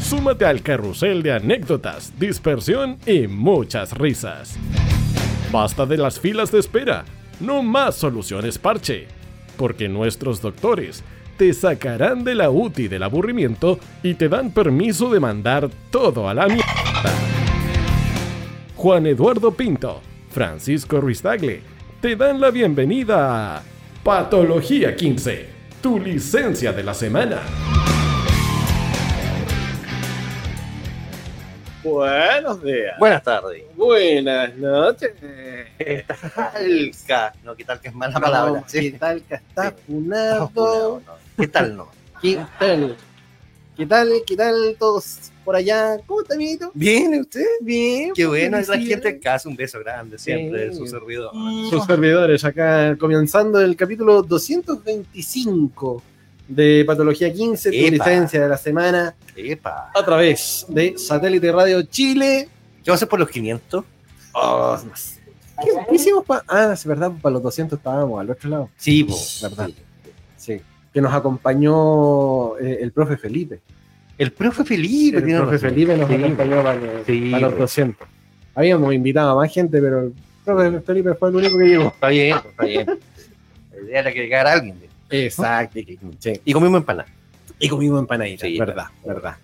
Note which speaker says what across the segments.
Speaker 1: Súmate al carrusel de anécdotas, dispersión y muchas risas. Basta de las filas de espera, no más soluciones parche, porque nuestros doctores te sacarán de la UTI del aburrimiento y te dan permiso de mandar todo a la mierda. Juan Eduardo Pinto, Francisco Ruiz Tagle, te dan la bienvenida a Patología 15, tu licencia de la semana.
Speaker 2: Buenos días.
Speaker 3: Buenas tardes.
Speaker 2: Buenas noches.
Speaker 3: Talca. No, ¿qué tal que es mala palabra?
Speaker 2: ¿Qué
Speaker 3: Sí.
Speaker 2: tal que está
Speaker 3: No, no,
Speaker 2: punado?
Speaker 3: no. ¿Qué tal no?
Speaker 2: ¿Qué tal? ¿Qué tal? ¿Qué tal todos por allá? ¿Cómo está, amiguito?
Speaker 3: Bien, usted.
Speaker 2: Bien.
Speaker 3: Qué bueno, es la
Speaker 2: felicidades.
Speaker 3: gente en casa. Un beso grande siempre de su
Speaker 2: Sí.
Speaker 3: servidor.
Speaker 2: Sus servidores acá comenzando el capítulo 225 de Patología 15, tu
Speaker 3: Epa.
Speaker 2: licencia de la semana,
Speaker 3: Epa.
Speaker 2: a través de Satélite Radio Chile.
Speaker 3: ¿Qué va a hacer por los 500?
Speaker 2: Oh, no sé. ¿Qué, qué hicimos para.? Ah, es verdad, para los 200 estábamos al otro lado.
Speaker 3: Sí, po,
Speaker 2: Verdad.
Speaker 3: verdad.
Speaker 2: Sí. Que nos acompañó eh, el profe Felipe.
Speaker 3: El profe Felipe.
Speaker 2: el
Speaker 3: tiene
Speaker 2: profe
Speaker 3: razón.
Speaker 2: Felipe nos
Speaker 3: Sí,
Speaker 2: acompañó para, los-
Speaker 3: Sí,
Speaker 2: para los 200. Habíamos invitado a más gente, pero el profe Felipe fue el único que llegó.
Speaker 3: Está bien, está bien. La idea era que llegara alguien. ¿eh?
Speaker 2: Exacto. Sí.
Speaker 3: Y comimos empanada.
Speaker 2: Y comimos empanaditas.
Speaker 3: Sí,
Speaker 2: verdad, verdad.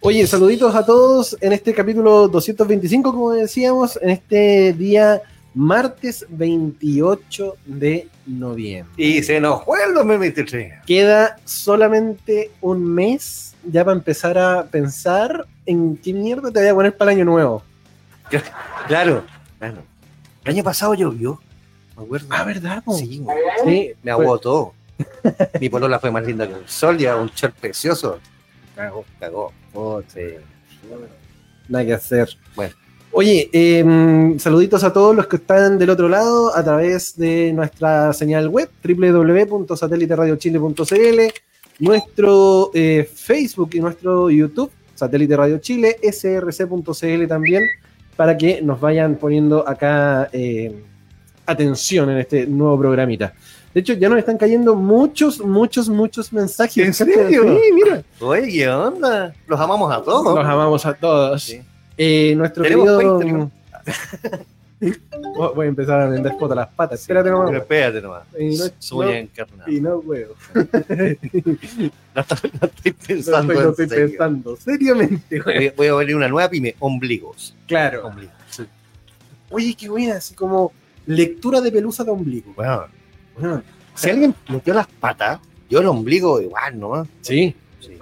Speaker 2: Oye, saluditos a todos en este capítulo 225, como decíamos, en este día martes 28 de noviembre.
Speaker 3: Y se nos fue el 2023.
Speaker 2: Queda solamente un mes ya para empezar a pensar en qué mierda te voy a poner para el año nuevo.
Speaker 3: Claro, claro. El año pasado llovió. Me acuerdo.
Speaker 2: Ah, ¿verdad? Sí,
Speaker 3: Sí, güey.
Speaker 2: sí fue-
Speaker 3: Me ahogó todo. Mi polola fue más linda que el sol, ya un short precioso. Cagó, cagó. Oh, sí.
Speaker 2: Nada que hacer.
Speaker 3: Bueno.
Speaker 2: Oye, eh, saluditos a todos los que están del otro lado a través de nuestra señal web www.sateliteradiochile.cl, nuestro eh, Facebook y nuestro YouTube, Satélite Radio Chile, src.cl también, para que nos vayan poniendo acá eh, atención en este nuevo programita. De hecho, ya nos están cayendo muchos, muchos, muchos mensajes.
Speaker 3: ¿En serio?
Speaker 2: Sí, mira.
Speaker 3: Oye, ¿qué onda? Los amamos a todos.
Speaker 2: Los amamos a todos.
Speaker 3: Sí.
Speaker 2: Eh, nuestro
Speaker 3: Tenemos
Speaker 2: querido.
Speaker 3: Patreon.
Speaker 2: Voy- Voy a empezar a vender fotos a las patas. Espérate nomás.
Speaker 3: Pero espérate nomás.
Speaker 2: Y no-
Speaker 3: Soy
Speaker 2: no-
Speaker 3: encarnado.
Speaker 2: Y no, huevo.
Speaker 3: No, estoy- no estoy
Speaker 2: No
Speaker 3: pensando
Speaker 2: estoy, no
Speaker 3: en
Speaker 2: estoy
Speaker 3: serio.
Speaker 2: pensando. Seriamente, güey.
Speaker 3: Voy, voy a abrir una nueva pyme, ombligos.
Speaker 2: Claro.
Speaker 3: Ombligos.
Speaker 2: Oye, qué buena, así como lectura de pelusa de ombligo.
Speaker 3: Bueno, si alguien metió las patas, yo el ombligo igual nomás.
Speaker 2: Sí.
Speaker 3: Sí,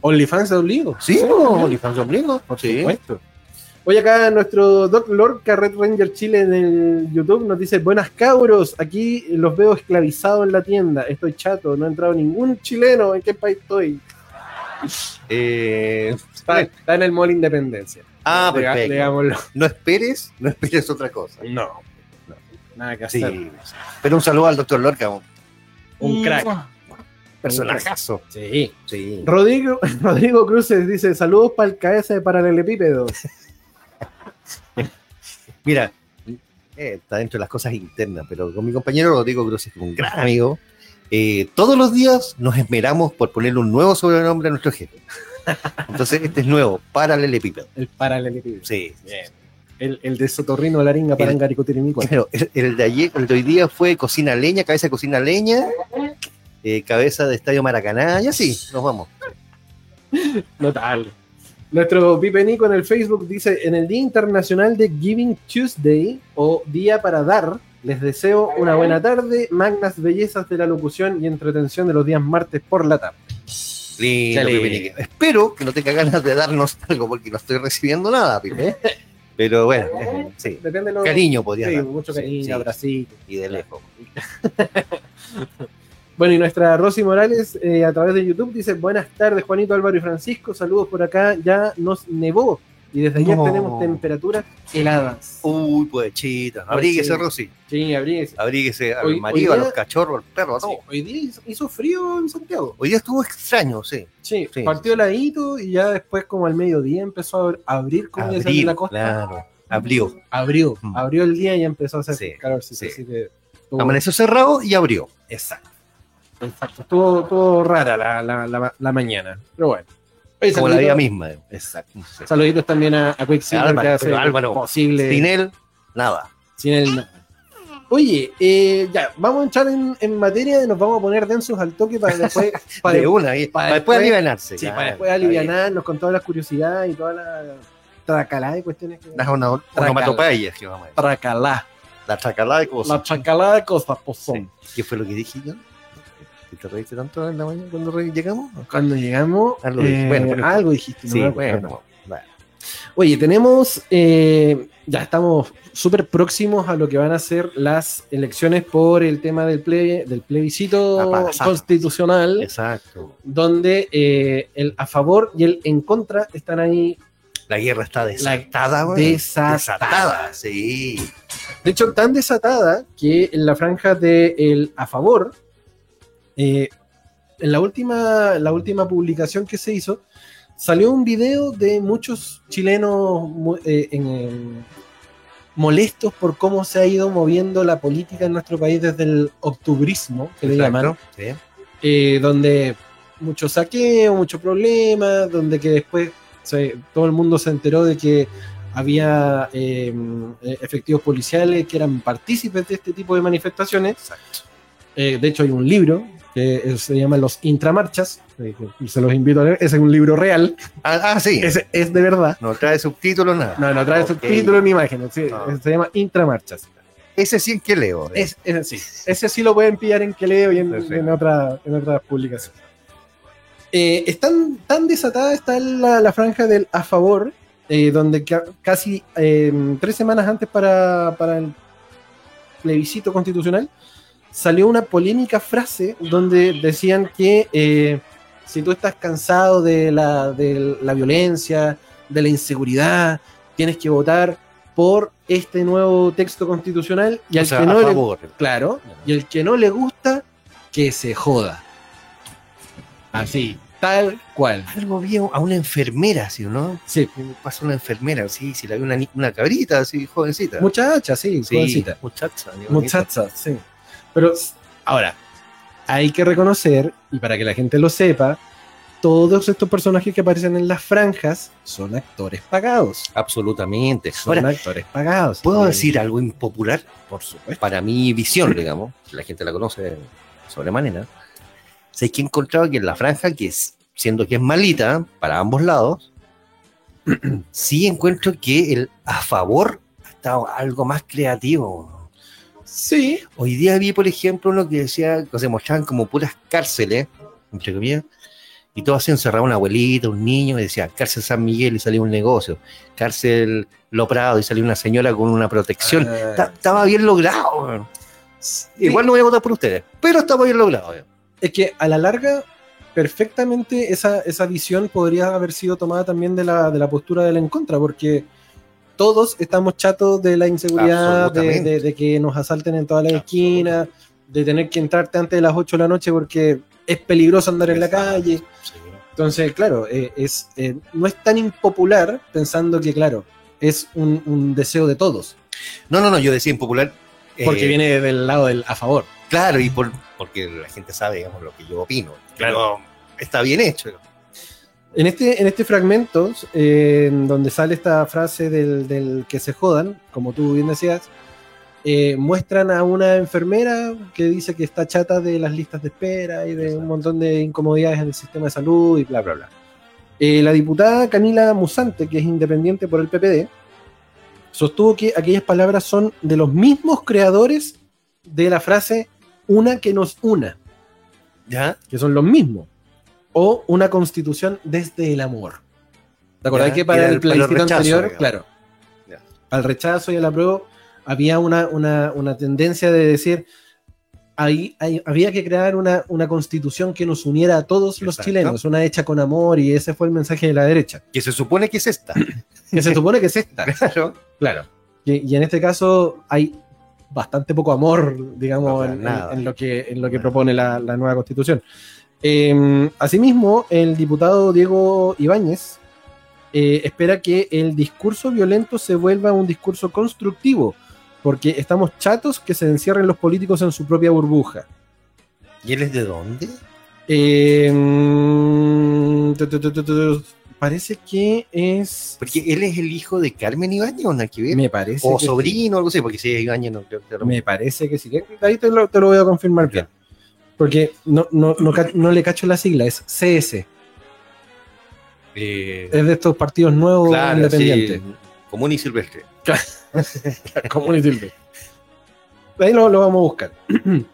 Speaker 2: OnlyFans de ombligo.
Speaker 3: sí, OnlyFans de ombligo.
Speaker 2: Por
Speaker 3: Sí.
Speaker 2: supuesto. Oye, acá nuestro Doc Lorca Red Ranger Chile en el YouTube nos dice: Buenas cabros, aquí los veo esclavizados en la tienda. Estoy chato, no ha entrado ningún chileno. ¿En qué país estoy?
Speaker 3: Eh,
Speaker 2: Está, está en el Mall Independencia.
Speaker 3: ah,
Speaker 2: Diga-
Speaker 3: perfecto.
Speaker 2: digámoslo.
Speaker 3: No esperes, no esperes otra cosa.
Speaker 2: No, nada que
Speaker 3: Sí.
Speaker 2: hacer.
Speaker 3: Pero un saludo al doctor Lorca, un
Speaker 2: Un crack.
Speaker 3: personajazo.
Speaker 2: Sí.
Speaker 3: Sí.
Speaker 2: Rodrigo, Rodrigo Cruces dice: Saludos para el KS de Paralelepípedo.
Speaker 3: Mira, eh, está dentro de las cosas internas, pero con mi compañero Rodrigo Cruz, que es un gran amigo, eh, todos los días nos esmeramos por ponerle un nuevo sobrenombre a nuestro jefe. Entonces, este es nuevo, paralelepípedo.
Speaker 2: El Paralelepípedo.
Speaker 3: Sí.
Speaker 2: El, el de Sotorrino, Laringa, Parangaricutirimicua.
Speaker 3: Claro, el, el de ayer, el de hoy día fue cocina leña, cabeza de cocina leña, eh, cabeza de estadio Maracaná, y así, nos vamos.
Speaker 2: Notable. Nuestro Pipe Nico en el Facebook dice: En el Día Internacional de Giving Tuesday o Día para Dar, les deseo una buena tarde, magnas bellezas de la locución y entretención de los días martes por la tarde.
Speaker 3: Lindo,
Speaker 2: Chale.
Speaker 3: Pipe Nique. Espero que no tenga ganas de darnos algo porque no estoy recibiendo nada, Pipe. Pero bueno, eh, sí.
Speaker 2: Depende de lo
Speaker 3: Cariño podría
Speaker 2: Sí,
Speaker 3: dar.
Speaker 2: mucho
Speaker 3: Sí,
Speaker 2: cariño,
Speaker 3: sí,
Speaker 2: abracito.
Speaker 3: Y de lejos.
Speaker 2: Bueno, y nuestra Rosy Morales eh, a través de YouTube dice: Buenas tardes, Juanito Álvaro y Francisco. Saludos por acá. Ya nos nevó y desde ayer
Speaker 3: No.
Speaker 2: tenemos temperaturas heladas.
Speaker 3: Uy, puechita. Abríguese,
Speaker 2: Puechita.
Speaker 3: Rosy.
Speaker 2: Sí, abríguese.
Speaker 3: Abríguese al
Speaker 2: Hoy-
Speaker 3: marido,
Speaker 2: hoy
Speaker 3: a
Speaker 2: día-
Speaker 3: los cachorros, al perro, a todo.
Speaker 2: Sí, hoy día hizo, hizo frío en Santiago.
Speaker 3: Hoy día estuvo extraño, sí.
Speaker 2: Sí,
Speaker 3: Sí.
Speaker 2: partió heladito y ya después, como al mediodía, empezó a abr- a abrir, como ya sale
Speaker 3: Abril,
Speaker 2: la costa.
Speaker 3: claro. Abrió.
Speaker 2: Abrió,
Speaker 3: Mm.
Speaker 2: abrió el día y empezó a hacer
Speaker 3: Sí,
Speaker 2: calor. sí,
Speaker 3: sí.
Speaker 2: Así que estuvo-
Speaker 3: Amaneció cerrado y abrió.
Speaker 2: Exacto. Exacto. Estuvo, estuvo rara la, la, la, la mañana. Pero bueno. Oye,
Speaker 3: Como la
Speaker 2: saluditos-
Speaker 3: vida misma. eh. Exacto. Sí.
Speaker 2: Saluditos también a, a Quicksilver
Speaker 3: Álvaro,
Speaker 2: que hace
Speaker 3: pero Álvaro,
Speaker 2: posible
Speaker 3: Sin él, nada.
Speaker 2: sin él no. Oye, eh, ya, vamos a entrar en, en materia y nos vamos a poner densos al toque para después, para,
Speaker 3: de una, y-
Speaker 2: para
Speaker 3: para
Speaker 2: después-
Speaker 3: después alivianarse.
Speaker 2: sí,
Speaker 3: claro,
Speaker 2: para después
Speaker 3: está bien.
Speaker 2: alivianarnos con todas las curiosidades y toda la tracalá de cuestiones que.
Speaker 3: Las ono-
Speaker 2: Tracala.
Speaker 3: onomatopeyas que vamos a decir.
Speaker 2: tracalá,
Speaker 3: La chacalada de cosas.
Speaker 2: tracalá de cosas, pues
Speaker 3: Sí. ¿Qué fue lo que dije yo? ¿Que te reíste tanto en la mañana cuando re- llegamos?
Speaker 2: Cuando llegamos,
Speaker 3: Algo dije-
Speaker 2: eh,
Speaker 3: bueno, pero-
Speaker 2: algo dijiste. no
Speaker 3: Sí,
Speaker 2: me acuerdo.
Speaker 3: bueno. bueno.
Speaker 2: Oye, tenemos, eh, ya estamos súper próximos a lo que van a ser las elecciones por el tema del, ple- del plebiscito
Speaker 3: Apagasaca.
Speaker 2: constitucional,
Speaker 3: Exacto.
Speaker 2: donde eh, el a favor y el en contra están ahí.
Speaker 3: La guerra está desatada, güey.
Speaker 2: desatada.
Speaker 3: Ah, Desatada, sí.
Speaker 2: De hecho, tan desatada que en la franja del a favor, eh, en la última, la última publicación que se hizo, salió un video de muchos chilenos mu- eh, en- en- molestos por cómo se ha ido moviendo la política en nuestro país desde el octubrismo, que le llaman,
Speaker 3: Exacto, sí.
Speaker 2: eh, donde mucho saqueo, mucho problema, donde que después se- todo el mundo se enteró de que había eh, efectivos policiales que eran partícipes de este tipo de manifestaciones. Eh, de hecho, hay un libro que eh, se llama Los Intramarchas, eh, que se los invito a leer, ese es un libro real,
Speaker 3: Ah, ah, sí.
Speaker 2: ese es de verdad.
Speaker 3: No trae subtítulos, nada.
Speaker 2: No, no trae
Speaker 3: Ok.
Speaker 2: subtítulo ni imágenes, sí,
Speaker 3: Ah.
Speaker 2: se llama Intramarchas.
Speaker 3: Ese sí es que leo. eh.
Speaker 2: Es, ese sí. Ese sí lo pueden pillar en Queleo y en,
Speaker 3: Perfecto.
Speaker 2: en otra- en otras publicaciones. Eh, están, tan desatada está la, la franja del a favor, eh, donde ca- casi eh, tres semanas antes para, para el plebiscito constitucional salió una polémica frase donde decían que eh, si tú estás cansado de la, de la violencia, de la inseguridad, tienes que votar por este nuevo texto constitucional y
Speaker 3: O
Speaker 2: al
Speaker 3: sea,
Speaker 2: que
Speaker 3: a
Speaker 2: no le
Speaker 3: favor.
Speaker 2: Claro. Y el que no le gusta, que se joda. Así, tal cual.
Speaker 3: Algo viejo a una enfermera, ¿sí o no?
Speaker 2: Sí,
Speaker 3: Pasa una enfermera, sí, sí, la vi una, ni- una cabrita, así, jovencita.
Speaker 2: muchacha, sí,
Speaker 3: sí,
Speaker 2: jovencita.
Speaker 3: muchacha. digo,
Speaker 2: Muchacha, sí. Pero s- ahora, hay que reconocer, y para que la gente lo sepa, todos estos personajes que aparecen en las franjas son actores pagados.
Speaker 3: Absolutamente.
Speaker 2: Son
Speaker 3: Ahora,
Speaker 2: actores pagados.
Speaker 3: ¿puedo
Speaker 2: Sí,
Speaker 3: decir algo impopular?
Speaker 2: Por supuesto.
Speaker 3: Para mi visión, digamos, la gente la conoce sobremanera. Sé que he encontrado que en la franja, que es, siendo que es malita para ambos lados, sí encuentro que el a favor ha estado algo más creativo.
Speaker 2: Sí.
Speaker 3: Hoy día vi, por ejemplo, uno que decía, que se mostraban como puras cárceles, entre comillas, y todo así encerraba una abuelita, un niño, y decía, cárcel San Miguel y salía un negocio, cárcel Lo Prado y salía una señora con una protección.
Speaker 2: Ah,
Speaker 3: Ta- Estaba bien logrado. weón.
Speaker 2: sí.
Speaker 3: Igual no voy a votar por ustedes, pero estaba bien logrado. weón.
Speaker 2: es que a la larga, perfectamente esa, esa visión podría haber sido tomada también de la, de la postura del en contra, porque todos estamos chatos de la inseguridad, de,
Speaker 3: Absolutamente.
Speaker 2: de- de que nos asalten en todas las esquinas, de tener que entrarte antes de las 8 de la noche porque es peligroso andar en la
Speaker 3: Exacto.
Speaker 2: calle. Entonces, claro, eh, es, eh, no es tan impopular pensando que, claro, es un, un deseo de todos,
Speaker 3: No, no, no, yo decía impopular. eh,
Speaker 2: porque viene del lado del a favor.
Speaker 3: Claro, y por, porque la gente sabe, digamos, lo que yo opino.
Speaker 1: Claro.
Speaker 3: Pero está bien hecho.
Speaker 2: En este, en este fragmento, eh, en donde sale esta frase del, del que se jodan, como tú bien decías, eh, muestran a una enfermera que dice que está chata de las listas de espera y de un montón de incomodidades en el sistema de salud y bla, bla, bla. Eh, la diputada Canila Musante, que es independiente por el PPD, sostuvo que aquellas palabras son de los mismos creadores de la frase una que nos una
Speaker 3: ¿Ya?
Speaker 2: que son los mismos, o una constitución desde el amor. ¿Te acordás
Speaker 3: Ya,
Speaker 2: que para
Speaker 3: era
Speaker 2: el
Speaker 3: el- para el
Speaker 2: plebiscito
Speaker 3: rechazo,
Speaker 2: anterior,
Speaker 3: digamos.
Speaker 2: claro,
Speaker 3: Ya.
Speaker 2: al rechazo y al apruebo, había una, una, una tendencia de decir, ahí, ahí había que crear una, una constitución que nos uniera a todos los
Speaker 3: Exacto.
Speaker 2: chilenos, una hecha con amor, y ese fue el mensaje de la derecha.
Speaker 3: Que se supone que es esta.
Speaker 2: Que se supone que es esta.
Speaker 3: Claro. Claro.
Speaker 2: Y, y en este caso hay bastante poco amor,
Speaker 3: No,
Speaker 2: digamos,
Speaker 3: para
Speaker 2: en, en-
Speaker 3: nada.
Speaker 2: en lo que, en lo que
Speaker 3: Nada.
Speaker 2: propone la, la nueva constitución. Eh, asimismo, el diputado Diego Ibáñez eh, espera que el discurso violento se vuelva un discurso constructivo, porque estamos chatos que se encierren los políticos en su propia burbuja.
Speaker 3: ¿Y él es de dónde?
Speaker 2: Eh, mm, tu, tu, tu, tu, tu, parece que es...
Speaker 3: Porque él es el hijo de Carmen Ibañez, ¿no? que ver.
Speaker 2: Me parece
Speaker 3: O
Speaker 2: que-
Speaker 3: sobrino, algo así, porque si es Ibañez no creo que lo
Speaker 2: Me parece que sí. Ahí te lo, te lo voy a confirmar bien. Porque no, no, no, ca- no le cacho la sigla, es CS.
Speaker 3: Eh,
Speaker 2: Es de estos partidos nuevos
Speaker 3: Claro,
Speaker 2: independientes.
Speaker 3: sí. Común y silvestre.
Speaker 2: Ahí lo, lo vamos a buscar.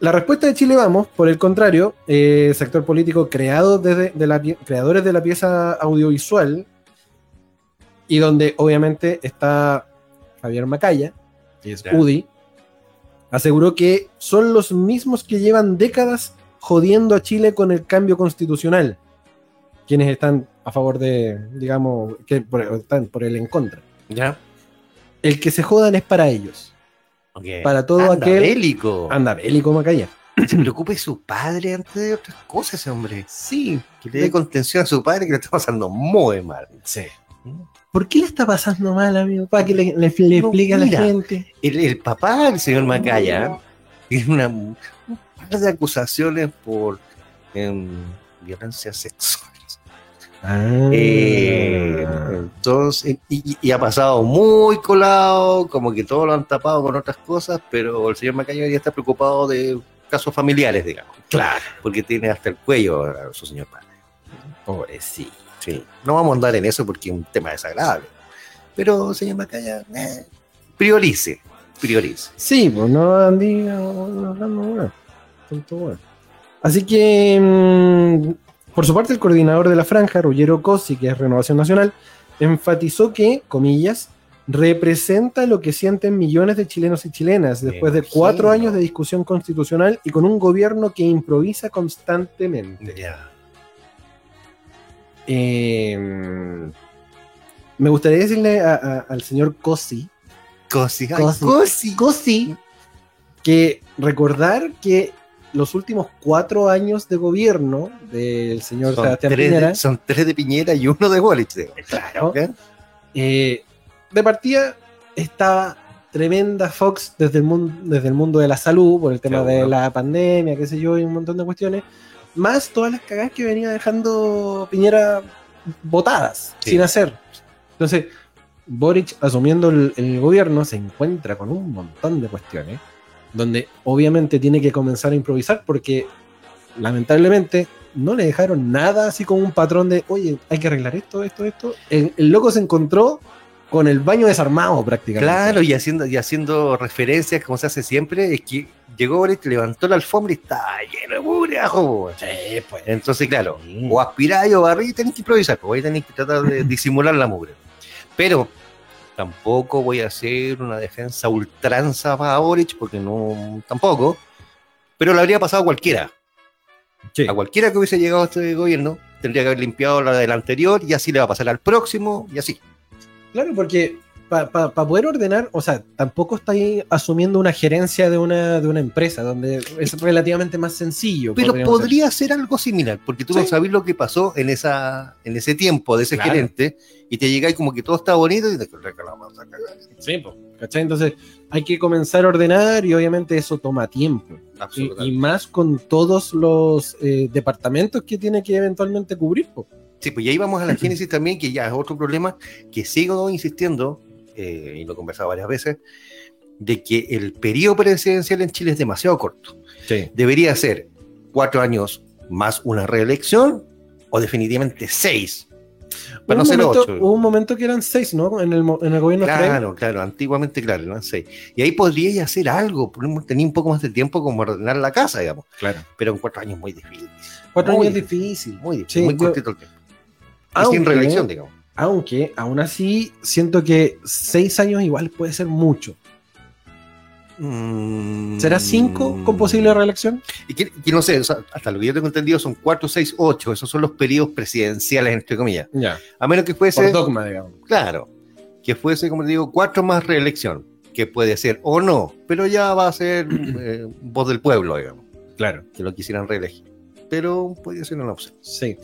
Speaker 2: La respuesta de Chile Vamos, por el contrario, eh, sector político creado desde de la pie- creadores de la pieza audiovisual y donde obviamente está Javier Macaya, que es
Speaker 3: Ya.
Speaker 2: UDI, aseguró que son los mismos que llevan décadas jodiendo a Chile con el cambio constitucional, quienes están a favor de, digamos, que por- están por el en contra.
Speaker 3: Ya.
Speaker 2: El que se jodan es para ellos, para todo aquel
Speaker 3: bélico.
Speaker 2: Anda, bélico Macaya.
Speaker 3: Se preocupe su padre antes de otras cosas, ese hombre.
Speaker 2: Sí.
Speaker 3: Que le dé contención a su padre que le está pasando muy mal.
Speaker 2: ¿Por qué le está pasando mal, amigo? Para que le, le- le
Speaker 3: No,
Speaker 2: explique a la
Speaker 3: mira.
Speaker 2: gente.
Speaker 3: El, el papá del señor Macaya tiene una, un par de acusaciones por em, violencia sexual. Eh,
Speaker 2: Ah.
Speaker 3: entonces, y, y- y ha pasado muy colado, como que todo lo han tapado con otras cosas, pero el señor Macaño ya está preocupado de casos familiares, digamos. Claro. Porque tiene hasta el cuello a su señor padre.
Speaker 2: pobrecito.
Speaker 3: Sí. No vamos a andar en eso porque es un tema desagradable. Pero, señor Macaya, eh, priorice, priorice.
Speaker 2: Sí, pues no Andy, no, no hablando, bueno. Tonto, bueno. Así que, mm, por su parte, el coordinador de la franja, Ruggiero Cosi, que es Renovación Nacional, enfatizó que, comillas, representa lo que sienten millones de chilenos y chilenas
Speaker 3: Me
Speaker 2: después de cuatro
Speaker 3: imagino.
Speaker 2: años de discusión constitucional y con un gobierno que improvisa constantemente. Eh, me gustaría decirle a- a- al señor Cosi,
Speaker 3: Cosi, ay,
Speaker 2: Cosi.
Speaker 3: cosi.
Speaker 2: Cosi, que recordar que los últimos cuatro años de gobierno del señor
Speaker 3: Son
Speaker 2: Sebastián
Speaker 3: tres,
Speaker 2: Piñera,
Speaker 3: de, son tres de Piñera y uno de Boric. digamos.
Speaker 2: claro,
Speaker 3: ¿Ya?
Speaker 2: eh, de partida estaba tremenda Fox desde el, mundo, desde el mundo de la salud, por el tema de
Speaker 3: Seguro.
Speaker 2: la pandemia, qué sé yo, y un montón de cuestiones, más todas las cagadas que venía dejando Piñera botadas,
Speaker 3: Sí.
Speaker 2: sin hacer. Entonces, Boric asumiendo el, el gobierno se encuentra con un montón de cuestiones, donde obviamente tiene que comenzar a improvisar porque lamentablemente no le dejaron nada así como un patrón de, oye, hay que arreglar esto, esto, esto. El, el loco se encontró con el baño desarmado prácticamente.
Speaker 3: Claro, y haciendo, y haciendo referencias como se hace siempre, es que llegó Boric, levantó la alfombra y estaba lleno de mugre ajo, po.
Speaker 2: Sí, pues.
Speaker 3: Entonces, claro, o aspiráis o barrí y tenés que improvisar, pues ahí tenés que tratar de disimular la mugre. Pero tampoco voy a hacer una defensa ultranza para Boric, porque no, tampoco. Pero le habría pasado a cualquiera.
Speaker 2: Sí.
Speaker 3: A cualquiera que hubiese llegado a este gobierno, tendría que haber limpiado la del anterior y así le va a pasar al próximo y así.
Speaker 2: Claro, porque para poder ordenar, o sea, tampoco está ahí asumiendo una gerencia de una, de una empresa, donde es relativamente más sencillo.
Speaker 3: Pero
Speaker 2: podríamos decir.
Speaker 3: podría ser algo similar, porque tú no
Speaker 2: Sí.
Speaker 3: sabes lo que pasó en esa en ese tiempo de ese
Speaker 2: Claro.
Speaker 3: gerente y te llegáis como que todo está bonito y te la vamos a cagar.
Speaker 2: Sí, po, ¿cachai? Entonces hay que comenzar a ordenar y obviamente eso toma tiempo. Y,
Speaker 3: Absolutamente.
Speaker 2: y más con todos los eh, departamentos que tiene que eventualmente cubrir. po.
Speaker 3: Sí, pues y ahí vamos a la génesis también, que ya es otro problema que sigo insistiendo, eh, y lo he conversado varias veces, de que el periodo presidencial en Chile es demasiado corto. Debería ser cuatro años más una reelección o definitivamente seis.
Speaker 2: Hubo
Speaker 3: Para no
Speaker 2: un
Speaker 3: ser
Speaker 2: momento,
Speaker 3: ocho.
Speaker 2: hubo un momento que eran seis, ¿no? En el, mo- en el gobierno de Frey.
Speaker 3: Claro, claro, antiguamente, claro, no sé. Y ahí podría hacer algo, por ejemplo, tenía un poco más de tiempo como ordenar la casa, digamos. Claro. Pero en cuatro años muy difícil,
Speaker 2: Cuatro
Speaker 3: Muy
Speaker 2: años es
Speaker 3: difícil.
Speaker 2: difícil.
Speaker 3: muy
Speaker 2: Sí,
Speaker 3: difícil, muy
Speaker 2: yo-
Speaker 3: cortito el tiempo. Y sin
Speaker 2: Aunque-
Speaker 3: reelección, digamos.
Speaker 2: Aunque aún así siento que seis años igual puede ser mucho.
Speaker 3: Mm.
Speaker 2: ¿Será 5 con posible reelección?
Speaker 3: Y que, que no sé, o sea, hasta lo que yo tengo entendido son 4, 6, 8. Esos son los periodos presidenciales, entre comillas.
Speaker 2: Ya.
Speaker 3: A menos que
Speaker 2: Por
Speaker 3: fuese,
Speaker 2: dogma, digamos.
Speaker 3: claro, que fuese, como te digo, 4 más reelección, que puede ser o no, pero ya va a ser eh, voz del pueblo, digamos,
Speaker 2: Claro.
Speaker 3: que lo quisieran reelegir. Pero podría ser una opción.
Speaker 2: Sí.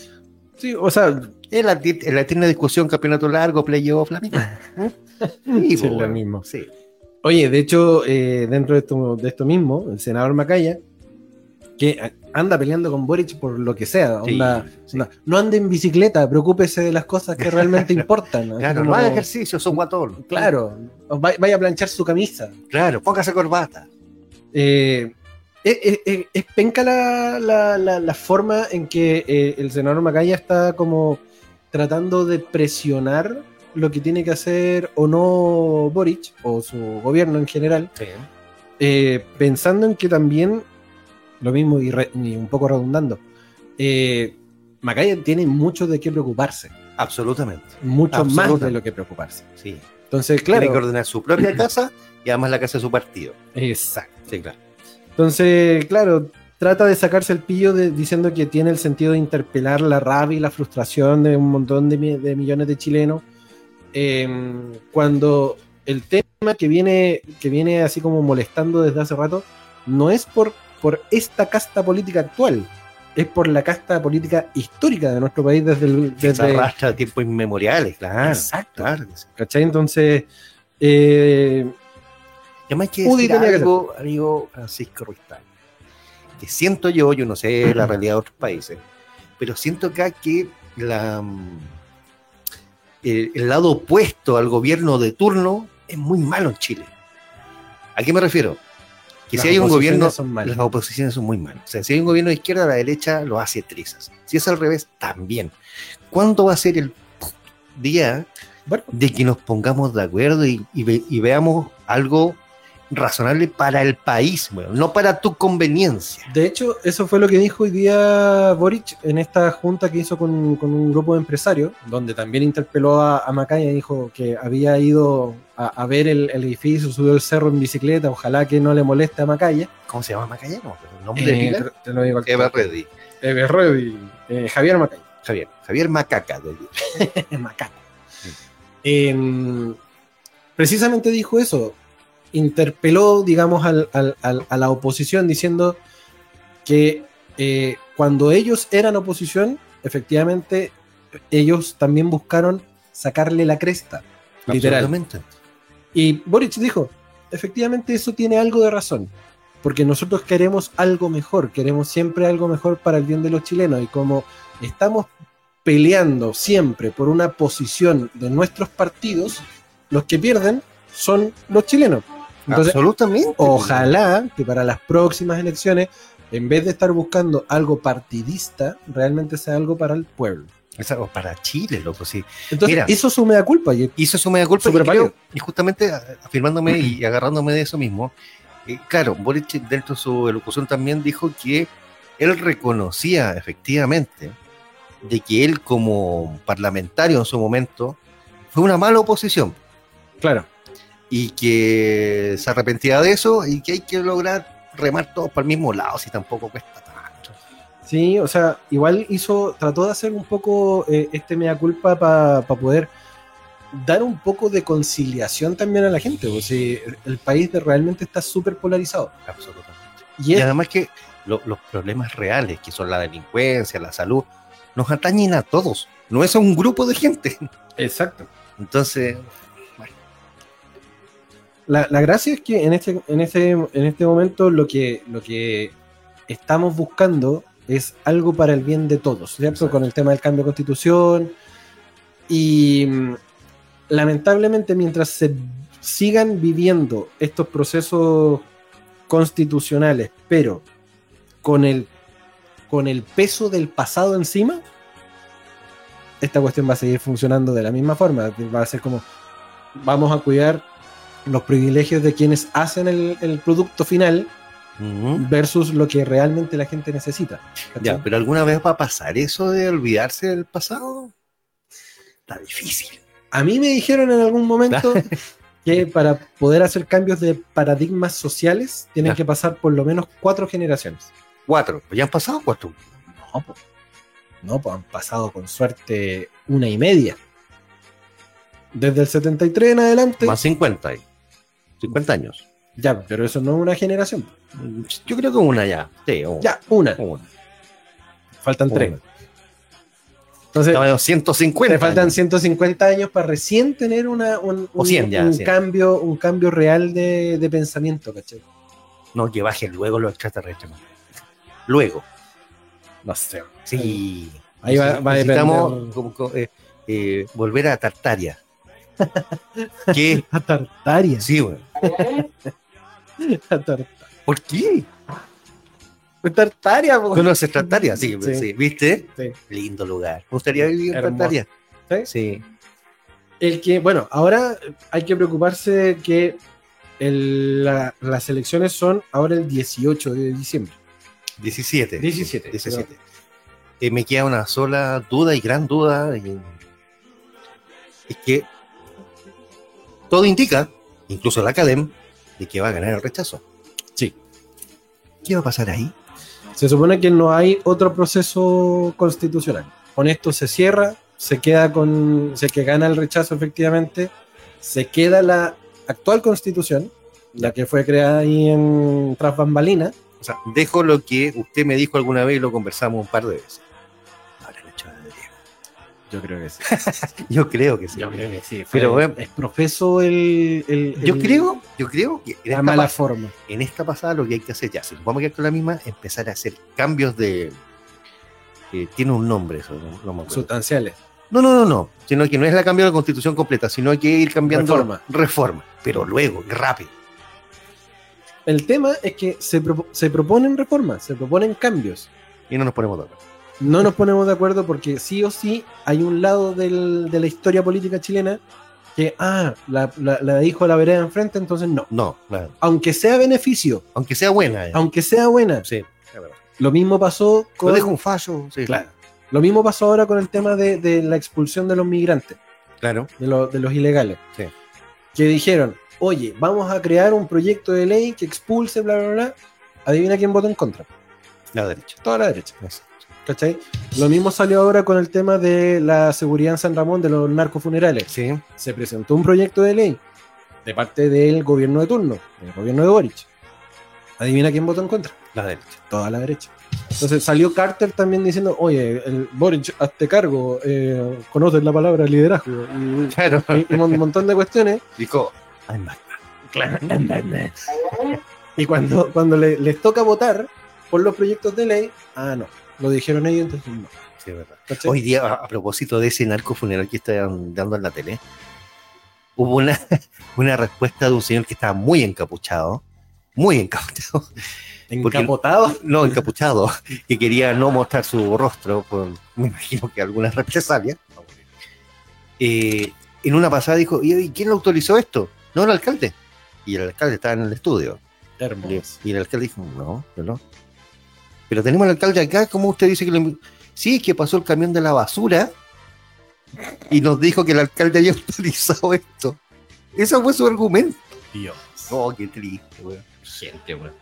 Speaker 2: Sí, o sea,
Speaker 3: Es la, ti- es la eterna discusión, campeonato largo, playoff, la misma. ¿eh? Sí,
Speaker 2: es
Speaker 3: po,
Speaker 2: lo
Speaker 3: bueno.
Speaker 2: mismo.
Speaker 3: Sí.
Speaker 2: Oye, de hecho, eh, dentro de esto, de esto mismo, el senador Macaya, que a- anda peleando con Boric por lo que sea,
Speaker 3: Sí,
Speaker 2: onda,
Speaker 3: sí.
Speaker 2: onda, no ande en bicicleta, preocúpese de las cosas que realmente importan. así
Speaker 3: Claro,
Speaker 2: como-
Speaker 3: no haga ejercicio, son guatón.
Speaker 2: Claro, o va- vaya a planchar su camisa.
Speaker 3: Claro, póngase corbata.
Speaker 2: Eh, es, es- es- es penca la, la- la- la forma en que eh, el senador Macaya está como tratando de presionar lo que tiene que hacer o no Boric o su gobierno en general, eh, pensando en que también, lo mismo y, re- y un poco redundando, eh, Macaya tiene mucho de qué preocuparse,
Speaker 3: Absolutamente.
Speaker 2: mucho más
Speaker 3: Absolutamente.
Speaker 2: de lo que preocuparse.
Speaker 3: Sí.
Speaker 2: Entonces,
Speaker 3: Tiene que
Speaker 2: claro,
Speaker 3: ordenar su propia casa y además la casa de su partido.
Speaker 2: exacto.
Speaker 3: Sí, claro.
Speaker 2: Entonces, claro, trata de sacarse el pillo de- diciendo que tiene el sentido de interpelar la rabia y la frustración de un montón de, mi- de millones de chilenos. em, cuando el tema que viene, que viene así como molestando desde hace rato no es por, por esta casta política actual, es por la casta política histórica de nuestro país desde el.
Speaker 3: Se
Speaker 2: Desde,
Speaker 3: arrastra a tiempos inmemoriales, claro.
Speaker 2: Exacto.
Speaker 3: Claro que sí.
Speaker 2: ¿Cachai? Entonces. eh,
Speaker 3: Y además hay que
Speaker 2: Uy,
Speaker 3: decir
Speaker 2: tenía que
Speaker 3: algo, amigo Francisco Ruiztal, que siento yo, yo no sé la realidad de otros países, pero siento acá que la, mm, el, el lado opuesto al gobierno de turno es muy malo en Chile. ¿A qué me refiero? Que si
Speaker 2: las
Speaker 3: hay un gobierno,
Speaker 2: oposiciones son malas.
Speaker 3: las oposiciones son muy malas. O sea, si hay un gobierno de izquierda, la derecha lo hace trizas. Si es al revés, también. ¿Cuándo va a ser el día
Speaker 2: Bueno,
Speaker 3: de que nos pongamos de acuerdo y, y ve- y veamos algo razonable para el país, weón, no para tu conveniencia.
Speaker 2: De hecho, eso fue lo que dijo hoy día Boric en esta junta que hizo con, con un grupo de empresarios, donde también interpeló a, a Macaya y dijo que había ido a, a ver el, el edificio, subió el cerro en bicicleta, ojalá que no le moleste a Macaya.
Speaker 3: ¿Cómo se llama Macayano? ¿Nombre de
Speaker 2: Eh,
Speaker 3: pila?
Speaker 2: te- te lo digo al
Speaker 3: Eva
Speaker 2: toque.
Speaker 3: Reddy.
Speaker 2: Ever Reddy. Eh, Javier Macaya.
Speaker 3: Javier. Javier Macaca. de-
Speaker 2: Macaco. Em, precisamente dijo eso. Interpeló, digamos, al- al- al- a la oposición diciendo que eh, cuando ellos eran oposición, efectivamente, ellos también buscaron sacarle la cresta. Literal.
Speaker 3: Absolutamente.
Speaker 2: Y Boric dijo, efectivamente eso tiene algo de razón, porque nosotros queremos algo mejor, queremos siempre algo mejor para el bien de los chilenos y como estamos peleando siempre por una posición de nuestros partidos, los que pierden son los chilenos. Entonces,
Speaker 3: Absolutamente.
Speaker 2: ojalá que para las próximas elecciones, en vez de estar buscando algo partidista, realmente sea algo para el pueblo.
Speaker 3: Es algo para Chile, loco. Sí.
Speaker 2: Entonces,
Speaker 3: Mira.
Speaker 2: eso es su mea culpa. y-
Speaker 3: hizo su media culpa y,
Speaker 2: Súper
Speaker 3: creo-
Speaker 2: válido.
Speaker 3: y justamente a- afirmándome y agarrándome de eso mismo, eh, claro, Boric dentro de su elocución también dijo que él reconocía efectivamente de que él como parlamentario en su momento fue una mala oposición
Speaker 2: Claro.
Speaker 3: y que se arrepentía de eso y que hay que lograr remar todos para el mismo lado si tampoco cuesta tanto.
Speaker 2: Sí, o sea, igual hizo, trató de hacer un poco eh, este mea culpa para poder dar un poco de conciliación también a la gente, porque el país de- realmente está súper polarizado.
Speaker 3: Absolutamente.
Speaker 2: Y
Speaker 3: Y
Speaker 2: es,
Speaker 3: además que lo- los problemas reales, que son la delincuencia, la salud, nos atañen a todos. No es a un grupo de gente.
Speaker 2: exacto.
Speaker 3: Entonces,
Speaker 2: La, la gracia es que en este, en este, en este momento lo que, lo que estamos buscando es algo para el bien de todos, ¿cierto?
Speaker 3: Exacto.
Speaker 2: Con el tema del cambio de constitución. Y mm, lamentablemente, mientras se sigan viviendo estos procesos constitucionales, pero con el, con el peso del pasado encima, esta cuestión va a seguir funcionando de la misma forma. Va a ser como, vamos a cuidar los privilegios de quienes hacen el, el producto final versus lo que realmente la gente necesita. ¿cachai?
Speaker 3: ya, pero alguna vez va a pasar eso de olvidarse del pasado. Está difícil.
Speaker 2: A mí me dijeron en algún momento que para poder hacer cambios de paradigmas sociales tienen
Speaker 3: Claro.
Speaker 2: que pasar por lo menos cuatro generaciones.
Speaker 3: Cuatro. Ya han pasado cuatro.
Speaker 2: No, po. no, pues han pasado con suerte una y media. Desde el 73 en adelante.
Speaker 3: Más 50. ahí. 50 años.
Speaker 2: Ya, pero eso no es una generación.
Speaker 3: Mm, Yo creo que una ya. Sí, una.
Speaker 2: Ya, una.
Speaker 3: Una.
Speaker 2: Faltan
Speaker 3: Una.
Speaker 2: tres. Entonces,
Speaker 3: Estamos en los 150.
Speaker 2: te faltan
Speaker 3: años.
Speaker 2: 150 años para recién tener una, un,
Speaker 3: O
Speaker 2: un-
Speaker 3: 100 ya,
Speaker 2: un
Speaker 3: 100.
Speaker 2: cambio, un cambio real de, de pensamiento, ¿cachai?
Speaker 3: No, que bajen luego los extraterrestres. man. Luego.
Speaker 2: No sé.
Speaker 3: Sí.
Speaker 2: Ahí va- va a depender.
Speaker 3: Necesitamos como- como, eh, eh, volver a Tartaria. ¿Qué?
Speaker 2: A Ah, Tartaria.
Speaker 3: Sí, güey.
Speaker 2: A tar-
Speaker 3: ¿Por qué?
Speaker 2: a Tartaria, po.
Speaker 3: ¿Conoces Tartaria? Sí,
Speaker 2: Sí.
Speaker 3: sí. ¿viste?
Speaker 2: Sí.
Speaker 3: Lindo lugar. Me gustaría vivir en
Speaker 2: Hermoso.
Speaker 3: Tartaria.
Speaker 2: ¿Sí?
Speaker 3: Sí.
Speaker 2: El que, bueno, ahora hay que preocuparse que el- la- las elecciones son ahora el 18 de diciembre.
Speaker 3: 17.
Speaker 2: 17,
Speaker 3: 17. Eh, me queda una sola duda y gran duda. y- es que todo indica, incluso la Academ, de que va a ganar el rechazo.
Speaker 2: Sí.
Speaker 3: ¿Qué va a pasar ahí?
Speaker 2: Se supone que no hay otro proceso constitucional. Con esto se cierra, se queda con, se que gana el rechazo efectivamente, se queda la actual constitución, la que fue creada ahí en tras bambalina.
Speaker 3: O sea, dejo lo que usted me dijo alguna vez y lo conversamos un par de veces. Habrán hecho la tarea.
Speaker 2: Yo creo que sí.
Speaker 3: Yo creo que sí.
Speaker 2: Yo creo que sí.
Speaker 3: Pero,
Speaker 2: Pero
Speaker 3: bueno.
Speaker 2: es profeso el, el-
Speaker 3: Yo
Speaker 2: el-
Speaker 3: creo, yo creo que en
Speaker 2: la
Speaker 3: esta
Speaker 2: mala
Speaker 3: pa-
Speaker 2: forma.
Speaker 3: en esta pasada lo que hay que hacer ya, si nos vamos a quedar con la misma, empezar a hacer cambios de... eh, tiene un nombre eso, no, no me acuerdo.
Speaker 2: Sustanciales.
Speaker 3: No, no, no, no, sino que no es la cambio de la constitución completa, sino hay que ir cambiando
Speaker 2: Reforma.
Speaker 3: reforma, pero luego, rápido.
Speaker 2: El tema es que se, propo- se proponen reformas, se proponen cambios.
Speaker 3: Y no nos ponemos de acuerdo.
Speaker 2: No nos ponemos de acuerdo porque sí o sí hay un lado del- de la historia política chilena que, ah, la, la- la dijo la vereda enfrente, entonces no.
Speaker 3: No, claro.
Speaker 2: Aunque sea beneficio,
Speaker 3: aunque sea buena. eh.
Speaker 2: aunque sea buena.
Speaker 3: Sí, es verdad.
Speaker 2: Lo mismo pasó
Speaker 3: Lo
Speaker 2: con...
Speaker 3: dejo un fallo. sí.
Speaker 2: Claro. Lo mismo pasó ahora con el tema de, de la expulsión de los migrantes,
Speaker 3: Claro.
Speaker 2: de, lo- de los ilegales.
Speaker 3: Sí.
Speaker 2: Que dijeron, oye, vamos a crear un proyecto de ley que expulse, bla, bla, bla. Adivina quién votó en contra.
Speaker 3: La derecha.
Speaker 2: Toda la derecha. ¿Cachai? Lo mismo salió ahora con el tema de la seguridad en San Ramón de los narcofunerales.
Speaker 3: Sí.
Speaker 2: Se presentó un proyecto de ley de parte del gobierno de turno, del gobierno de Boric. Adivina quién votó en contra.
Speaker 3: La derecha.
Speaker 2: Toda la derecha. Entonces salió Carter también diciendo, oye, el Boric, hazte cargo, eh, conoces la palabra liderazgo y,
Speaker 3: Claro.
Speaker 2: y- y un montón de cuestiones.
Speaker 3: Dijo, "I'm back".
Speaker 2: Y cuando, cuando le- les toca votar por los proyectos de ley, ah, no, lo dijeron ellos, entonces no.
Speaker 3: Sí, es verdad.
Speaker 2: ¿Cachai?
Speaker 3: Hoy día, a, a propósito de ese narco funeral que están dando en la tele, hubo una, una respuesta de un señor que estaba muy encapuchado, muy encapuchado, porque-
Speaker 2: Encapotado.
Speaker 3: no encapuchado, que quería no mostrar su rostro, por, me imagino que alguna represalia. Eh, en una pasada dijo, "¿Y- ¿y quién le autorizó esto? No, el alcalde. Y el alcalde estaba en el estudio. Le-
Speaker 2: Hermoso.
Speaker 3: Y el alcalde dijo, no, yo no. Pero tenemos al alcalde acá, ¿cómo usted dice que lo invi-?" Sí, es que pasó el camión de la basura y nos dijo que el alcalde había autorizado esto. Ese fue su argumento.
Speaker 1: Dios.
Speaker 3: Oh, qué triste, weón. Gente, weón.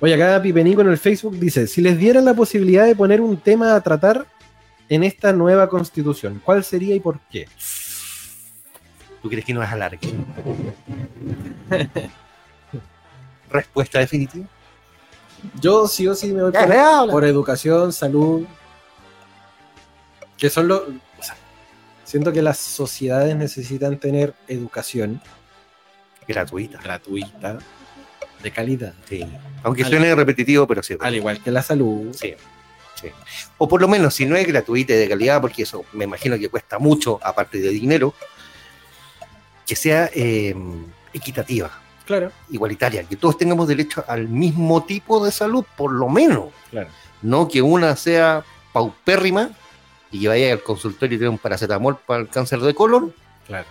Speaker 2: Oye, acá Pipenico en el Facebook dice, si les dieran la posibilidad de poner un tema a tratar en esta nueva constitución, ¿cuál sería y por qué?
Speaker 3: ¿Tú crees que no es alargue? Respuesta definitiva.
Speaker 2: Yo sí o sí me voy
Speaker 3: Ya,
Speaker 2: por,
Speaker 3: habla.
Speaker 2: por educación, salud, que son los... o sea, siento que las sociedades necesitan tener educación
Speaker 3: Gratuita.
Speaker 2: gratuita, de calidad,
Speaker 3: Sí. Aunque suene repetitivo, pero sí.
Speaker 2: al igual que la salud.
Speaker 3: Sí. Sí. O por lo menos, si no es gratuita y de calidad, porque eso me imagino que cuesta mucho, aparte de dinero, que sea eh, equitativa,
Speaker 2: Claro.
Speaker 3: igualitaria, que todos tengamos derecho al mismo tipo de salud, por lo menos.
Speaker 2: Claro.
Speaker 3: No que una sea paupérrima y vaya al consultorio y tenga un paracetamol para el cáncer de colon,
Speaker 2: Claro.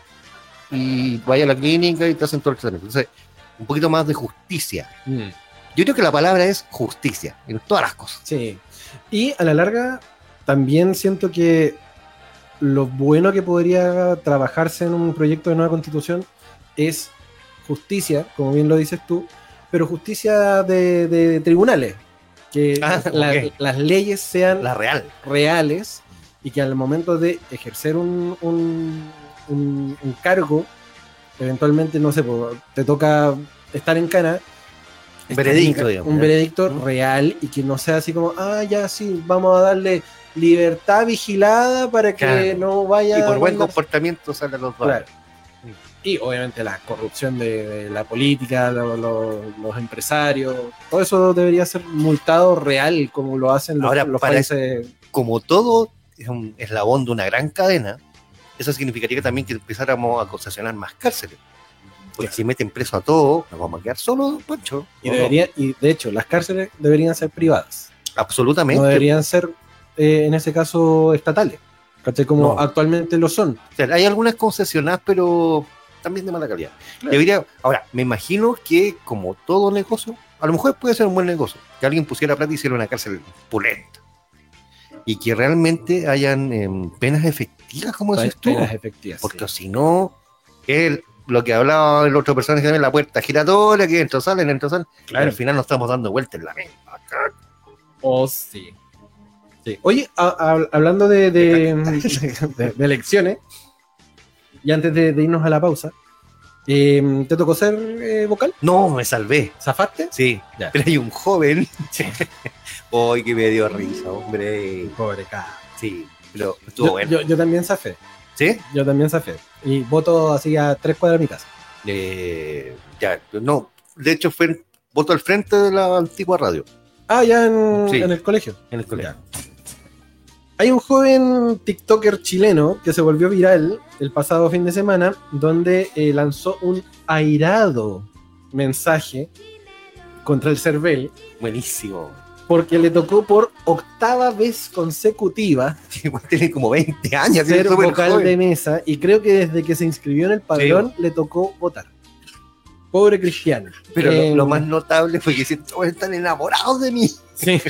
Speaker 3: y vaya a la clínica y te hacen todo el tratamiento. Entonces, un poquito más de justicia.
Speaker 2: Mm.
Speaker 3: Yo creo que la palabra es justicia en todas las cosas.
Speaker 2: Sí. Y a la larga, también siento que lo bueno que podría trabajarse en un proyecto de nueva constitución es justicia, como bien lo dices tú, pero justicia de, de tribunales. Que
Speaker 3: Ah,
Speaker 2: la-
Speaker 3: ok.
Speaker 2: las leyes sean
Speaker 3: La real.
Speaker 2: reales y que al momento de ejercer un, un- un- un cargo, eventualmente, no sé, po, te toca estar en cana.
Speaker 3: Un veredicto,
Speaker 2: Un-
Speaker 3: digamos,
Speaker 2: Un
Speaker 3: ya.
Speaker 2: veredicto
Speaker 3: Ujú.
Speaker 2: real y que no sea así como, ah, ya sí, vamos a darle libertad vigilada para que
Speaker 3: Claro.
Speaker 2: no vaya
Speaker 3: Y por buen
Speaker 2: a
Speaker 3: comportamiento salen los dos.
Speaker 2: Claro. Y obviamente la corrupción de, de la política, lo- lo- los empresarios, todo eso debería ser multado real como lo hacen los,
Speaker 3: Ahora,
Speaker 2: los
Speaker 3: para-
Speaker 2: países.
Speaker 3: Como todo es un eslabón de una gran cadena, eso significaría también que empezáramos a concesionar más cárceles. Porque si meten preso a todos, nos vamos a quedar solos, Pancho.
Speaker 2: Y,
Speaker 3: ¿O no?
Speaker 2: debería- y de hecho, las cárceles deberían ser privadas.
Speaker 3: Absolutamente.
Speaker 2: No deberían ser, eh, en ese caso, estatales. ¿cachai? Como
Speaker 3: No.
Speaker 2: actualmente lo son.
Speaker 3: O sea, hay algunas concesionadas, pero también de mala calidad.
Speaker 2: Claro.
Speaker 3: Debería, ahora, me imagino que como todo negocio, a lo mejor puede ser un buen negocio, que alguien pusiera plata y hiciera una cárcel pulenta. Y que realmente hayan em, penas efectivas, como
Speaker 2: Pe-
Speaker 3: decís Pues tú.
Speaker 2: penas efectivas.
Speaker 3: Porque si no, el- lo que hablaba el otro personaje también, la puerta giratoria, que entro, salen, entro, salen. y
Speaker 2: Claro.
Speaker 3: al final nos estamos dando vueltas en la misma.
Speaker 2: Oh, sí. Sí. Oye, a- a- hablando de, de- de- de elecciones, y antes de, de irnos a la pausa, eh, ¿te tocó ser eh, vocal?
Speaker 3: No, me salvé.
Speaker 2: ¿Zafaste?
Speaker 3: Sí,
Speaker 2: Ya.
Speaker 3: pero hay un joven. Hoy que me dio risa, hombre.
Speaker 2: Pobre cara.
Speaker 3: Sí, pero estuvo
Speaker 2: Yo,
Speaker 3: bueno.
Speaker 2: yo- yo también zafé.
Speaker 3: ¿Sí?
Speaker 2: Yo también zafé. Y voto así a tres cuadras de mi casa.
Speaker 3: Eh, ya, no. De hecho, fue voto al frente de la antigua radio
Speaker 2: Ah, ya en,
Speaker 3: Sí.
Speaker 2: en el colegio.
Speaker 3: en el colegio.
Speaker 2: Hay un joven TikToker chileno que se volvió viral el pasado fin de semana, donde eh, lanzó un airado mensaje contra el Cervel,
Speaker 3: Buenísimo.
Speaker 2: porque le tocó por octava vez consecutiva
Speaker 3: Igual tiene como 20 años. tiene
Speaker 2: ser
Speaker 3: súper
Speaker 2: vocal
Speaker 3: joven.
Speaker 2: de mesa, y creo que desde que se inscribió en el padrón le tocó votar. Pobre cristiano.
Speaker 3: Pero
Speaker 2: Eh,
Speaker 3: lo, lo más notable fue que dicen, todos están enamorados de mí.
Speaker 2: Sí.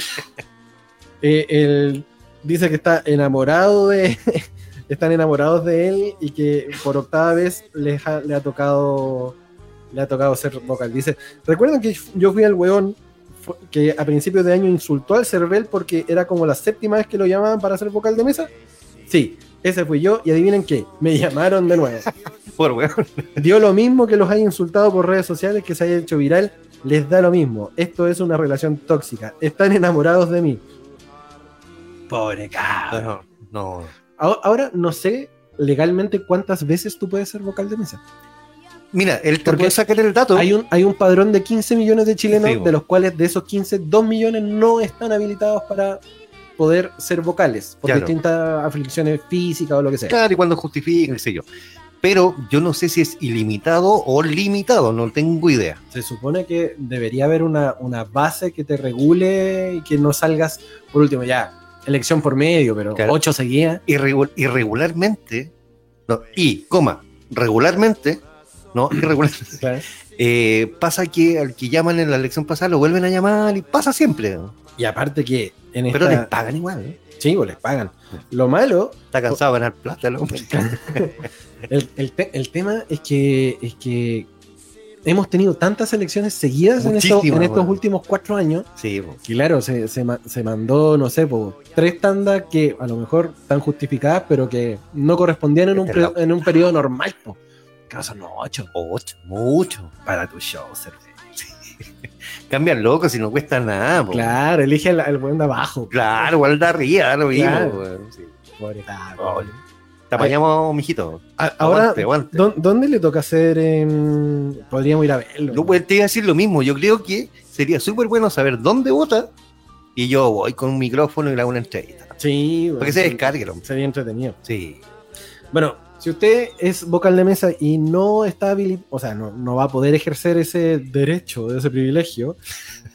Speaker 2: Eh, él dice que está enamorado de. Están enamorados de él y que por octava vez les ha- le ha tocado. Le ha tocado ser vocal. Dice: Recuerden que yo fui al weón fu- que a principios de año insultó al Cervel porque era como la séptima vez que lo llamaban para ser vocal de mesa. Sí, ese fui yo y adivinen qué, me llamaron de nuevo.
Speaker 3: Por weón.
Speaker 2: Dio lo mismo que los haya insultado por redes sociales, que se haya hecho viral, les da lo mismo. Esto es una relación tóxica. Están enamorados de mí. Pobre cabrón.
Speaker 3: No, no.
Speaker 2: Ahora, ahora no sé legalmente cuántas veces tú puedes ser vocal de mesa.
Speaker 3: Mira, él te
Speaker 2: Porque
Speaker 3: puede sacar el dato.
Speaker 2: Hay un, hay un padrón de 15 millones de chilenos,
Speaker 3: Sí, bo.
Speaker 2: de los cuales de esos 15, 2 millones no están habilitados para poder ser vocales por
Speaker 3: Claro.
Speaker 2: distintas aflicciones físicas o lo que sea.
Speaker 3: Claro, y cuando justifiquen, qué sé yo. Pero yo no sé si es ilimitado o limitado, no tengo idea.
Speaker 2: se supone que debería haber una, una base que te regule y que no salgas, por último, ya, elección por medio, pero
Speaker 3: Claro.
Speaker 2: ocho seguía.
Speaker 3: Irregu- irregularmente, no, y, coma, regularmente, no, irregularmente, eh, pasa que al que llaman en la elección pasada lo vuelven a llamar y pasa siempre. ¿no?
Speaker 2: Y aparte que en esta...
Speaker 3: Pero les pagan igual, ¿eh?
Speaker 2: Sí, pues, les pagan. Lo malo,
Speaker 3: Está cansado de ganar plata el hombre.
Speaker 2: el, el te- el tema es que, es que hemos tenido tantas elecciones seguidas en, estos-
Speaker 3: Muchísimas,
Speaker 2: en estos
Speaker 3: bueno.
Speaker 2: últimos cuatro años.
Speaker 3: Sí, po.
Speaker 2: que, Claro, se, se, ma- se mandó, no sé, po, tres tandas que a lo mejor están justificadas, pero que no correspondían
Speaker 3: Este
Speaker 2: en un, pre- en un periodo normal. Po. Claro, son ocho.
Speaker 3: Ocho, mucho.
Speaker 2: para tu show, Cervel.
Speaker 3: Cambian loco si no cuesta nada. po.
Speaker 2: Claro, elige al, al buen de abajo.
Speaker 3: Claro, igual da arriba, da lo mismo,
Speaker 2: Claro.
Speaker 3: po, sí.
Speaker 2: Pobre taco.
Speaker 3: Pobre. Te apañamos, mijito.
Speaker 2: A- Ahora,
Speaker 3: Aguante, aguante.
Speaker 2: ¿dó- ¿dónde le toca hacer? em, podríamos ir a verlo.
Speaker 3: Yo pues, te iba a decir lo mismo. Yo creo que sería súper bueno saber dónde vota y yo voy con un micrófono y le hago una entrevista.
Speaker 2: Sí,
Speaker 3: Para que
Speaker 2: bueno,
Speaker 3: se descargue el hombre.
Speaker 2: Sería entretenido.
Speaker 3: Sí.
Speaker 2: Bueno, si usted es vocal de mesa y no está habili- o sea, no, no va a poder ejercer ese derecho, ese privilegio,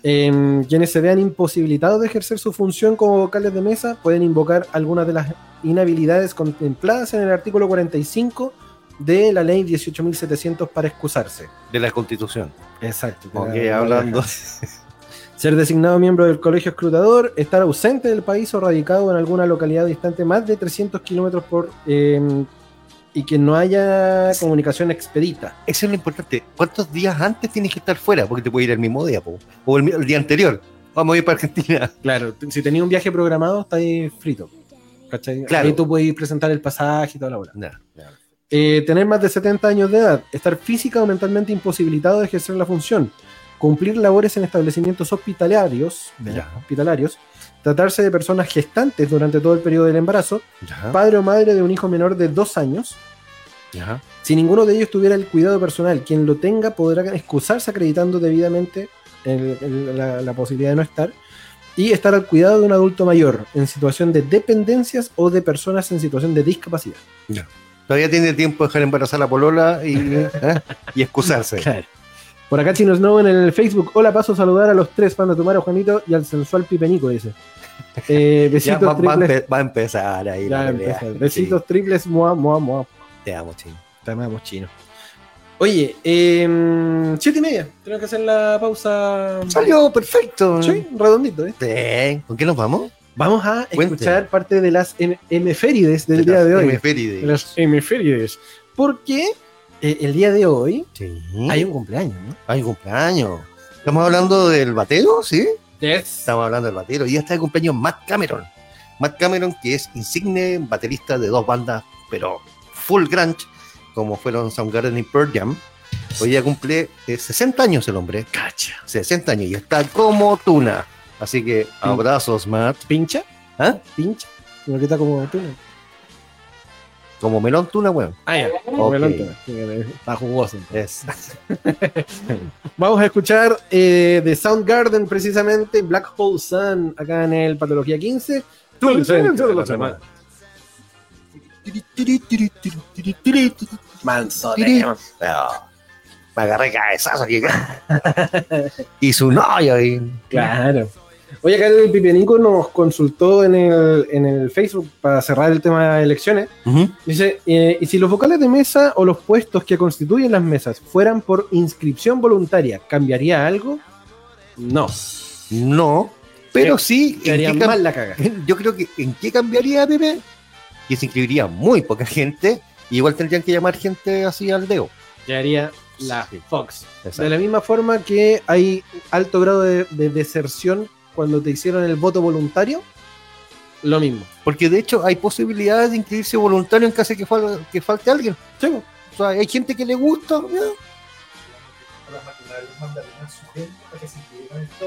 Speaker 2: em, quienes se vean imposibilitados de ejercer su función como vocales de mesa pueden invocar algunas de las inhabilidades contempladas en el artículo 45 de la ley 18.700 para excusarse.
Speaker 3: De la constitución.
Speaker 2: Exacto. de la-
Speaker 3: Ok,
Speaker 2: de la-
Speaker 3: hablando.
Speaker 2: ser designado miembro del colegio escrutador, estar ausente del país o radicado en alguna localidad distante más de 300 kilómetros por, eh, y que no haya comunicación expedita.
Speaker 3: Eso es lo importante. ¿Cuántos días antes tienes que estar fuera? Porque te puede ir el mismo día, po. o el, mi- el día anterior. Vamos a ir para Argentina.
Speaker 2: Claro, t- si tenías un viaje programado, está ahí frito. ¿Cachai?
Speaker 3: Claro.
Speaker 2: Ahí tú puedes presentar el pasaje y toda la bola.
Speaker 3: No, no.
Speaker 2: Eh, tener más de 70 años de edad, estar física o mentalmente imposibilitado de ejercer la función, cumplir labores en establecimientos hospitalarios,
Speaker 3: Ya.
Speaker 2: hospitalarios tratarse de personas gestantes durante todo el periodo del embarazo,
Speaker 3: Ya,
Speaker 2: ¿Ah? padre o madre de un hijo menor de dos años.
Speaker 3: ya.
Speaker 2: Si ninguno de ellos tuviera el cuidado personal, quien lo tenga podrá excusarse acreditando debidamente el- el- la, la posibilidad de no estar y estar al cuidado de un adulto mayor en situación de dependencias o de personas en situación de discapacidad.
Speaker 3: Todavía tiene tiempo de dejar embarazar a la polola y, ¿eh? y excusarse.
Speaker 2: Claro. Por acá Chino Snow en el Facebook. Hola, paso a saludar a los tres fans de Tomaro, Juanito y al sensual Pipeñico, dice. Eh,
Speaker 3: Ya
Speaker 2: besitos
Speaker 3: va, va a
Speaker 2: triples.
Speaker 3: empe- va a empezar ahí.
Speaker 2: Ya
Speaker 3: la pelea.
Speaker 2: empieza. Besitos triples, moa, moa, moa.
Speaker 3: Sí, te amo, chino.
Speaker 2: Te amamos, Chino. Oye, eh, siete y media. Tenemos que hacer la pausa.
Speaker 3: Salió perfecto.
Speaker 2: Sí, redondito, ¿eh?
Speaker 3: Sí. ¿Con qué nos vamos?
Speaker 2: Vamos a
Speaker 3: Cuente.
Speaker 2: escuchar parte de las em- efemérides del día de hoy.
Speaker 3: Efemérides.
Speaker 2: Las efemérides. Porque eh, el día de hoy
Speaker 3: Sí.
Speaker 2: hay un cumpleaños, ¿no?
Speaker 3: Hay cumpleaños. Estamos hablando del batero, ¿sí? Estamos hablando del batero. Y ya está de cumpleaños Matt Cameron. Matt Cameron, que es insigne baterista de dos bandas, pero full grunge, como fueron Soundgarden y Pearl Jam. Hoy día cumple eh, 60 años el hombre. Cacha. 60 años y está como tuna. Así que abrazos, Matt.
Speaker 2: ¿Pincha?
Speaker 3: ¿Ah?
Speaker 2: ¿Pincha? Como que está como tú, ¿no?
Speaker 3: Como melón tuna, weón.
Speaker 2: Ah, ya.
Speaker 3: Ok.
Speaker 2: Está jugoso. entonces.
Speaker 3: Es.
Speaker 2: Vamos a escuchar eh, de Soundgarden, precisamente, Black Hole Sun, acá en el Patología 15. Tú lo sabes, tú lo sabes. Manso.
Speaker 3: Ah, Me agarré cabezazo aquí. y su novio. y-
Speaker 2: Claro. Oye, acá el Pipianico nos consultó en el, en el Facebook para cerrar el tema de elecciones. Dice, eh, y si los vocales de mesa o los puestos que constituyen las mesas fueran por inscripción voluntaria, ¿cambiaría algo? No,
Speaker 3: No, pero sí. ¿en
Speaker 2: quedaría
Speaker 3: qué cam-
Speaker 2: mal la caga.
Speaker 3: Yo creo que en qué cambiaría, Pepe, que se inscribiría muy poca gente. y Igual tendrían que llamar gente así al dedo.
Speaker 2: Quedaría la Fox.
Speaker 3: Exacto.
Speaker 2: De la misma forma que hay alto grado de, de deserción cuando te hicieron el voto voluntario, lo mismo.
Speaker 3: Porque de hecho hay posibilidades de inscribirse voluntario en caso de que, fal- que falte alguien.
Speaker 2: pues.
Speaker 3: O sea, hay gente que le gusta. ¿no?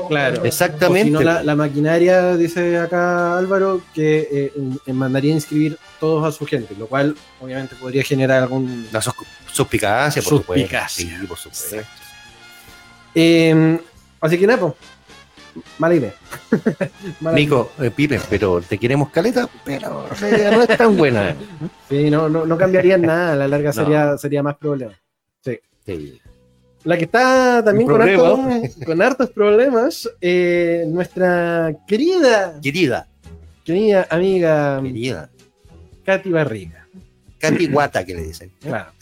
Speaker 2: Claro. O si
Speaker 3: Exactamente.
Speaker 2: no, la, la maquinaria, dice acá Álvaro, que eh, en- en mandaría a inscribir todos a su gente, lo cual obviamente podría generar algún...
Speaker 3: La sus- suspicacia, por supuesto.
Speaker 2: Suspicacia.
Speaker 3: Sí, por supuesto.
Speaker 2: Eh, así que Napo, mala idea. Mala
Speaker 3: Nico, eh, Pipe, pero te queremos caleta, pero la idea no es tan buena.
Speaker 2: Sí, no, no, no cambiaría nada, a la larga sería, sería más problema.
Speaker 3: Sí.
Speaker 2: La que está también
Speaker 3: Un
Speaker 2: con, harto-
Speaker 3: problema.
Speaker 2: con hartos problemas, eh, nuestra querida,
Speaker 3: Querida,
Speaker 2: querida amiga
Speaker 3: querida.
Speaker 2: Katy Barriga.
Speaker 3: Katy Guata, que le dicen.
Speaker 2: Claro.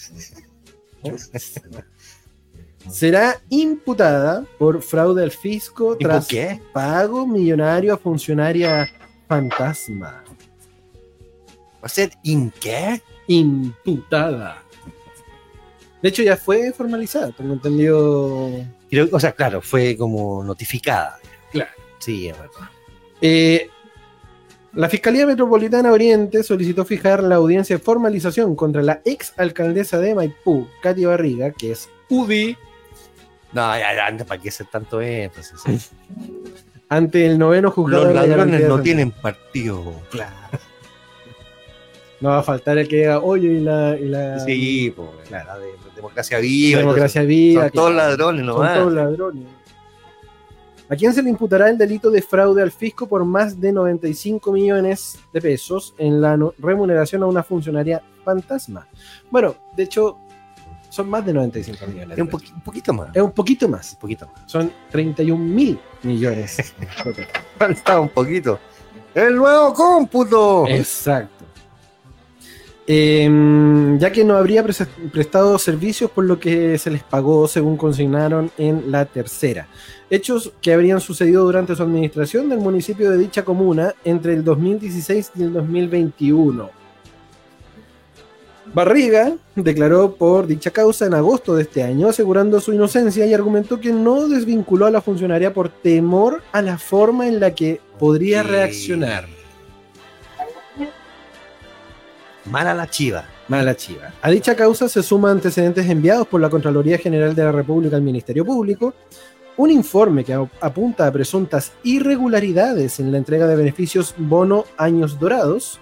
Speaker 2: Será imputada por fraude al fisco
Speaker 3: ¿Y por
Speaker 2: tras
Speaker 3: qué?
Speaker 2: pago millonario a funcionaria fantasma.
Speaker 3: ¿Va a ser in qué?
Speaker 2: Imputada. De hecho, ya fue formalizada, tengo entendido.
Speaker 3: Creo, o sea, claro, fue como notificada.
Speaker 2: Claro.
Speaker 3: Sí, es verdad.
Speaker 2: Eh, la Fiscalía Metropolitana Oriente solicitó fijar la audiencia de formalización contra la ex alcaldesa de Maipú, Katy Barriga, que es UDI,
Speaker 3: No, ya, ya, anda, ¿para qué hacer tanto énfasis?
Speaker 2: ante el noveno juzgado.
Speaker 3: Los
Speaker 2: de la
Speaker 3: ladrones
Speaker 2: garantía
Speaker 3: no
Speaker 2: de-
Speaker 3: tienen partido.
Speaker 2: No va a faltar el que diga, oye, y la, y la
Speaker 3: Sí, pues, la de- democracia
Speaker 2: la
Speaker 3: viva.
Speaker 2: democracia viva.
Speaker 3: Son
Speaker 2: que-
Speaker 3: todos ladrones
Speaker 2: son
Speaker 3: nomás.
Speaker 2: todos ladrones. ¿A quién se le imputará el delito de fraude al fisco por más de 95 millones de pesos en la no- remuneración a una funcionaria fantasma? Bueno, de hecho, son más de 95 millones.
Speaker 3: Es
Speaker 2: de
Speaker 3: un,
Speaker 2: pesos.
Speaker 3: poqui- un poquito más.
Speaker 2: Es un poquito más.
Speaker 3: Un poquito más.
Speaker 2: Son 31 mil millones.
Speaker 3: Falta un poquito. ¡El nuevo cómputo!
Speaker 2: Eh, Exacto. Em, ya que no habría prese- prestado servicios por lo que se les pagó, según consignaron en la tercera. Hechos que habrían sucedido durante su administración del municipio de dicha comuna entre el 2016 y el 2021. Barriga declaró por dicha causa en agosto de este año, asegurando su inocencia y argumentó que no desvinculó a la funcionaria por temor a la forma en la que podría
Speaker 3: Sí.
Speaker 2: reaccionar.
Speaker 3: Mala la chiva.
Speaker 2: Mala chiva. A dicha causa se suman antecedentes enviados por la Contraloría General de la República al Ministerio Público, un informe que a- apunta a presuntas irregularidades en la entrega de beneficios bono años dorados,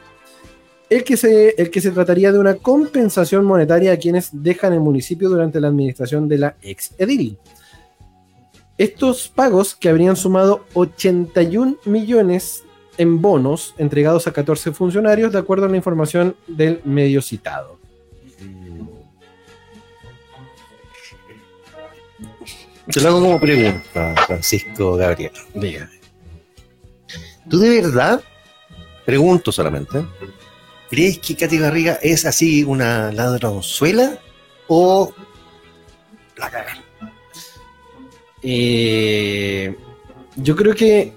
Speaker 2: el que se, el que se trataría de una compensación monetaria a quienes dejan el municipio durante la administración de la ex edil. Estos pagos, que habrían sumado 81 millones en bonos entregados a 14 funcionarios, de acuerdo a la información del medio citado.
Speaker 3: Te lo hago como pregunta, Francisco Gabriel.
Speaker 2: Dígame.
Speaker 3: ¿Tú de verdad, pregunto solamente, crees que Katy Barriga es así una ladronzuela o la caga?
Speaker 2: Eh, yo creo que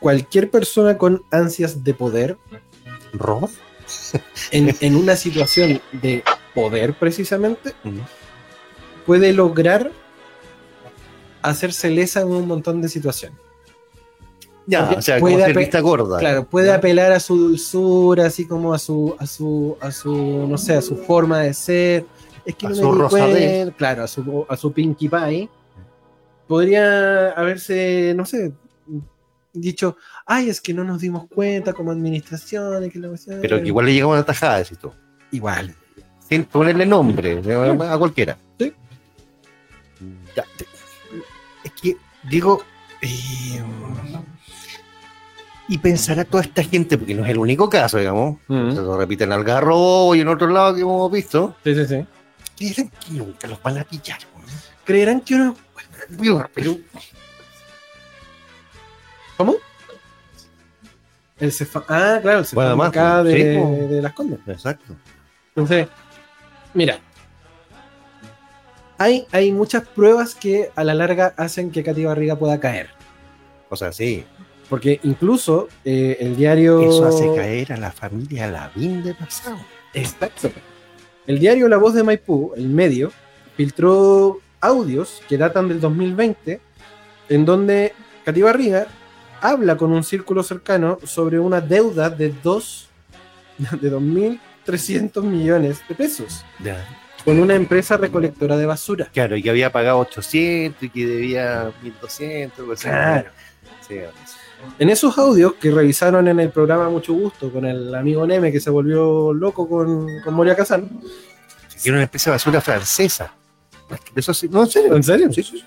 Speaker 2: cualquier persona con ansias de poder,
Speaker 3: ¿Roba?
Speaker 2: en, en una situación de poder precisamente,
Speaker 3: Mm.
Speaker 2: puede lograr hacerse lesa en un montón de situaciones.
Speaker 3: Ya,
Speaker 2: Porque
Speaker 3: o sea,
Speaker 2: puede
Speaker 3: como
Speaker 2: ape-
Speaker 3: servista gorda.
Speaker 2: Claro, puede apelar a su dulzura, así como a su, a su, a su, no sé, a su forma de ser. Es que
Speaker 3: A
Speaker 2: no
Speaker 3: su
Speaker 2: me di
Speaker 3: rosadez.
Speaker 2: cuenta, claro, a su, a su Pinkie Pie. Podría haberse, no sé, dicho, ay, es que no nos dimos cuenta como administración, y que la cuestión-".
Speaker 3: Pero que igual le llega una tajada, decís tú.
Speaker 2: igual.
Speaker 3: Sin ponerle nombre a cualquiera.
Speaker 2: Sí.
Speaker 3: Ya, te- Es que, digo, eh, y pensará toda esta gente, porque no es el único caso, digamos,
Speaker 2: ¿Ah?
Speaker 3: se lo repiten al garro y en otro lado que hemos visto,
Speaker 2: Mm, Sí, sí, sí.
Speaker 3: que dicen que nunca los van a pillar. ¿no?
Speaker 2: Creerán que uno.
Speaker 3: Digo, Pero
Speaker 2: ¿Cómo? El cefa- Ah, claro, el
Speaker 3: Bueno,
Speaker 2: cefam
Speaker 3: además,
Speaker 2: acá de,
Speaker 3: sí, po.
Speaker 2: de las condes.
Speaker 3: Exacto.
Speaker 2: Entonces, mira, hay, hay muchas pruebas que a la larga hacen que Katy Barriga pueda caer.
Speaker 3: O sea, sí.
Speaker 2: Porque incluso eh, el diario.
Speaker 3: Eso hace caer a la familia Lavín de pasado.
Speaker 2: Exacto. El diario La Voz de Maipú, el medio, filtró audios que datan del 2020, en donde Katy Barriga habla con un círculo cercano sobre una deuda de dos de 2.300 millones de pesos con una empresa recolectora de basura.
Speaker 3: Claro, y que había pagado 800 y que debía 1200. algo así.
Speaker 2: Claro.
Speaker 3: Sí,
Speaker 2: En esos audios que revisaron en el programa Mucho Gusto con el amigo Neme que se volvió loco con, con Moria Kazan.
Speaker 3: Era una especie de basura francesa. Eso sí, no, en serio.
Speaker 2: ¿En serio?
Speaker 3: Sí, sí, sí.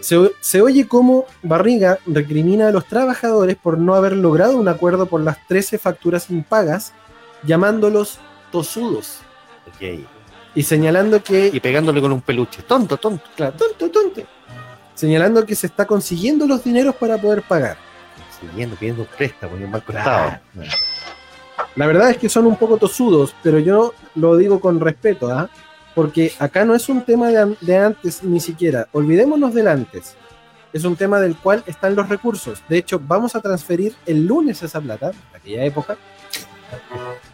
Speaker 2: Se, o- se oye cómo Barriga recrimina a los trabajadores por no haber logrado un acuerdo por las 13 facturas impagas, llamándolos tosudos
Speaker 3: Ok.
Speaker 2: y señalando que
Speaker 3: Y pegándole con un peluche. Tonto, tonto.
Speaker 2: claro, tonto, tonto, señalando que se está consiguiendo los dineros para poder pagar.
Speaker 3: Siguiendo pidiendo un préstamo en un banco
Speaker 2: Claro.
Speaker 3: estado. Bueno,
Speaker 2: La verdad es que son un poco tosudos, pero yo lo digo con respeto, ¿ah? Porque acá no es un tema de, an- de antes ni siquiera. Olvidémonos del antes. Es un tema del cual están los recursos. De hecho, vamos a transferir el lunes esa plata, aquella época,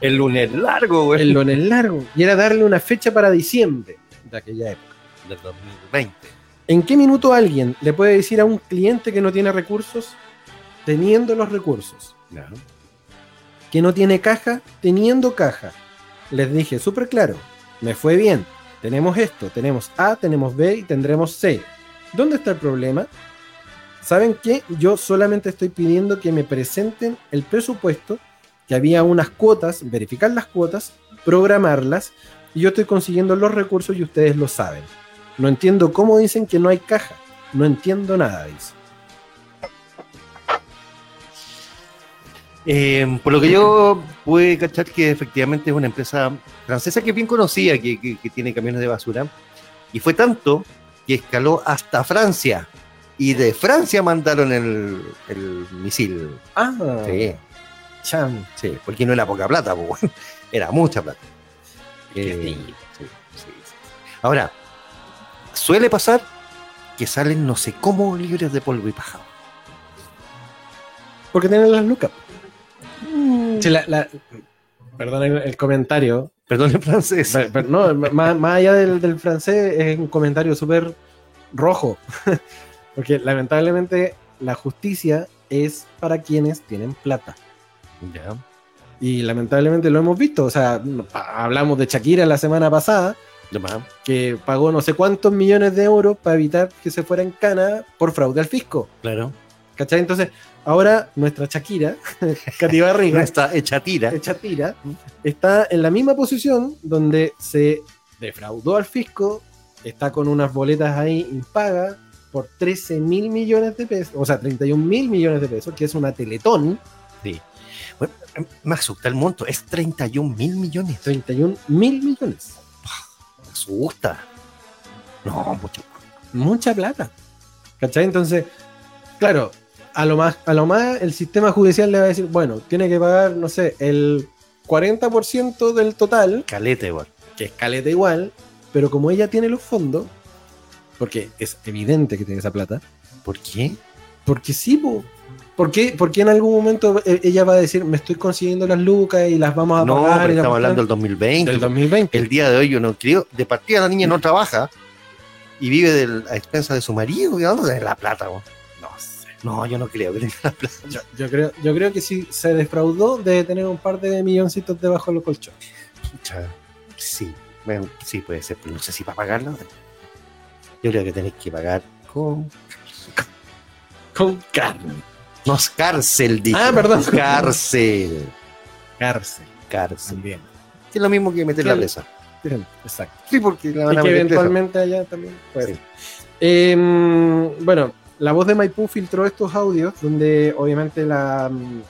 Speaker 3: El lunes largo, güey.
Speaker 2: el lunes largo. Y era darle una fecha para diciembre de aquella época.
Speaker 3: Del 2020.
Speaker 2: ¿En qué minuto alguien le puede decir a un cliente que no tiene recursos teniendo los recursos? que no tiene caja teniendo caja. Les dije súper claro, me fue bien. Tenemos esto, tenemos A, tenemos B y tendremos C. ¿Dónde está el problema? ¿Saben qué? Yo solamente estoy pidiendo que me presenten el presupuesto, que había unas cuotas, verificar las cuotas, programarlas, y yo estoy consiguiendo los recursos y ustedes lo saben. No entiendo cómo dicen que no hay caja. No entiendo nada, dice.
Speaker 3: Eh, por lo que yo pude cachar que efectivamente es una empresa francesa que es bien conocida, que, que- que tiene camiones de basura. Y fue tanto que escaló hasta Francia. Y de Francia mandaron el, el misil.
Speaker 2: Ah,
Speaker 3: Sí,
Speaker 2: chan.
Speaker 3: sí, porque no era poca plata, po, weón. era mucha plata. Eh, sí, sí, sí. Ahora, suele pasar que salen no sé cómo libres de polvo y paja.
Speaker 2: Porque tienen las lucas. Sí, la- la- perdón el, el comentario,
Speaker 3: Perdón en francés.
Speaker 2: Pero- pero no, más, más allá del, del francés, es un comentario súper rojo. Porque lamentablemente la justicia es para quienes tienen plata.
Speaker 3: Ya.
Speaker 2: Y lamentablemente lo hemos visto. O sea, no- pa- hablamos de Shakira la semana pasada,
Speaker 3: Ya, ma.
Speaker 2: que pagó no sé cuántos millones de euros para evitar que se fuera en cana por fraude al fisco.
Speaker 3: Claro.
Speaker 2: ¿Cachai? Entonces, ahora nuestra Shakira, Katy Barriga,
Speaker 3: Está hecha tira.
Speaker 2: hecha tira, está en la misma posición donde se defraudó al fisco, está con unas boletas ahí impagas por 13 mil millones de pesos, o sea, 31 mil millones de pesos, que es una teletón,
Speaker 3: Bueno, me asusta el monto. Es 31 mil millones.
Speaker 2: 31 mil millones.
Speaker 3: Me asusta. No, pues, mucho.
Speaker 2: Mucha plata. ¿Cachai? Entonces, claro, a lo más, a lo más el sistema judicial le va a decir, bueno, tiene que pagar, no sé, el 40% del total
Speaker 3: Calete, igual.
Speaker 2: que es caleta igual, pero como ella tiene los fondos, porque es evidente que tiene esa plata,
Speaker 3: ¿Por qué?
Speaker 2: porque sí, po. ¿Por qué, por qué en algún momento eh, ella va a decir, me estoy consiguiendo las lucas y las vamos a
Speaker 3: No,
Speaker 2: pagar?
Speaker 3: pero
Speaker 2: y la
Speaker 3: estamos
Speaker 2: cuestión"?
Speaker 3: hablando del 2020.
Speaker 2: del 2020.
Speaker 3: el día de hoy yo no creo. De partida la niña
Speaker 2: Mm.
Speaker 3: no trabaja y vive del- a expensas de su marido. ¿De dónde es la plata? weón?
Speaker 2: No sé.
Speaker 3: No, yo no creo. que tenga la plata.
Speaker 2: Yo, yo creo, yo creo que si se defraudó debe tener un par de milloncitos debajo de los colchones.
Speaker 3: Pucha, Sí, bueno, sí puede ser, pero no sé si para pagarla. Yo creo que tenéis que pagar con.
Speaker 2: Con carne.
Speaker 3: No, es cárcel, dije.
Speaker 2: Ah, perdón.
Speaker 3: Cárcel.
Speaker 2: Cárcel.
Speaker 3: Cárcel.
Speaker 2: También.
Speaker 3: Es lo mismo que meter la
Speaker 2: Claro.
Speaker 3: presa.
Speaker 2: Exacto.
Speaker 3: Sí, porque la
Speaker 2: Y
Speaker 3: van a
Speaker 2: que
Speaker 3: meter presa.
Speaker 2: eventualmente allá también. puede
Speaker 3: Sí.
Speaker 2: ser. Eh, bueno, la voz de Maipú filtró estos audios donde obviamente la, mm,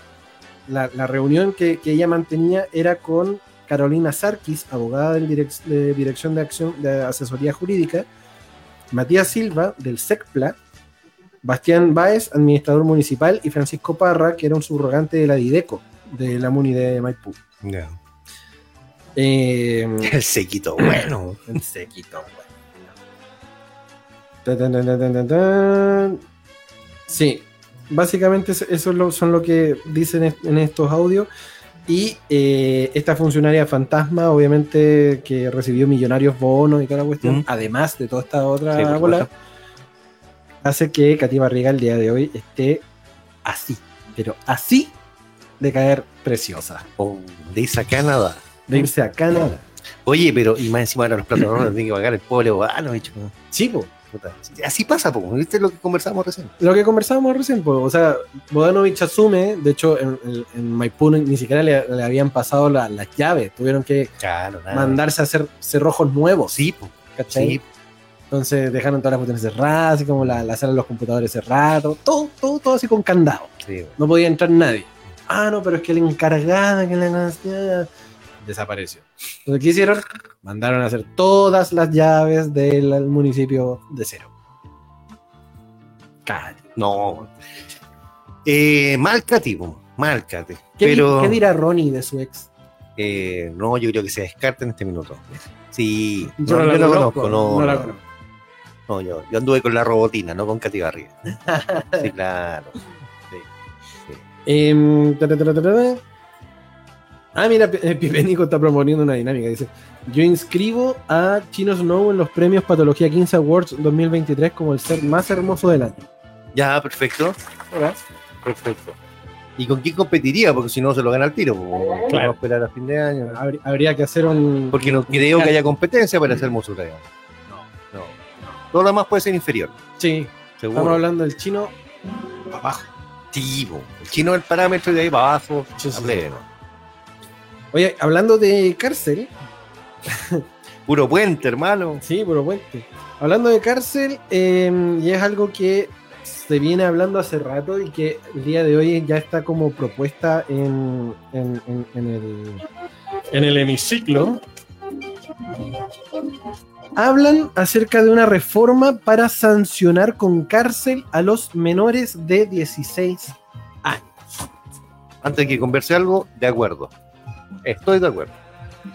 Speaker 2: la, la reunión que, que ella mantenía era con Carolina Sarkis, abogada del direc- de Dirección de Acción de Asesoría Jurídica, Matías Silva, del SECPLA, Bastián Báez, administrador municipal, y Francisco Parra, que era un subrogante de la DIDECO, de la MUNI de Maipú.
Speaker 3: Ya.
Speaker 2: Eh,
Speaker 3: El sequito, bueno.
Speaker 2: El sequito, güey. Sí, básicamente eso es lo- son lo que dicen est- en estos audios. Y eh, esta funcionaria fantasma, obviamente, que recibió millonarios bonos y toda la cuestión,
Speaker 3: Mm.
Speaker 2: además de toda esta otra
Speaker 3: Sí, por
Speaker 2: bola,
Speaker 3: supuesto.
Speaker 2: hace que Katy Barriga el día de hoy esté así, pero así de caer preciosa,
Speaker 3: Oh, de irse a Canadá.
Speaker 2: de irse a Canadá.
Speaker 3: Oye, pero y más encima ahora los platos no los tiene que pagar el Ah, pobre bobano, bicho.
Speaker 2: Chico,
Speaker 3: Puta, Así pasa, po, ¿viste lo que conversábamos recién?
Speaker 2: Lo que conversábamos recién, pues, o sea, Bodanovich asume, de hecho, en, en- en Maipú ni siquiera le, le habían pasado la- las llaves, tuvieron que
Speaker 3: Claro, nada.
Speaker 2: mandarse a hacer cerrojos nuevos,
Speaker 3: Sí, po,
Speaker 2: ¿cachai?
Speaker 3: sí.
Speaker 2: Entonces dejaron todas las cuestiones cerradas, así como la, la sala de los computadores cerrado, todo, todo, todo así con candado,
Speaker 3: sí, po.
Speaker 2: no podía entrar nadie. Ah, no, pero es que la encargada que la desapareció. Entonces, ¿qué hicieron? Mandaron a hacer todas las llaves del al municipio de cero. Cállate.
Speaker 3: No. Eh, Malcati, po, Malcati.
Speaker 2: ¿Qué, di-
Speaker 3: pero
Speaker 2: qué dirá Ronnie de su ex?
Speaker 3: eh, no, yo creo que se descarta en este minuto. Sí,
Speaker 2: Yo
Speaker 3: no,
Speaker 2: no la
Speaker 3: yo
Speaker 2: conozco,
Speaker 3: no,
Speaker 2: no la
Speaker 3: no.
Speaker 2: conozco.
Speaker 3: No, yo, yo anduve con la robotina, no con Katy Barriga. Sí, claro.
Speaker 2: Em, ta, ta, ta, ta, ta, ta. Ah, mira, Pi- eh, Pipenico está proponiendo una dinámica. Dice: Yo inscribo a Chino Snow en los premios Patología 15 Awards 2023 como el ser más hermoso del año.
Speaker 3: Ya, perfecto. Perfecto. ¿Y con quién competiría? Porque si no se lo gana el tiro. po. Vamos a esperar a fin de año.
Speaker 2: Habr- Habría que hacer un.
Speaker 3: Porque no creo que haya competencia para hacer Mosura. No, no. Todo lo demás puede ser inferior.
Speaker 2: Sí, estamos
Speaker 3: Seguro.
Speaker 2: hablando del chino para abajo.
Speaker 3: Sí, po. El chino es el parámetro y de ahí para abajo.
Speaker 2: Sí, sí.
Speaker 3: a pleno.
Speaker 2: Oye, hablando de cárcel,
Speaker 3: Puro puente, hermano.
Speaker 2: Sí, pero puente. Hablando de cárcel, eh, y es algo que se viene hablando hace rato y que el día de hoy ya está como propuesta en, en- en- en el, en el hemiciclo. Hablan acerca de una reforma para sancionar con cárcel a los menores de 16.
Speaker 3: Antes de que converse algo, de acuerdo. Estoy de acuerdo.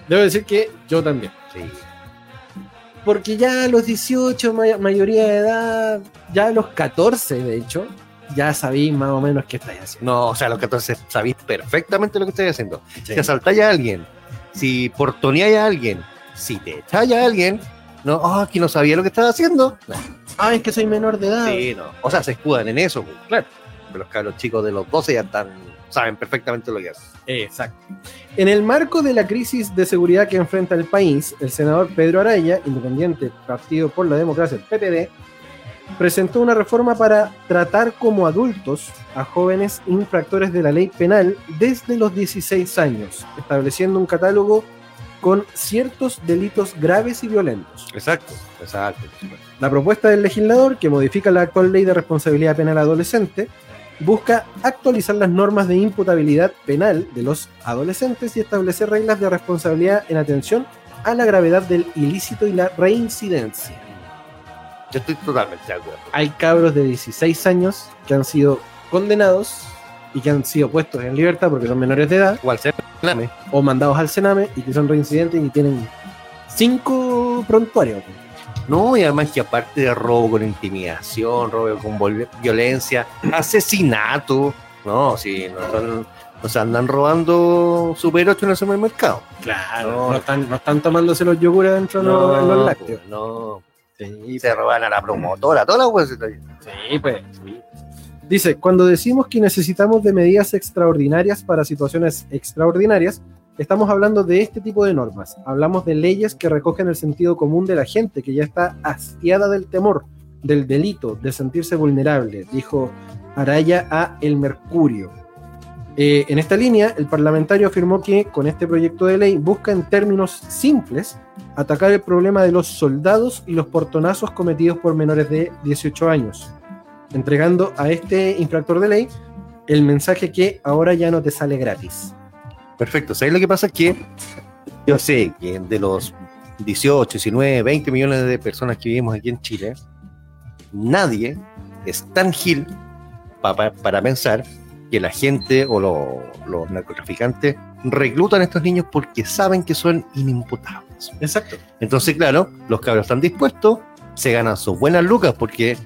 Speaker 2: Debo decir que yo también.
Speaker 3: Sí.
Speaker 2: Porque ya a los 18, may- mayoría de edad, ya a los 14, de hecho, ya sabéis más o menos qué estáis haciendo.
Speaker 3: No, o sea, los 14 sabéis perfectamente lo que estáis haciendo. Si asaltáis a alguien si portoneáis a alguien, si te echáis a alguien, no, ah, que no sabía lo que estaba haciendo.
Speaker 2: Ah, es que soy menor de edad.
Speaker 3: Sí, no. O sea, se escudan en eso, pues, claro. Pero los cabros chicos de los 12 ya están, saben perfectamente lo que hacen.
Speaker 2: Exacto. En el marco de la crisis de seguridad que enfrenta el país, el senador Pedro Araya, independiente Partido por la Democracia, el PPD, presentó una reforma para tratar como adultos a jóvenes infractores de la ley penal desde los 16 años, estableciendo un catálogo con ciertos delitos graves y violentos.
Speaker 3: Exacto, exacto.
Speaker 2: La propuesta del legislador, que modifica la actual ley de responsabilidad penal adolescente, busca actualizar las normas de imputabilidad penal de los adolescentes y establecer reglas de responsabilidad en atención a la gravedad del ilícito y la reincidencia.
Speaker 3: Yo estoy totalmente de acuerdo.
Speaker 2: Hay cabros de 16 años que han sido condenados y que han sido puestos en libertad porque son menores de edad
Speaker 3: Igual se clame.
Speaker 2: o mandados al Sename y que son reincidentes y tienen cinco prontuarios.
Speaker 3: No, y además que aparte de robo con intimidación, robo con vol- violencia, asesinato, no, sí, no están, no se andan robando Super 8 en el supermercado.
Speaker 2: Claro, no, están, no están tomándose los yogures dentro de los, de los lácteos.
Speaker 3: pues, no.
Speaker 2: Sí,
Speaker 3: Se roban a la promotora, toda la hueá se está yendo.
Speaker 2: Sí, pues. Dice, cuando decimos que necesitamos de medidas extraordinarias para situaciones extraordinarias, estamos hablando de este tipo de normas. Hablamos de leyes que recogen el sentido común de la gente que ya está hastiada del temor, del delito, de sentirse vulnerable, dijo Araya a El Mercurio. Eh, en esta línea, el parlamentario afirmó que con este proyecto de ley busca en términos simples atacar el problema de los soldados y los portonazos cometidos por menores de 18 años, entregando a este infractor de ley el mensaje que ahora ya no te sale gratis.
Speaker 3: Perfecto, ¿sabes lo que pasa? Que yo sé que de los 18, 19, 20 millones de personas que vivimos aquí en Chile, nadie es tan gil pa- pa- para pensar que la gente o lo- los narcotraficantes reclutan a estos niños porque saben que son inimputables.
Speaker 2: Exacto.
Speaker 3: Entonces, claro, los cabros están dispuestos, se ganan sus buenas lucas porque,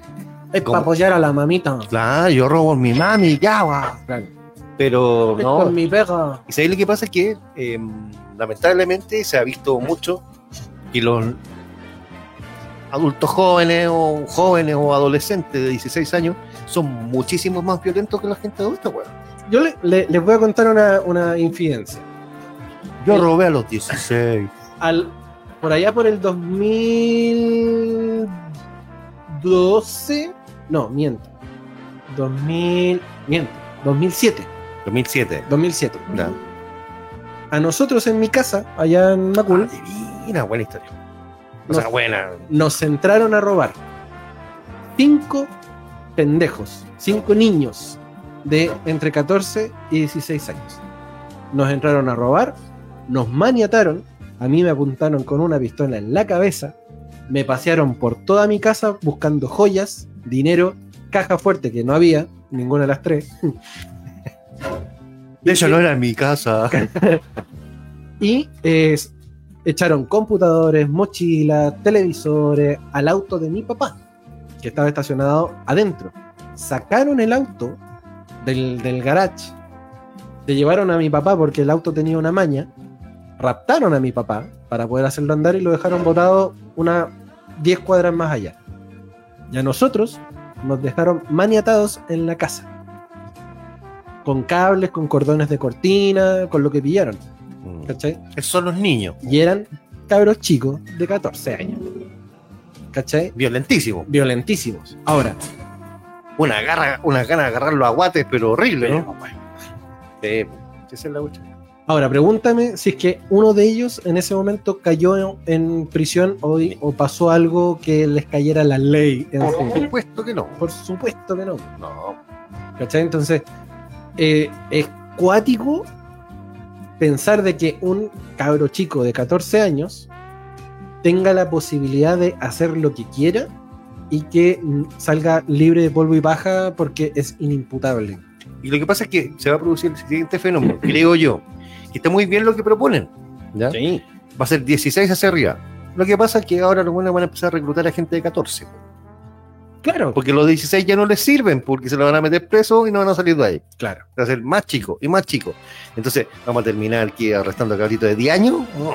Speaker 2: Es
Speaker 3: ¿Cómo?
Speaker 2: para apoyar a la mamita.
Speaker 3: claro, yo robo a mi mami, ya va.
Speaker 2: Claro.
Speaker 3: Pero
Speaker 2: Es
Speaker 3: no,
Speaker 2: con mi pega.
Speaker 3: y sabéis lo que pasa es que eh, lamentablemente se ha visto mucho que los adultos jóvenes o jóvenes o adolescentes de 16 años son muchísimo más violentos que la gente adulta, weón.
Speaker 2: Yo le- le- les voy a contar una, una infidencia.
Speaker 3: Yo robé a los 16.
Speaker 2: Al, por allá por el 2012, no, miento. 2000, miento, 2007,
Speaker 3: 2007.
Speaker 2: 2007.
Speaker 3: Ya.
Speaker 2: A nosotros en mi casa, allá en Macul,
Speaker 3: Ah, divina, buena historia. O sea,
Speaker 2: No.
Speaker 3: buena.
Speaker 2: nos entraron a robar cinco pendejos, cinco niños de entre 14 y 16 años. Nos entraron a robar, nos maniataron, a mí me apuntaron con una pistola en la cabeza, me pasearon por toda mi casa buscando joyas, dinero, caja fuerte que no había, ninguna de las tres,
Speaker 3: De hecho, no era en mi casa.
Speaker 2: y eh, echaron computadores, mochilas, televisores al auto de mi papá, que estaba estacionado adentro. Sacaron el auto del, del garage, se llevaron a mi papá porque el auto tenía una maña, raptaron a mi papá para poder hacerlo andar y lo dejaron botado unas 10 cuadras más allá. Y a nosotros nos dejaron maniatados en la casa. Con cables, con cordones de cortina, con lo que pillaron.
Speaker 3: Mm.
Speaker 2: ¿Cachai?
Speaker 3: Esos son los niños.
Speaker 2: y eran cabros chicos de 14 años. ¿Cachai?
Speaker 3: Violentísimos.
Speaker 2: Violentísimos. Ahora,
Speaker 3: Una garra, una gana de agarrarlo a guates, pero horrible, ¿no? Sí, esa es la cuestión.
Speaker 2: ahora pregúntame si es que uno de ellos en ese momento cayó en, en prisión hoy o pasó algo que les cayera la ley
Speaker 3: Por
Speaker 2: encima.
Speaker 3: supuesto que no.
Speaker 2: Por supuesto que no.
Speaker 3: No,
Speaker 2: ¿Cachai? Entonces, eh, es cuático pensar de que un cabro chico de 14 años tenga la posibilidad de hacer lo que quiera y que mm, salga libre de polvo y paja porque es inimputable.
Speaker 3: Y lo que pasa es que se va a producir el siguiente fenómeno, creo yo, que está muy bien lo que proponen. ¿ya?
Speaker 2: Sí.
Speaker 3: Va a ser 16 hacia arriba. Lo que pasa es que ahora los buenos van a empezar a reclutar a gente de 14.
Speaker 2: Claro,
Speaker 3: Porque los 16 ya no les sirven, porque se lo van a meter preso y no van a salir de ahí.
Speaker 2: claro.
Speaker 3: Va a ser más chico y más chico. Entonces, vamos a terminar aquí arrestando a cabritos de 10 años. No,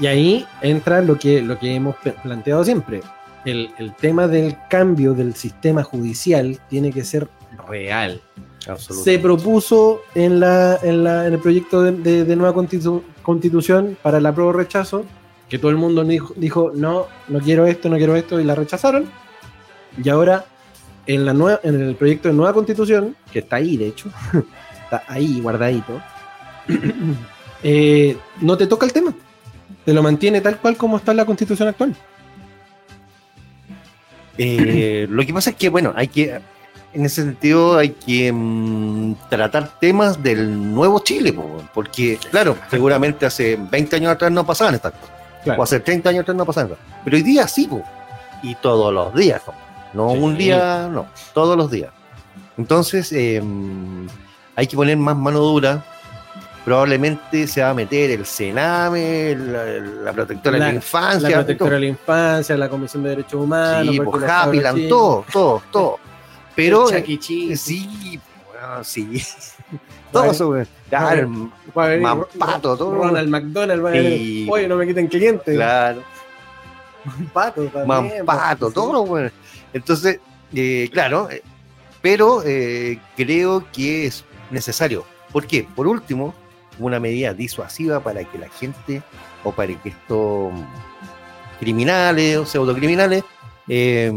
Speaker 2: Y ahí entra lo que, lo que hemos pe- planteado siempre. El, el tema del cambio del sistema judicial tiene que ser real. Se
Speaker 3: absolutamente.
Speaker 2: propuso en, la, en, la- en el proyecto de, de- de nueva constitu- constitución para el apruebo rechazo que todo el mundo dijo, dijo, no, no quiero esto, no quiero esto y la rechazaron. Y ahora en, la nueva, en el proyecto de nueva constitución, que está ahí de hecho, está ahí guardadito, eh, no te toca el tema. Te lo mantiene tal cual como está la constitución actual.
Speaker 3: Eh, lo que pasa es que, bueno, hay que, en ese sentido, hay que mm, tratar temas del nuevo Chile, po, porque, claro, seguramente hace 20 años atrás no pasaban estas cosas.
Speaker 2: Claro.
Speaker 3: O hace 30 años atrás no pasaban estas cosas. Pero hoy día sí, po, y todos los días, po. no
Speaker 2: Sí.
Speaker 3: un día, no, todos los días. Entonces, eh, hay que poner más mano dura. Probablemente se va a meter el Sename, la, la protectora de
Speaker 2: La-
Speaker 3: la infancia,
Speaker 2: La
Speaker 3: todo.
Speaker 2: protectora de la infancia, la Comisión de Derechos Humanos,
Speaker 3: Ah, Sí,
Speaker 2: porque
Speaker 3: pues
Speaker 2: los cabros
Speaker 3: Happyland,
Speaker 2: chicos-
Speaker 3: todo, todo, todo. Pero
Speaker 2: El Chucky E.
Speaker 3: eh,
Speaker 2: Cheese.
Speaker 3: sí, bueno, sí.
Speaker 2: Vale.
Speaker 3: Todo eso, güey. Claro,
Speaker 2: Va a venir
Speaker 3: más
Speaker 2: Ro-
Speaker 3: pato, todo.
Speaker 2: Ronald McDonald va a venir.
Speaker 3: Sí.
Speaker 2: Oye, no me quiten clientes.
Speaker 3: claro.
Speaker 2: Pato también, pues,
Speaker 3: Mampato,
Speaker 2: sí.
Speaker 3: todo, güey. Entonces, eh, claro, eh, pero eh, creo que es necesario. ¿Por qué? Por último, una medida disuasiva para que la gente o para que estos criminales o pseudocriminales eh,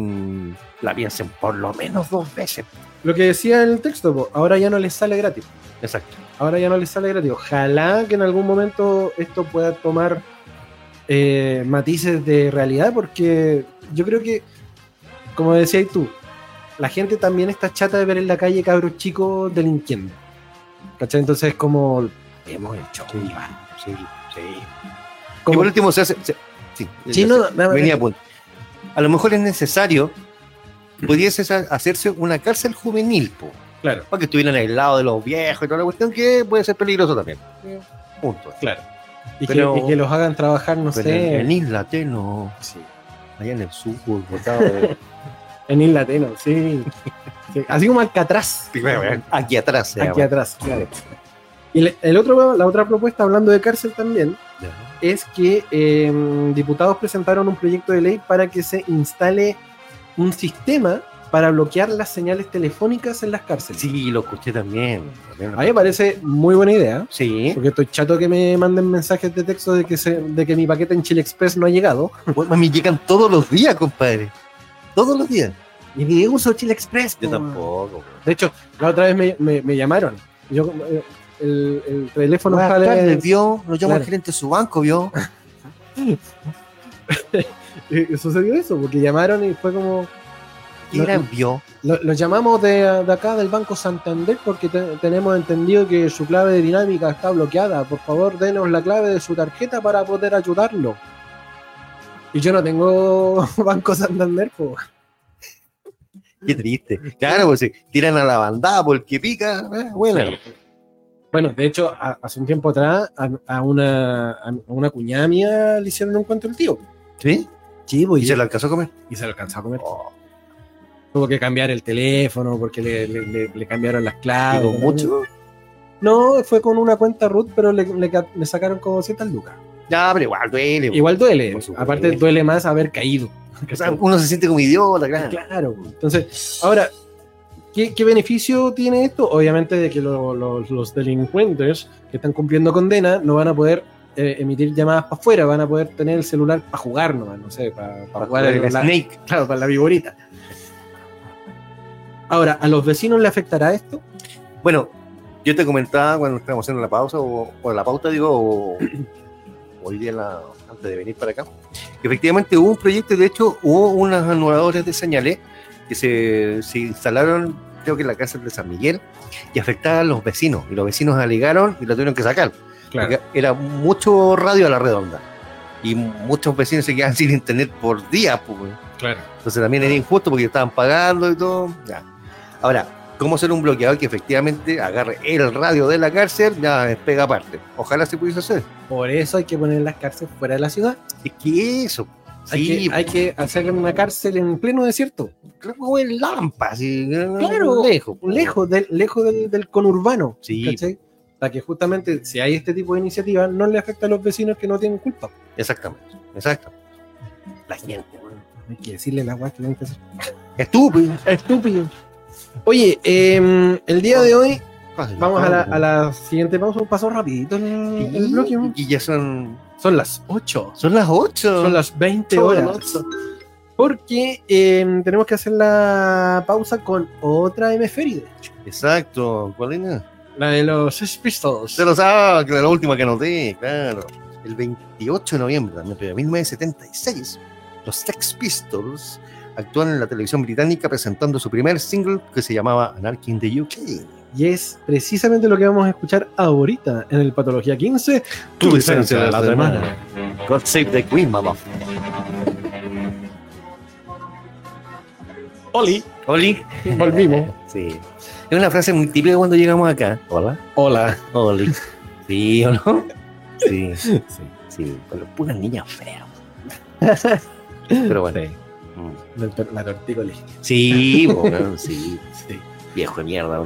Speaker 3: la piensen por lo menos dos veces.
Speaker 2: Lo que decía en el texto, po, ahora ya no les sale gratis.
Speaker 3: Exacto.
Speaker 2: Ahora ya no les sale gratis. Ojalá que en algún momento esto pueda tomar eh, matices de realidad, porque yo creo que, como decías tú, la gente también está chata de ver en la calle cabros chicos delinquiendo. ¿Cachai? Entonces, como. Hemos hecho.
Speaker 3: Sí, sí. Y
Speaker 2: Como,
Speaker 3: por último, se hace. se- sí,
Speaker 2: Sí, no,
Speaker 3: se-
Speaker 2: no, no, no.
Speaker 3: venía a punto. A lo mejor es necesario, pudiese sa- hacerse una cárcel juvenil, po,
Speaker 2: claro.
Speaker 3: para que estuvieran aislados de los viejos y toda la cuestión, que puede ser peligroso también. Eh, Punto.
Speaker 2: Claro. Y,
Speaker 3: Pero-
Speaker 2: que, y que los hagan trabajar, no
Speaker 3: Pero
Speaker 2: sé.
Speaker 3: en, en Isla Teno,
Speaker 2: Sí.
Speaker 3: allá en el sur, eh, botado de-
Speaker 2: En Isla Teno, sí. Sí, Así como Alcatraz.
Speaker 3: aquí atrás. se
Speaker 2: Aquí
Speaker 3: llama.
Speaker 2: atrás, claro. Y le- el otro, la otra propuesta, hablando de cárcel también,
Speaker 3: Ya.
Speaker 2: es que eh, diputados presentaron un proyecto de ley para que se instale un sistema para bloquear las señales telefónicas en las cárceles.
Speaker 3: Sí, lo escuché también. también lo-
Speaker 2: A mí me parece muy buena idea,
Speaker 3: Sí,
Speaker 2: porque estoy chato que me manden mensajes de texto de que, se, de que mi paquete en Chile Express no ha llegado.
Speaker 3: Bueno, mami, llegan todos los días, compadre. Todos los días.
Speaker 2: Y ni uso Chile Express.
Speaker 3: Yo
Speaker 2: po.
Speaker 3: tampoco. po.
Speaker 2: De hecho, la otra vez me, me- me llamaron. Yo, eh, el, el teléfono
Speaker 3: Buenas
Speaker 2: sale-
Speaker 3: tardes, vio. Nos llama
Speaker 2: Claro.
Speaker 3: el gerente de su banco, vio.
Speaker 2: Eh, Sucedió eso, porque llamaron y fue como.
Speaker 3: ¿Qué
Speaker 2: No,
Speaker 3: era,
Speaker 2: no.
Speaker 3: vio?
Speaker 2: Lo, los llamamos de, de acá del Banco Santander porque te- tenemos entendido que su clave de dinámica está bloqueada. Por favor, denos la clave de su tarjeta para poder ayudarlo. Y yo no tengo Banco Santander, po.
Speaker 3: Qué triste. Claro, pues sí, tiran a la bandada porque pica. eh, bueno,
Speaker 2: Bueno, de hecho, a- hace un tiempo atrás a, a una, a una cuñada mía le hicieron un cuento el tío.
Speaker 3: ¿sí?
Speaker 2: Sí, pues,
Speaker 3: ¿Y se lo alcanzó a comer?
Speaker 2: y se lo alcanzó a comer.
Speaker 3: Oh,
Speaker 2: Tuvo que cambiar el teléfono porque le, le- le- le cambiaron las claves.
Speaker 3: ¿Picó mucho?
Speaker 2: No, fue con una cuenta root, pero le, le ca- le sacaron como 7 lucas.
Speaker 3: Ya, pero igual duele. po.
Speaker 2: Igual duele.
Speaker 3: Por supuesto.
Speaker 2: Aparte, duele más haber caído.
Speaker 3: O sea, uno se siente como idiota, claro.
Speaker 2: Claro. güey. Entonces, ahora, ¿qué, qué beneficio tiene esto? Obviamente de que lo- lo- los delincuentes que están cumpliendo condena no van a poder eh, emitir llamadas para afuera, van a poder tener el celular para jugar nomás, no sé, para,
Speaker 3: Para
Speaker 2: jugar
Speaker 3: jugar
Speaker 2: al
Speaker 3: el Snake.
Speaker 2: Claro, para la viborita. Ahora, ¿a los vecinos le afectará esto?
Speaker 3: Bueno, yo te comentaba cuando estábamos haciendo la pausa, o, o la pauta, digo, o- hoy día en la- antes de venir para acá, que efectivamente hubo un proyecto, y de hecho hubo unos anuladores de señales que se, se instalaron, creo que en la cárcel de San Miguel, y afectaban a los vecinos, y los vecinos alegaron y lo tuvieron que sacar, porque era mucho radio a la redonda, y muchos vecinos se quedaban sin internet por día, pues.
Speaker 2: claro.
Speaker 3: Entonces también era injusto porque estaban pagando y todo. ya. Ahora, ¿cómo ser un bloqueador que efectivamente agarre el radio de la cárcel? Ya es pega aparte. Ojalá se pudiese hacer.
Speaker 2: Por eso hay que poner las cárceles fuera de la ciudad.
Speaker 3: Es que eso.
Speaker 2: Hay,
Speaker 3: Sí,
Speaker 2: que, hay que hacerle una cárcel en pleno desierto,
Speaker 3: claro, en Lampa, sí,
Speaker 2: Claro,
Speaker 3: lejos,
Speaker 2: lejos del, lejos del, del conurbano.
Speaker 3: Sí.
Speaker 2: ¿cachai? Para que justamente, si hay este tipo de iniciativas, no le afecta a los vecinos que no tienen culpa.
Speaker 3: Exactamente, exacto. La gente, bueno,
Speaker 2: Hay que decirle la guay que tienen que hacer.
Speaker 3: estúpido.
Speaker 2: Estúpido. Oye, eh, el día de hoy vamos a la, a la siguiente pausa. Un paso rapidito el, el bloque, ¿no?
Speaker 3: Y ya son,
Speaker 2: Son las 8.
Speaker 3: son las 8.
Speaker 2: Son las 20
Speaker 3: Son
Speaker 2: horas.
Speaker 3: las ocho.
Speaker 2: Porque eh, tenemos que hacer la pausa con otra hemisferia.
Speaker 3: Exacto, ¿cuál era?
Speaker 2: La de los Sex Pistols.
Speaker 3: Se lo sabe, la última que anoté, claro. El 28 de noviembre de 1976, los Sex Pistols actúan en la televisión británica presentando su primer single que se llamaba Anarchy in the UK.
Speaker 2: Y es precisamente lo que vamos a escuchar ahorita en el Patología 15.
Speaker 3: Tu licencia de la semana. God save the Queen, mamá.
Speaker 1: Oli,
Speaker 3: Oli.
Speaker 1: volvimos.
Speaker 3: Sí. Es una frase muy típica cuando llegamos acá. Hola.
Speaker 2: Hola.
Speaker 3: Oli. ¿Sí o no? Sí,
Speaker 1: Sí.
Speaker 3: sí. Pero puras niñas feas. Pero bueno. Mm.
Speaker 2: La, la tortícolis.
Speaker 3: Sí, po, weón, sí.
Speaker 2: Sí.
Speaker 3: Viejo de mierda.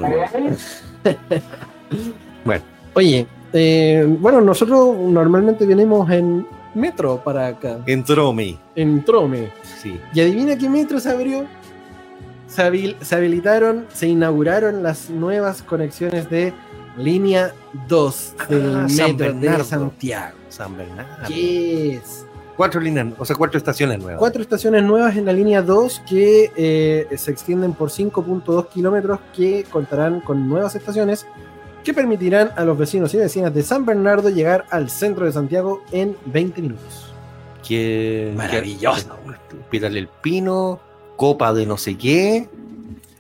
Speaker 3: weón.
Speaker 2: Oye, eh, bueno, nosotros normalmente venimos en metro para acá,
Speaker 3: Entró mi.
Speaker 2: en Trome.
Speaker 3: Sí.
Speaker 2: Y adivina qué metro se abrió. Se, habil- se habilitaron, se inauguraron las nuevas conexiones de línea 2 del
Speaker 3: Ah, San
Speaker 2: metro
Speaker 3: Bernardo.
Speaker 2: de Santiago.
Speaker 3: San Bernardo.
Speaker 2: Yes.
Speaker 3: Cuatro líneas, o sea, cuatro estaciones nuevas.
Speaker 2: Cuatro estaciones nuevas en la línea 2 que eh, se extienden por 5.2 kilómetros que contarán con nuevas estaciones que permitirán a los vecinos y vecinas de San Bernardo llegar al centro de Santiago en 20 minutos.
Speaker 3: Que,
Speaker 2: Maravilloso.
Speaker 3: Pilar del Pino, Copa de no sé qué.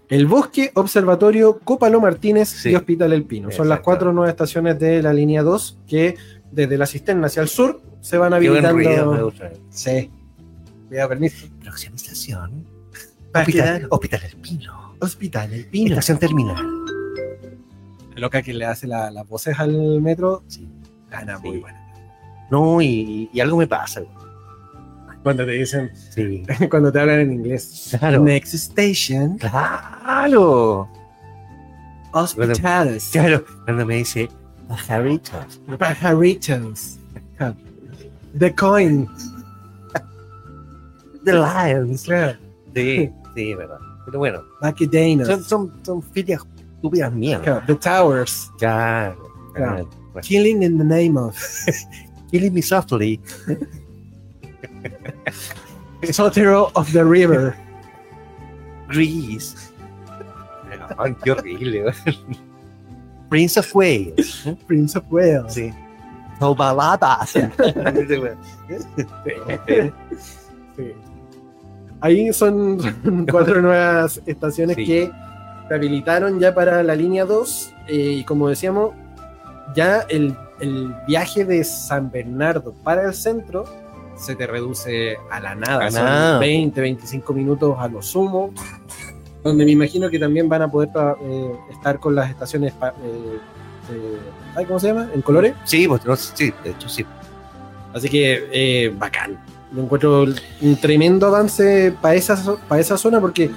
Speaker 2: El Bosque, Observatorio, Copalo Martínez
Speaker 3: Sí.
Speaker 2: y Hospital El Pino. Son las
Speaker 3: Exacto.
Speaker 2: cuatro nuevas estaciones de la línea 2 que desde la cisterna hacia el sur se van
Speaker 3: Qué buen ruido, me
Speaker 2: habilitando.
Speaker 3: gusta.
Speaker 2: Sí. Me da permiso.
Speaker 3: Próxima estación.
Speaker 2: Va a
Speaker 3: Hospital,
Speaker 2: quedar
Speaker 3: Hospital del Pino.
Speaker 2: Hospital El Pino.
Speaker 3: Estación terminal.
Speaker 2: loca que le hace la- las voces al metro.
Speaker 3: Sí.
Speaker 2: Gana
Speaker 3: Sí.
Speaker 2: muy buena.
Speaker 3: No, y, y algo me pasa. weón.
Speaker 2: Cuando te dicen,
Speaker 3: Sí.
Speaker 2: cuando te hablan en inglés.
Speaker 3: Claro.
Speaker 2: Next station,
Speaker 3: Claro.
Speaker 2: hospitales,
Speaker 3: Claro. Cuando me dice pajaritos.
Speaker 2: pajaritos, the coin.
Speaker 3: The Lions.
Speaker 2: Claro.
Speaker 3: Sí, sí, verdad. Pero bueno,
Speaker 2: Macedonas,
Speaker 3: son, son, son filias estúpidas mierda.
Speaker 2: claro, The Towers.
Speaker 3: Claro.
Speaker 2: Claro. Killing in the name of.
Speaker 3: Killing me softly.
Speaker 2: Sotero of the River.
Speaker 3: Grease. Ay, qué horrible. weón. Prince of Wales.
Speaker 2: Prince of Wales.
Speaker 3: Sí. No baladas.
Speaker 2: Sí. Ahí son cuatro nuevas estaciones
Speaker 3: Sí.
Speaker 2: que se habilitaron ya para la línea 2. eh, y como decíamos, ya el, el viaje de San Bernardo para el centro se te reduce a la nada.
Speaker 3: A
Speaker 2: son
Speaker 3: nada.
Speaker 2: 20, 25 minutos a lo sumo. Donde me imagino que también van a poder pa- eh, estar con las estaciones. pa- eh, eh, ay, ¿Cómo se llama? ¿En colores?
Speaker 3: Sí, pues, no, sí, de hecho sí.
Speaker 2: Así que eh, bacán. Yo encuentro un tremendo avance para esa, zo- pa esa zona porque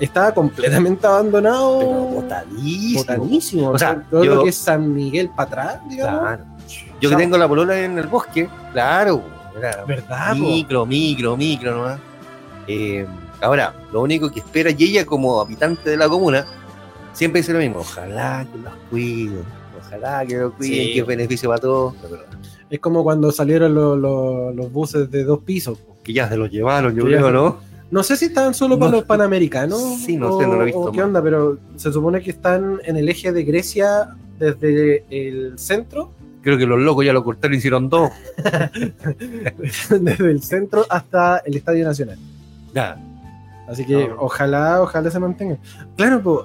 Speaker 2: estaba completamente abandonado.
Speaker 3: Pero botadísimo.
Speaker 2: Botanísimo.
Speaker 3: O sea,
Speaker 2: todo
Speaker 3: yo-
Speaker 2: lo que es San Miguel para atrás, digamos.
Speaker 3: Claro. Yo que tengo la polola en el bosque, claro. Era
Speaker 2: ¿Verdad? po?
Speaker 3: micro, micro, micro nomás. Eh, ahora, lo único que espera, y ella como habitante de la comuna, siempre dice lo mismo, ojalá que los cuiden, ojalá que los cuiden,
Speaker 2: Sí.
Speaker 3: que es beneficio para todos,
Speaker 2: Es como cuando salieron lo- lo- los buses de dos pisos. po.
Speaker 3: que ya se los llevaron, yo
Speaker 2: Que ya-
Speaker 3: creo, ¿no?
Speaker 2: No sé si estaban solo para
Speaker 3: No.
Speaker 2: los panamericanos.
Speaker 3: Sí, no sé, no lo he
Speaker 2: o-
Speaker 3: visto
Speaker 2: o ¿Qué
Speaker 3: más.
Speaker 2: onda? Pero se supone que están en el eje de Grecia desde el centro,
Speaker 3: Creo que los locos ya lo cortaron y hicieron dos.
Speaker 2: desde el centro hasta el Estadio Nacional.
Speaker 3: Ya,
Speaker 2: Así que
Speaker 3: Ah.
Speaker 2: ojalá, ojalá se mantenga. Claro, pues,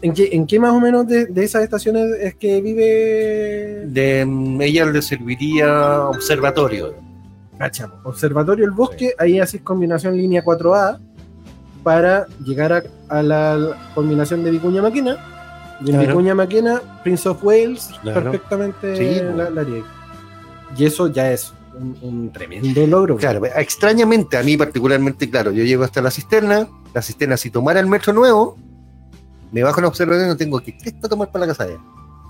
Speaker 2: ¿en qué, ¿en qué más o menos de, de esas estaciones es que vive
Speaker 3: de, mm, ella le serviría observatorio.
Speaker 2: Cacha, po. Observatorio El Bosque? Ahí haces combinación línea 4A para llegar a, a la combinación de Vicuña Maquena. Y en
Speaker 3: Claro.
Speaker 2: Vicuña Maquena, Prince of Wales,
Speaker 3: Claro.
Speaker 2: perfectamente
Speaker 3: Sí, po.
Speaker 2: la, la haría. Y eso ya es un, un tremendo logro.
Speaker 3: Claro, extrañamente, a mí particularmente, claro, yo llego hasta la cisterna, la cisterna, si tomara el metro nuevo, me bajo en la observación y no tengo que ¿qué está tomar para la casa de allá?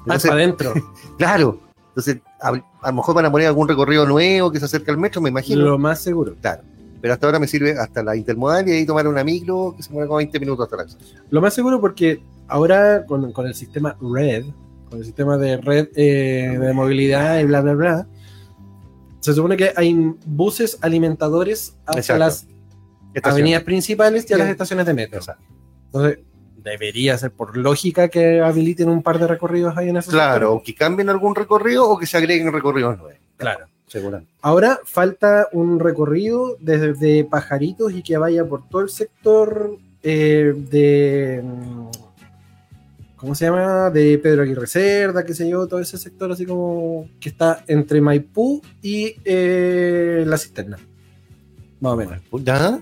Speaker 3: Entonces,
Speaker 2: Hasta adentro.
Speaker 3: claro, entonces a, a lo mejor van a poner algún recorrido nuevo que se acerque al metro, me imagino.
Speaker 2: Lo más seguro.
Speaker 3: Claro, pero hasta ahora me sirve hasta la intermodal y ahí tomar una micro que se mueve como 20 minutos hasta la casa.
Speaker 2: Lo más seguro porque ahora con, con el sistema red, con el sistema de red eh, de movilidad y bla, bla, bla, se supone que hay buses alimentadores hasta
Speaker 3: Exacto.
Speaker 2: las
Speaker 3: Estación.
Speaker 2: avenidas principales y a
Speaker 3: Sí.
Speaker 2: las estaciones de metro.
Speaker 3: Exacto.
Speaker 2: Entonces, debería ser por lógica que habiliten un par de recorridos ahí en esos
Speaker 3: Claro, o que cambien algún recorrido o que se agreguen recorridos nuevos.
Speaker 2: claro.
Speaker 3: Seguramente.
Speaker 2: Ahora falta un recorrido desde de Pajaritos y que vaya por todo el sector eh, de. mm, ¿Cómo se llama? De Pedro Aguirre Cerda, qué sé yo, todo ese sector así como que está entre Maipú y eh, La Cisterna. Más o menos.
Speaker 3: ¿Ya?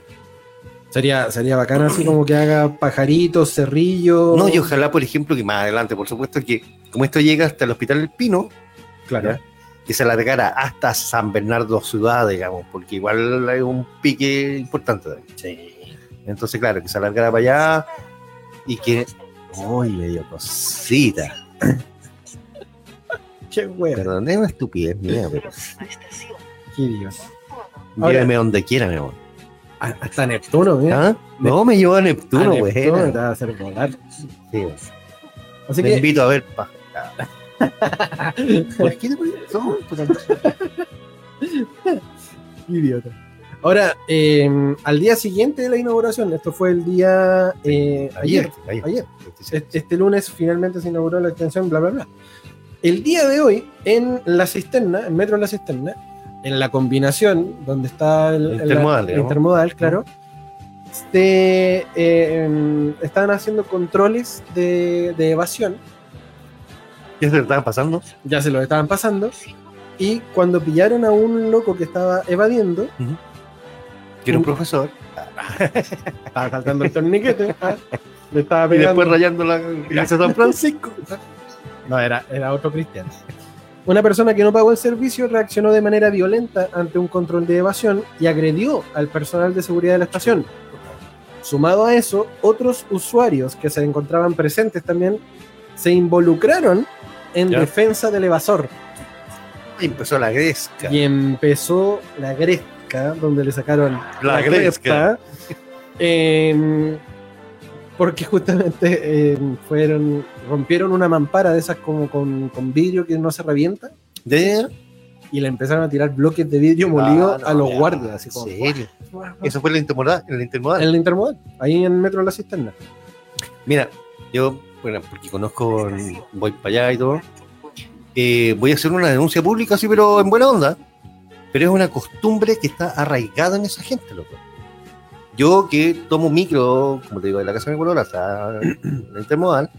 Speaker 2: Sería, sería bacana así como que haga Pajaritos, Cerrillo.
Speaker 3: No, y ojalá, por ejemplo, que más adelante, por supuesto, que como esto llega hasta el Hospital del Pino,
Speaker 2: Claro.
Speaker 3: ¿ya? que se alargara hasta San Bernardo Ciudad, digamos, porque igual hay un pique importante. también. Entonces, claro, que se alargara para allá y que... ¡Ay, me dio cosita!
Speaker 2: Qué hueá.
Speaker 3: Perdón, es una estupidez mía, pero
Speaker 2: Qué Dios. Ahora-
Speaker 3: llévame donde quiera, mi amor.
Speaker 2: A- Ah, Hasta Neptuno, mira.
Speaker 3: ¿Ah? No, me llevó a Neptuno,
Speaker 2: A
Speaker 3: pues.
Speaker 2: Neptuno
Speaker 3: era.
Speaker 2: te va a hacer volar.
Speaker 3: Sí.
Speaker 2: Así
Speaker 3: Te
Speaker 2: que
Speaker 3: invito a ver pa- ¿Por qué te pones- no, pues,
Speaker 2: Idiota. Ahora, eh, al día siguiente de la inauguración, esto fue el día eh, ayer,
Speaker 3: Ayer, ayer.
Speaker 2: ayer. Este, este lunes finalmente se inauguró la extensión, bla, bla, bla. El día de hoy, en la cisterna, en Metro de la Cisterna, en la combinación donde está el,
Speaker 3: El
Speaker 2: la-
Speaker 3: intermodal,
Speaker 2: el
Speaker 3: digamos.
Speaker 2: intermodal, claro, este, eh, em, estaban haciendo controles de, de evasión,
Speaker 3: ¿Qué se estaba pasando?
Speaker 2: ya se los estaban pasando, y cuando pillaron a un loco que estaba evadiendo,
Speaker 3: Que era un profesor.
Speaker 2: estaba saltando el torniquete, ah, le estaba
Speaker 3: Y
Speaker 2: pegando.
Speaker 3: después rayando la iglesia de San Francisco.
Speaker 2: No, era, era otro cristiano. Una persona que no pagó el servicio reaccionó de manera violenta ante un control de evasión y agredió al personal de seguridad de la estación. Sumado a eso, otros usuarios que se encontraban presentes también se involucraron en
Speaker 1: Ya.
Speaker 2: defensa del evasor
Speaker 3: Y empezó la gresca.
Speaker 2: y empezó la gresca, donde le sacaron
Speaker 3: La
Speaker 2: cresta, em, porque justamente em, fueron, rompieron una mampara de esas como con, con vidrio que no se revienta
Speaker 3: ¿De?
Speaker 2: y le empezaron a tirar bloques de vidrio molido
Speaker 3: Ah, no,
Speaker 2: a los
Speaker 3: ya,
Speaker 2: guardias, así como
Speaker 3: ¿En serio? Eso fue en la intermodal. En la intermodal.
Speaker 2: en el intermodal, ahí en el metro de la cisterna.
Speaker 3: Mira, yo, bueno, porque conozco, voy para allá y todo. eh, voy a hacer una denuncia pública, sí, pero en buena onda. Pero es una costumbre que está arraigada en esa gente, loco. Yo que tomo micro, como te digo, de la casa de mi color hasta la intermodal,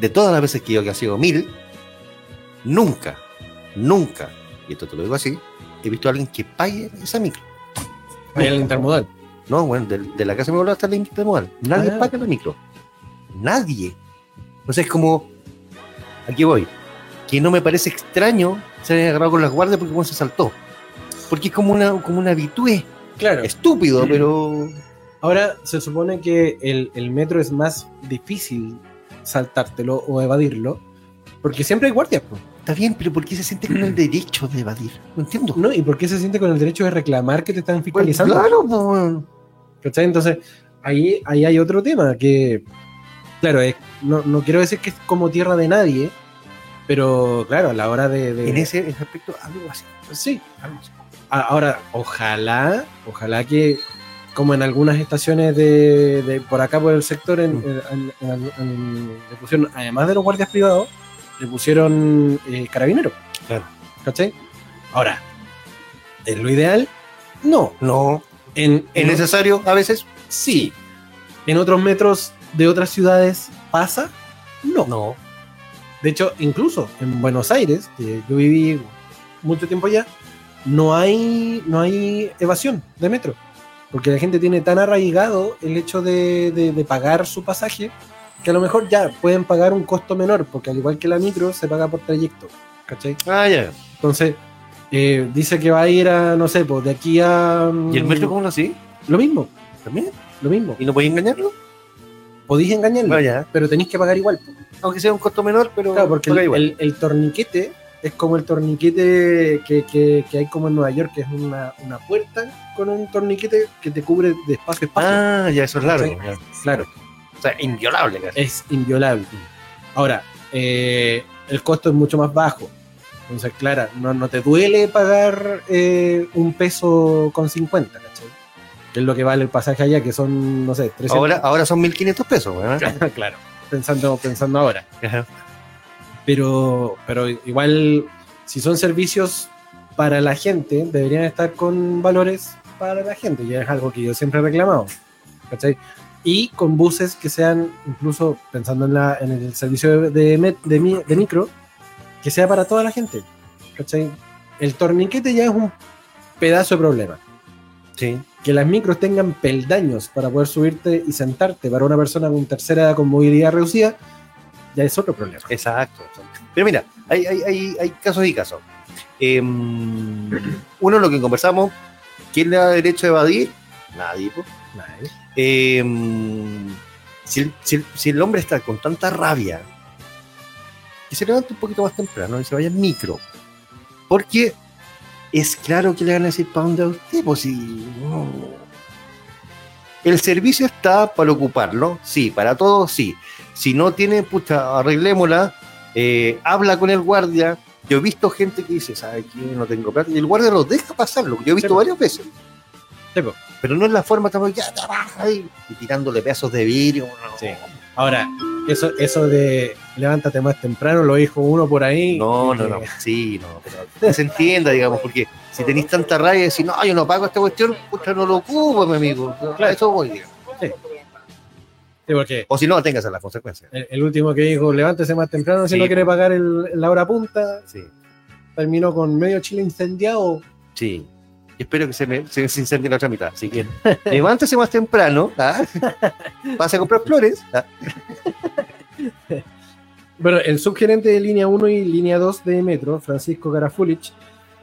Speaker 3: de todas las veces que yo que ha sido mil, nunca, nunca, y esto te lo digo así, he visto a alguien que pague esa micro.
Speaker 2: Ahí en el intermodal.
Speaker 3: No, bueno, de, de la casa de mi abuelo hasta la intermodal. Nadie
Speaker 2: Ah.
Speaker 3: paga la micro. Nadie. O sea, es como. Aquí voy. Que no me parece extraño se hayan agarrado con las guardias porque bueno, se saltó. Porque es como una, como una habitué.
Speaker 2: Claro.
Speaker 3: Estúpido, pero.
Speaker 2: Ahora se supone que el, el metro es más difícil saltártelo o evadirlo, porque siempre hay guardias. po.
Speaker 3: Está bien, pero ¿por qué se siente con el derecho de evadir? No entiendo.
Speaker 2: ¿No? ¿Y por qué se siente con el derecho de reclamar que te están
Speaker 3: Pues,
Speaker 2: fiscalizando?
Speaker 3: claro, pues, bueno.
Speaker 2: ¿Cachai? Entonces, ahí, ahí hay otro tema que, claro, es- no, no quiero decir que es como tierra de nadie, pero claro, a la hora de... de-
Speaker 3: en ese, en ese aspecto, algo así.
Speaker 2: Sí.
Speaker 3: algo así.
Speaker 2: A- Ahora, ojalá, ojalá que, como en algunas estaciones de, de por acá, por el sector,
Speaker 3: Mm.
Speaker 2: en, en- en- en- le pusieron, además de los guardias privados, le pusieron eh, carabineros.
Speaker 3: Claro.
Speaker 2: ¿Cachai? Ahora, ¿es lo ideal? No.
Speaker 3: No.
Speaker 2: En,
Speaker 3: ¿Es necesario a veces?
Speaker 2: Sí. ¿En otros metros de otras ciudades pasa? No.
Speaker 3: No.
Speaker 2: De hecho, incluso en Buenos Aires, que yo viví mucho tiempo allá, no hay, no hay evasión de metro. Porque la gente tiene tan arraigado el hecho de, de- de pagar su pasaje que a lo mejor ya pueden pagar un costo menor, porque al igual que la micro, se paga por trayecto. ¿Cachai?
Speaker 3: Ah, ya.
Speaker 2: Entonces, Eh, dice que va a ir a, no sé, pues de aquí a. mm,
Speaker 3: ¿Y el metro cómo lo sigue?
Speaker 2: Lo mismo,
Speaker 3: Mm. ¿También?
Speaker 2: lo mismo.
Speaker 3: ¿Y no podéis engañarlo?
Speaker 2: Podéis engañarlo,
Speaker 3: Bueno, ya.
Speaker 2: pero tenéis que pagar igual. po.
Speaker 3: Aunque sea un costo menor, pero.
Speaker 2: Claro, porque el,
Speaker 3: paga igual.
Speaker 2: el- el torniquete es como el torniquete que, que- que hay como en Nueva York, que es una, una puerta con un torniquete que te cubre de espacio a espacio.
Speaker 3: Ah, ya, eso es largo.
Speaker 2: Sí.
Speaker 3: ya.
Speaker 2: claro,
Speaker 3: O sea, inviolable casi.
Speaker 2: es inviolable. Ahora, eh, el costo es mucho más bajo. Entonces, claro, no, no te duele pagar eh, un peso con 50, ¿cachai? Que es lo que vale el pasaje allá, que son, no sé, 300
Speaker 3: Ahora, ahora son 1500 pesos, weón.
Speaker 2: claro, pensando, pensando ahora.
Speaker 3: Ajá.
Speaker 2: Pero, pero igual, si son servicios para la gente, deberían estar con valores para la gente, ya es algo que yo siempre he reclamado. ¿cachai? Y con buses que sean, incluso pensando en, la, en el servicio de, met- de, mi- de micro, que sea para toda la gente. ¿cachai? El torniquete ya es un pedazo de problema
Speaker 3: Sí.
Speaker 2: que las micros tengan peldaños para poder subirte y sentarte para una persona con tercera edad con movilidad reducida, ya es otro problema.
Speaker 3: Exacto. Pero mira, hay, hay, hay, hay casos y casos. Eh, uno, lo que conversamos, ¿quién le da derecho a evadir? Nadie. po. Eh, si, el- si el- si el hombre está con tanta rabia, que se levante un poquito más temprano y se vaya en micro. Porque es claro que le van a decir, ¿para dónde va usted? Pues si... no". El servicio está para ocuparlo, sí, para todos, sí. Si no tiene, pucha, arreglémosla. eh, habla con el guardia. Yo he visto gente que dice, ¿sabe qué? No tengo plata. Y el guardia los deja pasarlo. Yo he visto
Speaker 2: Sí, po.
Speaker 3: varias veces.
Speaker 2: Sí, po.
Speaker 3: Pero no es la forma tampoco, ya te vas ahí", y tirándole pedazos de vidrio. no.
Speaker 2: Sí. Ahora, eso, eso de levántate más temprano, lo dijo uno por ahí. eh,
Speaker 3: No, no, no. Sí, no. pero que se entienda, digamos, porque si tenéis tanta rabia y decís, no, yo no pago esta cuestión, pucha, no lo ocupo, mi amigo. A eso voy, digamos.
Speaker 2: Sí, porque
Speaker 3: O si no, tengas a las consecuencias.
Speaker 2: el, el último que dijo, levántese más temprano si
Speaker 3: Sí,
Speaker 2: no quiere
Speaker 3: po.
Speaker 2: pagar el- la hora punta,
Speaker 3: Sí.
Speaker 2: terminó con medio Chile incendiado.
Speaker 3: Sí. Y espero que se me se, se incendie la otra mitad. Así que levántese más temprano. ¿ah? Vas a comprar flores. ¿ah?
Speaker 2: Bueno, el subgerente de línea 1 y línea 2 de Metro, Francisco Garafulich,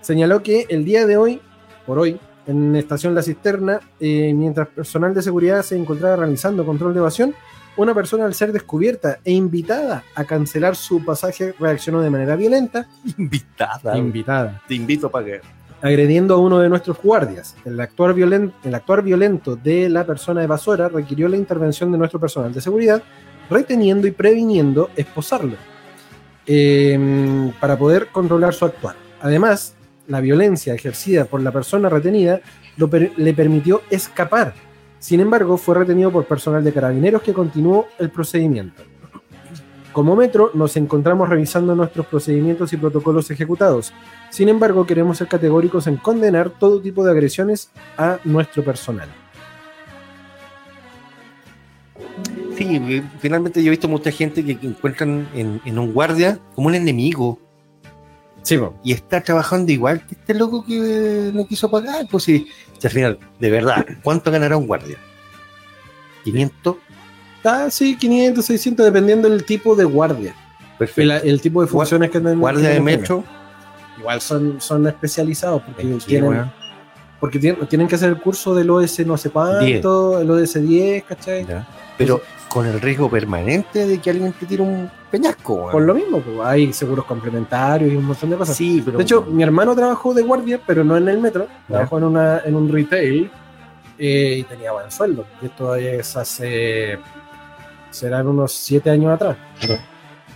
Speaker 2: señaló que el día de hoy, por hoy, en Estación La Cisterna, eh, mientras personal de seguridad se encontraba realizando control de evasión, una persona al ser descubierta e invitada a cancelar su pasaje reaccionó de manera violenta,
Speaker 3: Invitada.
Speaker 2: invitada,
Speaker 3: Te invito para que.
Speaker 2: agrediendo a uno de nuestros guardias. El actuar, violen- el actuar violento de la persona evasora requirió la intervención de nuestro personal de seguridad, reteniendo y previniendo esposarlo eh, para poder controlar su actuar. Además, la violencia ejercida por la persona retenida lo per- le permitió escapar. Sin embargo, fue retenido por personal de carabineros que continuó el procedimiento. Como metro, nos encontramos revisando nuestros procedimientos y protocolos ejecutados. Sin embargo, queremos ser categóricos en condenar todo tipo de agresiones a nuestro personal.
Speaker 3: Sí, eh, finalmente yo he visto mucha gente que que encuentran en, en un guardia como un enemigo
Speaker 2: Sí,
Speaker 3: y está trabajando igual que este loco que no quiso pagar. Pues sí, Si al final, de verdad, ¿cuánto ganará un guardia? 500,
Speaker 2: Ah, sí, 500, 600, dependiendo del tipo de guardia,
Speaker 3: perfecto.
Speaker 2: el, el tipo de funciones que tengan.
Speaker 3: guardia de metro, eh,
Speaker 2: Igual son, son especializados porque,
Speaker 3: sí,
Speaker 2: tienen,
Speaker 3: weón.
Speaker 2: porque tienen, tienen que hacer el curso del OS no sé cuánto, el OS 10, ¿cachai?
Speaker 3: Ya. pero con el riesgo permanente de que alguien te tire un peñasco. weón.
Speaker 2: Por lo mismo, pues, hay seguros complementarios y un montón de cosas.
Speaker 3: Sí, pero
Speaker 2: De hecho, mi hermano trabajó de guardia, pero no en el metro, trabajó en, una, en un retail eh, y tenía buen sueldo. Y esto es hace, serán unos siete años atrás.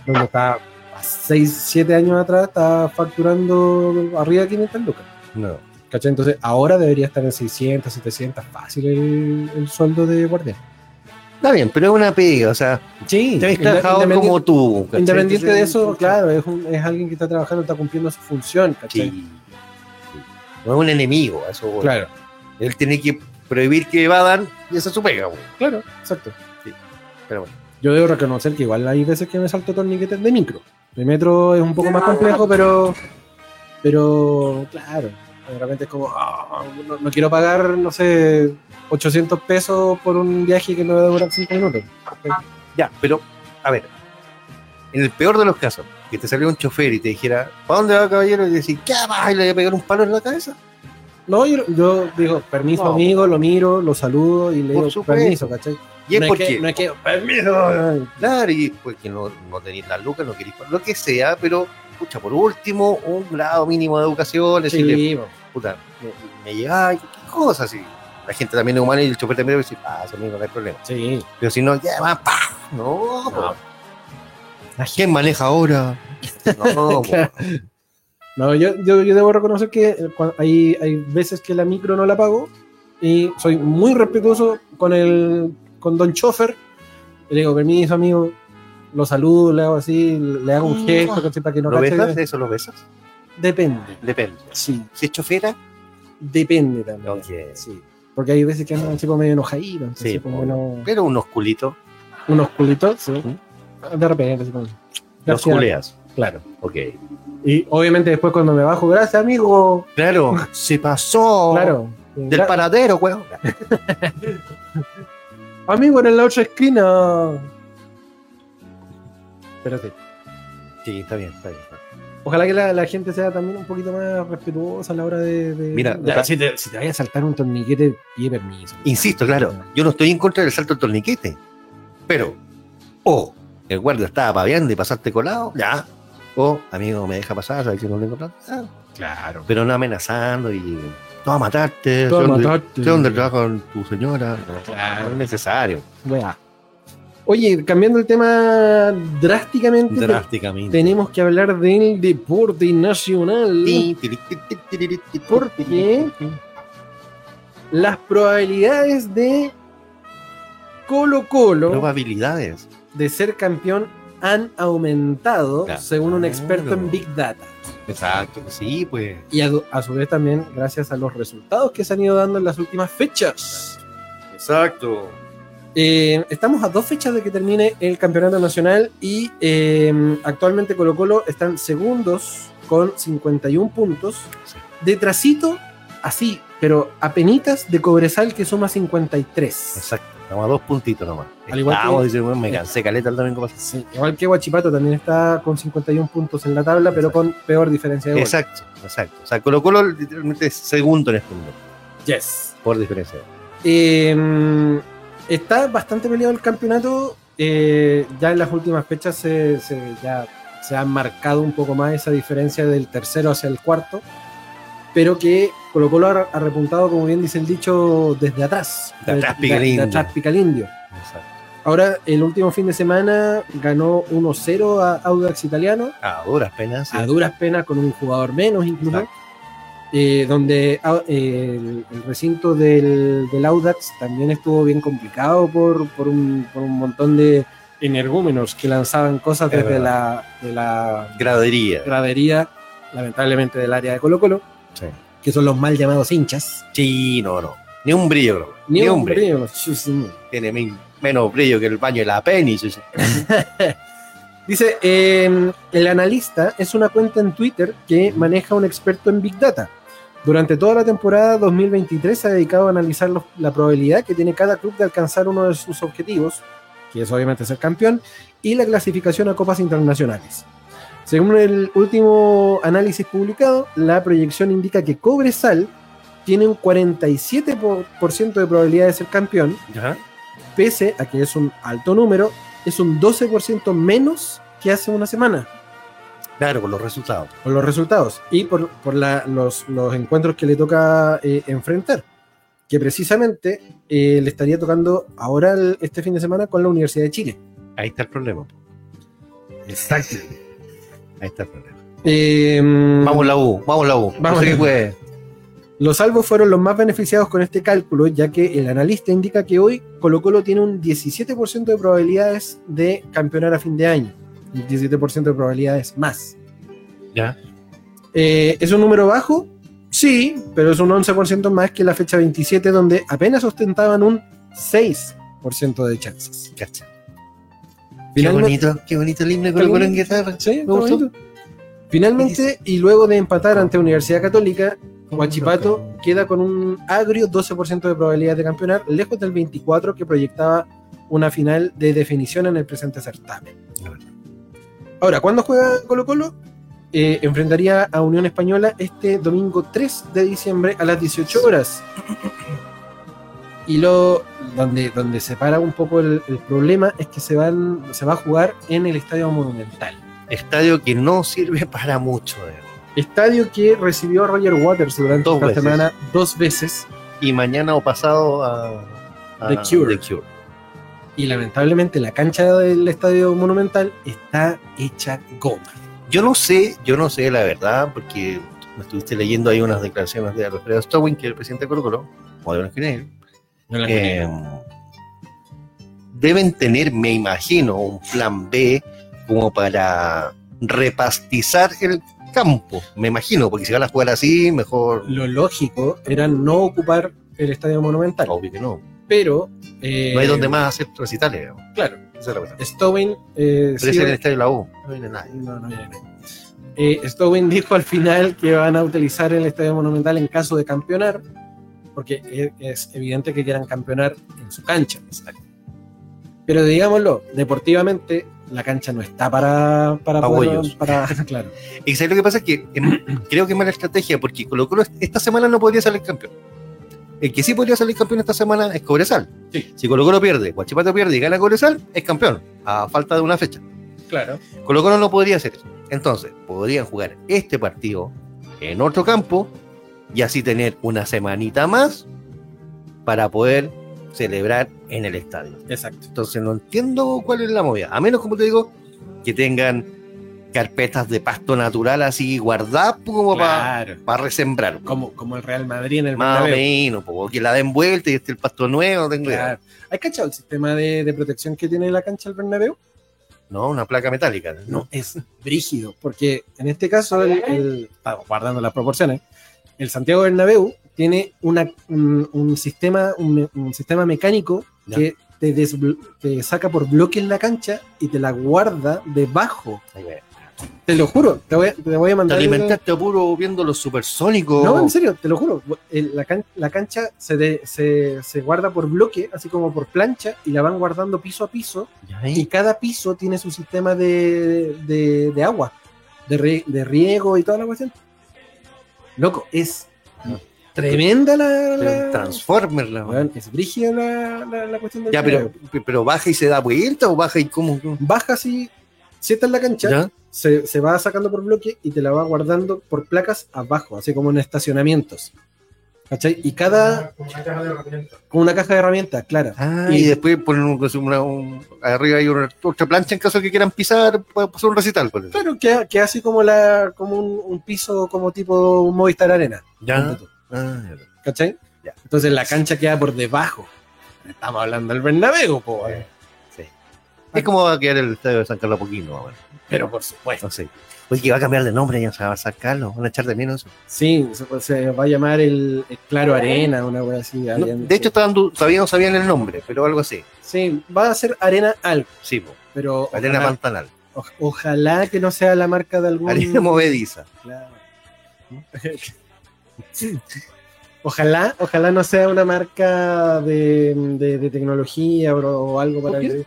Speaker 2: Donde estaba, a seis, siete años atrás, estaba facturando arriba de 500 lucas.
Speaker 3: no.
Speaker 2: ¿Cachai? Entonces, ahora debería estar en 600, 700, fácil el, el sueldo de guardia.
Speaker 3: Está bien, pero es una pega, o sea,
Speaker 2: Sí,
Speaker 3: te habéis trabajado
Speaker 2: independiente,
Speaker 3: como tú. ¿cachai?
Speaker 2: independiente de
Speaker 3: Entonces,
Speaker 2: eso,
Speaker 3: pucha,
Speaker 2: claro, es, un- es alguien que está trabajando, está cumpliendo su función,
Speaker 3: sí,
Speaker 2: ¿cachai?
Speaker 3: sí. No es un enemigo, a eso voy.
Speaker 2: Claro,
Speaker 3: Él tiene que prohibir que evadan y esa es su pega, weón.
Speaker 2: claro, exacto.
Speaker 3: Pero bueno,
Speaker 2: Yo debo reconocer que igual hay veces que me salto torniquetes de micro. De metro es un poco más complejo, pero. Pero, claro. De repente es como. "Ah, no, no quiero pagar, no sé, 800 pesos por un viaje que no va a durar 5 minutos.
Speaker 3: ya, pero a ver, En el peor de los casos, que te saliera un chofer y te dijera, ¿para dónde va, caballero? Y decir, ¿qué va? Y le voy a pegar un palo en la cabeza.
Speaker 2: No, yo, yo digo, permiso,
Speaker 3: No.
Speaker 2: amigo, lo miro, lo saludo y le
Speaker 3: Por
Speaker 2: digo,
Speaker 3: supuesto.
Speaker 2: permiso, ¿cachai?
Speaker 3: Y es
Speaker 2: no,
Speaker 3: porque.
Speaker 2: es que, no es que,
Speaker 3: Ah,
Speaker 2: permiso.
Speaker 3: Claro, y porque no, no tenéis las lucas, no queréis lo que sea, pero, escucha, por último, un grado mínimo de educación, decirle,
Speaker 2: Sí, po.
Speaker 3: puta, me, me lleváis, qué cosas así. La gente también es humana y el chofer también va a decir, ah, eso mismo, no hay problema.
Speaker 2: sí.
Speaker 3: Pero si no, ya va, pa, no,
Speaker 2: No.
Speaker 3: po. ¿A quién maneja ahora? No, po.
Speaker 2: Claro. No, yo, yo, yo debo reconocer que eh, cua- hay, hay veces que la micro no la pago y soy muy respetuoso con el con Don Chofer. Le digo, permiso, amigo. Lo saludo, le hago así, le hago un gesto ¿cachai? para que no
Speaker 3: ¿Lo
Speaker 2: cache.
Speaker 3: besas? ¿Eso lo besas?
Speaker 2: Depende,
Speaker 3: Depende.
Speaker 2: sí,
Speaker 3: Si es chofera,
Speaker 2: depende también.
Speaker 3: ok.
Speaker 2: Sí, porque hay veces que andan así como medio enojaditos, entonces
Speaker 3: Sí,
Speaker 2: como
Speaker 3: po.
Speaker 2: unos,
Speaker 3: Pero unos culitos,
Speaker 2: unos culitos, sí.
Speaker 3: ¿Mm?
Speaker 2: De repente, así como,
Speaker 3: los
Speaker 2: gracias.
Speaker 3: culeas.
Speaker 2: Claro.
Speaker 3: Ok.
Speaker 2: Y obviamente después cuando me bajo, gracias, amigo.
Speaker 3: Claro, se pasó
Speaker 2: Claro.
Speaker 3: del
Speaker 2: Gra-
Speaker 3: paradero, weón.
Speaker 2: Amigo, era en la otra esquina. Pero sí.
Speaker 3: Sí, está bien, está bien.
Speaker 2: Ojalá que la, la gente sea también un poquito más respetuosa a la hora de. de-
Speaker 3: Mira,
Speaker 2: Ya,
Speaker 3: la-
Speaker 2: si, te, si te vayas a saltar un torniquete, pide permiso.
Speaker 3: Insisto, claro, yo no estoy en contra del salto al torniquete, pero o el guardia estaba paviando y pasaste colado, ya, o amigo me deja pasar, sabes que no tengo plata, ya.
Speaker 2: Claro.
Speaker 3: pero no amenazando y no a matarte,
Speaker 2: Todo
Speaker 3: sé dónde-
Speaker 2: matarte.
Speaker 3: sé dónde trabaja tu señora, no,
Speaker 2: Claro.
Speaker 3: no es necesario,
Speaker 2: Wea. Oye, cambiando el tema drásticamente, te-
Speaker 3: drásticamente.
Speaker 2: tenemos que hablar del deporte nacional.
Speaker 3: Ti, tiri, ti, ti, tiri, ti, ti,
Speaker 2: ¿Por
Speaker 3: ti,
Speaker 2: qué?
Speaker 3: ti, ti.
Speaker 2: Las probabilidades de Colo Colo.
Speaker 3: Probabilidades.
Speaker 2: de ser campeón han aumentado,
Speaker 3: Claro.
Speaker 2: según un experto
Speaker 3: Ah.
Speaker 2: en Big Data.
Speaker 3: Exacto, sí, pues.
Speaker 2: Y a, a su vez también gracias a los resultados que se han ido dando en las últimas fechas.
Speaker 3: Exacto.
Speaker 2: Eh, estamos a dos fechas de que termine el campeonato nacional y eh, actualmente Colo Colo están segundos con 51 puntos. Detrasito, así, pero a penitas de Cobresal que suma 53.
Speaker 3: Exacto. Estamos a dos puntitos nomás.
Speaker 2: Al igual que-
Speaker 3: Estamos, dice, bueno, me cansé caleta el domingo pasado.
Speaker 2: Sí, igual que Guachipato también está con 51 puntos en la tabla, pero con peor diferencia de goles.
Speaker 3: Exacto, exacto. O sea, Colo Colo literalmente es segundo en este mundo,
Speaker 2: Yes.
Speaker 3: por diferencia.
Speaker 2: Eh, está bastante peleado el campeonato. eh, ya en las últimas fechas se, se- ya se ha marcado un poco más esa diferencia del tercero hacia el cuarto. Pero que Colo Colo ha, ha repuntado, como bien dice el dicho, desde atrás.
Speaker 3: De atrás pica el
Speaker 2: de
Speaker 3: indio.
Speaker 2: atrás pica el indio.
Speaker 3: Exacto.
Speaker 2: Ahora, el último fin de semana ganó 1-0 a Audax Italiano
Speaker 3: A duras penas. sí.
Speaker 2: a duras penas con un jugador menos incluso,
Speaker 3: Exacto.
Speaker 2: eh, donde ah, eh, el, el recinto del, del Audax también estuvo bien complicado por, por, un, por un montón de energúmenos que lanzaban cosas
Speaker 3: Es
Speaker 2: desde la, de la
Speaker 3: Gradería.
Speaker 2: gradería, lamentablemente del área de Colo Colo,
Speaker 3: Sí.
Speaker 2: que son los mal llamados hinchas.
Speaker 3: Sí, no, no. Ni un brillo, bro.
Speaker 2: Ni
Speaker 3: Ni, un
Speaker 2: hombre,
Speaker 3: brillo.
Speaker 2: los chus-
Speaker 3: Tiene men- menos brillo que el baño de la Penny. sí, sí.
Speaker 2: Dice, eh, el analista es una cuenta en Twitter que maneja un experto en Big Data. Durante toda la temporada 2023 se ha dedicado a analizar los- la probabilidad que tiene cada club de alcanzar uno de sus objetivos, que es obviamente ser campeón, y la clasificación a copas internacionales. Según el último análisis publicado, la proyección indica que Cobresal tiene un 47% de probabilidad de ser campeón,
Speaker 3: Ajá.
Speaker 2: pese a que es un alto número, es un 12% menos que hace una semana
Speaker 3: Claro, con los resultados.
Speaker 2: por los resultados y por, por la- los, los encuentros que le toca eh, enfrentar. Que precisamente eh, le estaría tocando ahora el- este fin de semana con la Universidad de Chile.
Speaker 3: Ahí está el problema.
Speaker 2: Exacto.
Speaker 3: Ahí está el problema.
Speaker 2: Eh,
Speaker 3: Vamos la U, vamos la U. No
Speaker 2: Vamos
Speaker 3: sé
Speaker 2: la
Speaker 3: qué
Speaker 2: U.
Speaker 3: puede.
Speaker 2: Los salvos fueron los más beneficiados con este cálculo, ya que el analista indica que hoy Colo Colo tiene un 17% de probabilidades de campeonar a fin de año. Un 17% de probabilidades más.
Speaker 3: Ya.
Speaker 2: Eh, ¿Es un número bajo? Sí, pero es un 11% más que la fecha 27, donde apenas ostentaban un 6% de chances.
Speaker 3: Cacha. Qué
Speaker 2: Finalmente,
Speaker 3: bonito, qué bonito el himno de Colo Colo en guitarra.
Speaker 2: Sí, está
Speaker 3: gustó.
Speaker 2: bonito. Finalmente, y luego de empatar ante Universidad Católica, Huachipato queda con un agrio 12% de probabilidad de campeonar, lejos del 24% que proyectaba una final de definición en el presente certamen. Ahora, ¿cuándo juega Colo Colo? Eh, enfrentaría a Unión Española este domingo 3 de diciembre a las 18 horas. Y lo donde, donde se para un poco el, el problema es que se, van, se va a jugar en el Estadio Monumental.
Speaker 3: Estadio que no sirve para mucho. eh.
Speaker 2: Estadio que recibió a Roger Waters durante
Speaker 3: Dos
Speaker 2: esta
Speaker 3: veces.
Speaker 2: semana dos veces
Speaker 3: Y mañana o pasado a, a
Speaker 2: The Cure. y lamentablemente la cancha del Estadio Monumental está hecha goma.
Speaker 3: Yo no sé, yo no sé la verdad, porque me estuviste leyendo ahí unas declaraciones de Alfredo Stowin, que es el presidente de Colo Colo, o de Blanco y Negro,
Speaker 2: No la
Speaker 3: Eh, deben tener, me imagino, un plan B como para repastizar el campo, me imagino, porque si van a jugar así, mejor
Speaker 2: lo lógico era no ocupar el estadio monumental.
Speaker 3: obvio que no.
Speaker 2: Pero. eh,
Speaker 3: No hay donde más hacer recitales. digamos.
Speaker 2: Claro.
Speaker 3: Esa es la verdad.
Speaker 2: Stowin. eh,
Speaker 3: Pero
Speaker 2: sí-
Speaker 3: ese es el estadio de la U, no viene nadie.
Speaker 2: No, no viene nadie. Eh, Stowin dijo al final que van a utilizar el estadio monumental en caso de campeonar, porque e- es evidente que quieran campeonar en su cancha. Pero digámoslo, deportivamente la cancha no está para para
Speaker 3: Pa'
Speaker 2: poder-
Speaker 3: hoyos.
Speaker 2: para claro.
Speaker 3: Y ¿sabes lo que pasa es que em, creo que es mala estrategia porque Colo Colo esta semana no podría salir campeón. El que sí podría salir campeón esta semana es Cobresal.
Speaker 2: Sí.
Speaker 3: Si Colo Colo pierde, Guachipato pierde y gana Cobresal, es campeón, a falta de una fecha.
Speaker 2: Claro.
Speaker 3: Colo Colo no podría hacer eso. Entonces, podrían jugar este partido en otro campo y así tener una semanita más para poder celebrar en el estadio.
Speaker 2: Exacto.
Speaker 3: Entonces no entiendo cuál es la movida. A menos, como te digo, que tengan carpetas de pasto natural así guardadas po, como
Speaker 2: Claro.
Speaker 3: para resembrar. po.
Speaker 2: Como, como el Real Madrid en el
Speaker 3: Más o
Speaker 2: Bernabéu.
Speaker 3: menos, po, o que la den vuelta y esté el pasto nuevo. no Tengo idea.
Speaker 2: Claro. ¿Has cachado el sistema de, de protección que tiene la cancha del Bernabéu?
Speaker 3: No, una placa metálica. No.
Speaker 2: es brígido, porque en este caso, el, el- ah, guardando las proporciones, el Santiago Bernabéu tiene una, un, un sistema, un, un sistema mecánico
Speaker 3: Ya.
Speaker 2: que te, desblo- te saca por bloques la cancha y te la guarda debajo.
Speaker 3: Ahí ve.
Speaker 2: Te lo juro, te voy, a- te voy a
Speaker 3: Te
Speaker 2: mandar... el-
Speaker 3: alimentaste a puro viendo los supersónicos.
Speaker 2: No, en serio, te lo juro. El- la, can- la cancha se, de- se, se guarda por bloque, así como por plancha, y la van guardando piso a piso
Speaker 3: Ya,
Speaker 2: y
Speaker 3: ahí.
Speaker 2: cada piso tiene su sistema de, de- de agua, de, rie- de riego y toda la cuestión. Loco, es tremenda la.
Speaker 3: Pero un
Speaker 2: la
Speaker 3: Transformer. la-
Speaker 2: Weón, es brígida la, la- la cuestión del
Speaker 3: Ya, pero,
Speaker 2: riego.
Speaker 3: pero baja y se da vuelta o baja y como.
Speaker 2: Baja así, si está en la cancha,
Speaker 3: ¿Ya?
Speaker 2: se, se va sacando por bloque y te la va guardando por placas abajo, así como en estacionamientos. ¿Cachai? Y cada. Como una caja de herramientas, clara.
Speaker 3: Ah,
Speaker 2: Y-
Speaker 3: y, después ponen un, una- un- arriba hay una, otra plancha en caso que quieran pisar para hacer un recital. por ejemplo.
Speaker 2: Claro, que, que así como, la, como un, un piso como tipo Movistar Arena.
Speaker 3: Ya.
Speaker 2: ponte tú.
Speaker 3: Ah, ya.
Speaker 2: ¿cachai?
Speaker 3: Ya.
Speaker 2: Entonces la cancha queda por debajo. Estamos hablando del Bernabéu, po, eh.
Speaker 3: Es como va a quedar el estadio de San Carlos Poquino, ahora.
Speaker 2: pero por supuesto.
Speaker 3: no sé. Oye, que va a cambiar de nombre ya se va a San Carlos, van a echar de menos. eso.
Speaker 2: Sí, se, se va a llamar el, el Claro Arena, una wea así.
Speaker 3: No,
Speaker 2: habían
Speaker 3: de hecho,
Speaker 2: dicho.
Speaker 3: estaban, du- todavía no sabían el nombre, pero algo así.
Speaker 2: sí, va a ser Arena algo,
Speaker 3: Sí, po.
Speaker 2: pero
Speaker 3: Arena
Speaker 2: ojalá,
Speaker 3: Pantanal,
Speaker 2: o- ojalá que no sea la marca de algún.
Speaker 3: Arena Movediza.
Speaker 2: Claro. Ojalá, ojalá no sea una marca de, de- de tecnología bro, o algo para
Speaker 3: ¿Por qué?
Speaker 2: que-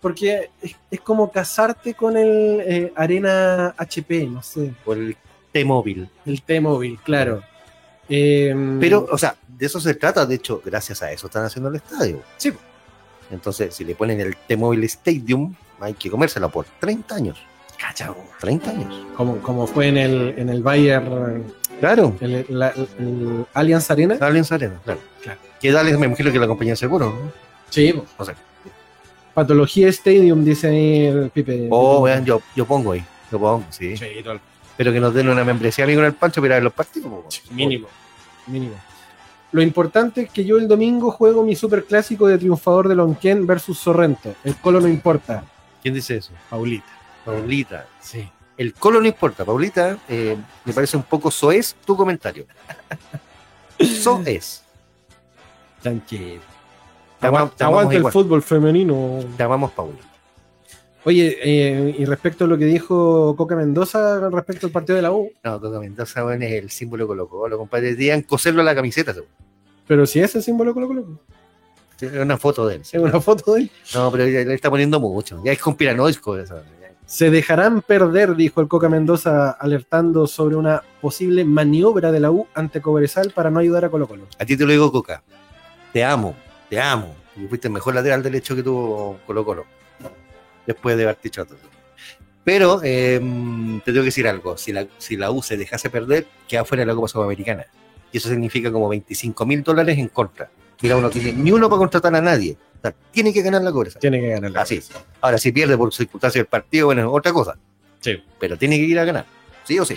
Speaker 2: Porque es, es como casarte con el eh, Arena HP, no sé,
Speaker 3: por el T-Móvil.
Speaker 2: el T-Mobile, claro. Eh,
Speaker 3: Pero, o sea, de eso se trata, de hecho, gracias a eso están haciendo el estadio.
Speaker 2: Sí. po.
Speaker 3: Entonces, si le ponen el T-Mobile Stadium, hay que comérsela por 30 años.
Speaker 2: Cacha, bro.
Speaker 3: 30 años.
Speaker 2: como, como fue en el, en el Bayern,
Speaker 3: Claro.
Speaker 2: el, la- el Allianz Arena.
Speaker 3: Aliens Arena, claro.
Speaker 2: Claro.
Speaker 3: Que Dales, me imagino que la compañía de seguro, ¿no?
Speaker 2: Sí,
Speaker 3: O sea.
Speaker 2: Patología Stadium, dice ahí el Pipe.
Speaker 3: Oh, vean, yo, yo pongo ahí. Yo pongo, sí.
Speaker 2: Sí, todo el-
Speaker 3: Pero que nos den una membresía amigo en el pancho para ver los partidos. pues, po.
Speaker 2: Mínimo. Mínimo. Lo importante es que yo el domingo juego mi superclásico de triunfador de Lonquén versus Sorrento. El colo no importa.
Speaker 3: ¿Quién dice eso?
Speaker 2: Paulita.
Speaker 3: Paulita.
Speaker 2: Sí.
Speaker 3: El colo no importa. Paulita, eh, me parece un poco soez tu comentario. Soez.
Speaker 2: Chanchero.
Speaker 3: Te ama- te amamos
Speaker 2: Aguanta el
Speaker 3: igual.
Speaker 2: fútbol femenino.
Speaker 3: Te amamos, Paula.
Speaker 2: Oye, eh, y respecto a lo que dijo Coca Mendoza respecto al partido de la U,
Speaker 3: No, Coca Mendoza, weón, es el símbolo de Colo Colo, compadre. Digan coserlo a la camiseta, seguro.
Speaker 2: pero si es el símbolo Colo Colo,
Speaker 3: Es una foto de él. sí.
Speaker 2: es una foto de él.
Speaker 3: No, pero ya le está poniendo mucho. Ya es conspiranoico eso. Ya-
Speaker 2: Se dejarán perder, dijo el Coca Mendoza, alertando sobre una posible maniobra de la U ante Cobresal para no ayudar a Colo Colo.
Speaker 3: A ti te lo digo, Coca. Te amo, te amo. Y fuiste el mejor lateral derecho que tuvo Colo Colo. Después de haber dicho todo. Pero eh, te tengo que decir algo. Si la, si la U se dejase perder, queda fuera de la Copa Sudamericana. Y eso significa como 25 mil dólares en contra. Mira, uno tiene ni uno para contratar a nadie. O sea, tiene que ganar la Cobresal.
Speaker 2: Tiene que ganar la
Speaker 3: Así es. Ahora, si pierde por circunstancias del partido, bueno, es otra cosa.
Speaker 2: Sí.
Speaker 3: Pero tiene que ir a ganar. Sí o sí.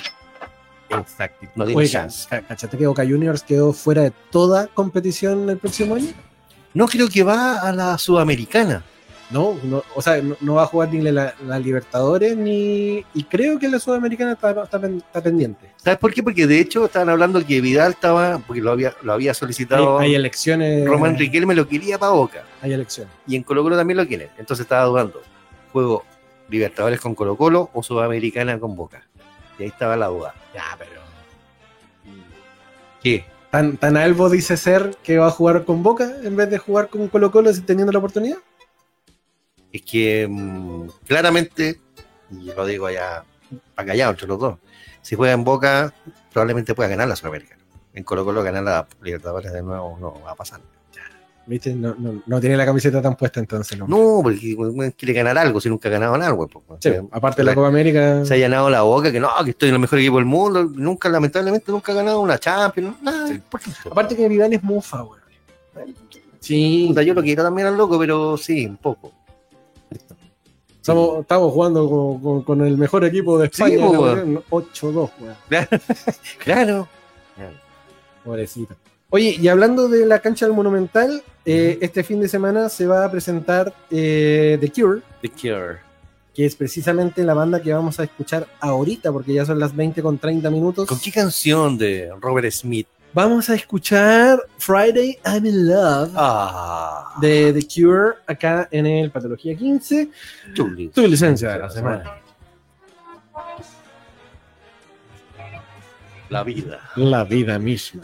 Speaker 2: Exacto.
Speaker 3: No tiene
Speaker 2: Oiga,
Speaker 3: chance.
Speaker 2: ca- ¿cachate que Boca Juniors quedó fuera de toda competición el próximo año?
Speaker 3: No creo que va a la Sudamericana.
Speaker 2: No, no o sea, no, no va a jugar ni la, la Libertadores ni. Y creo que la Sudamericana está, está pen- está pendiente.
Speaker 3: ¿Sabes por qué? Porque de hecho estaban hablando que Vidal estaba, porque lo había, lo había
Speaker 2: Hay,
Speaker 3: solicitado
Speaker 2: hay elecciones.
Speaker 3: Román Riquelme, lo quería para Boca.
Speaker 2: Hay elecciones.
Speaker 3: Y en Colo Colo también lo quieren. Entonces estaba dudando. Juego Libertadores con Colo Colo o Sudamericana con Boca. Y ahí estaba la duda. mm,
Speaker 2: Ya, pero.
Speaker 3: ¿Qué?
Speaker 2: ¿Tan, tan albo dice ser que va a jugar con Boca en vez de jugar con Colo Colo si teniendo la oportunidad?
Speaker 3: es que mm, claramente, y lo digo allá para callado entre los dos, si juega en Boca, probablemente pueda ganar la Sudamericana. En Colo Colo ganar la Libertadores de nuevo no va a pasar.
Speaker 2: ¿Viste? No, no- no tiene la camiseta tan puesta entonces. No.
Speaker 3: No, porque bueno, quiere ganar algo si nunca ha ganado nada, güey, po.
Speaker 2: Sí, aparte de la Copa América.
Speaker 3: Se ha llenado la boca que no, que estoy en el mejor equipo del mundo. Nunca, lamentablemente, nunca ha ganado una Champions. Nada, por ejemplo.
Speaker 2: Aparte que Vidal es mufa, weón. Sí.
Speaker 3: Puta, yo lo quiero también al loco, pero sí, un poco.
Speaker 2: Estamos, estamos jugando con, con- con el mejor equipo de
Speaker 3: Sí,
Speaker 2: España.
Speaker 3: po,
Speaker 2: la
Speaker 3: weón.
Speaker 2: weón, 8-2, weón.
Speaker 3: Claro.
Speaker 2: Pobrecito. Oye, y hablando de la cancha del Monumental, eh, este fin de semana se va a presentar eh, The Cure,
Speaker 3: The Cure.
Speaker 2: que es precisamente la banda que vamos a escuchar ahorita, porque ya son las 20 con 30 minutos.
Speaker 3: ¿Con qué canción de Robert Smith?
Speaker 2: Vamos a escuchar Friday I'm in Love
Speaker 3: Ah.
Speaker 2: de The Cure acá en el Patología 15.
Speaker 3: Tulip.
Speaker 2: Tu licencia de la semana.
Speaker 3: La vida.
Speaker 2: La vida misma.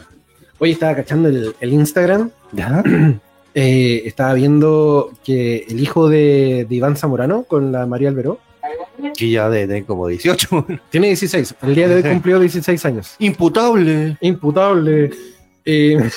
Speaker 2: Hoy estaba cachando el, el Instagram.
Speaker 3: ¿Ya?
Speaker 2: eh, estaba viendo que el hijo de, de Iván Zamorano con la María Alberó
Speaker 3: Que ya de, de como 18.
Speaker 2: tiene 16. El día de hoy cumplió 16 años.
Speaker 3: Imputable.
Speaker 2: imputable. Eh,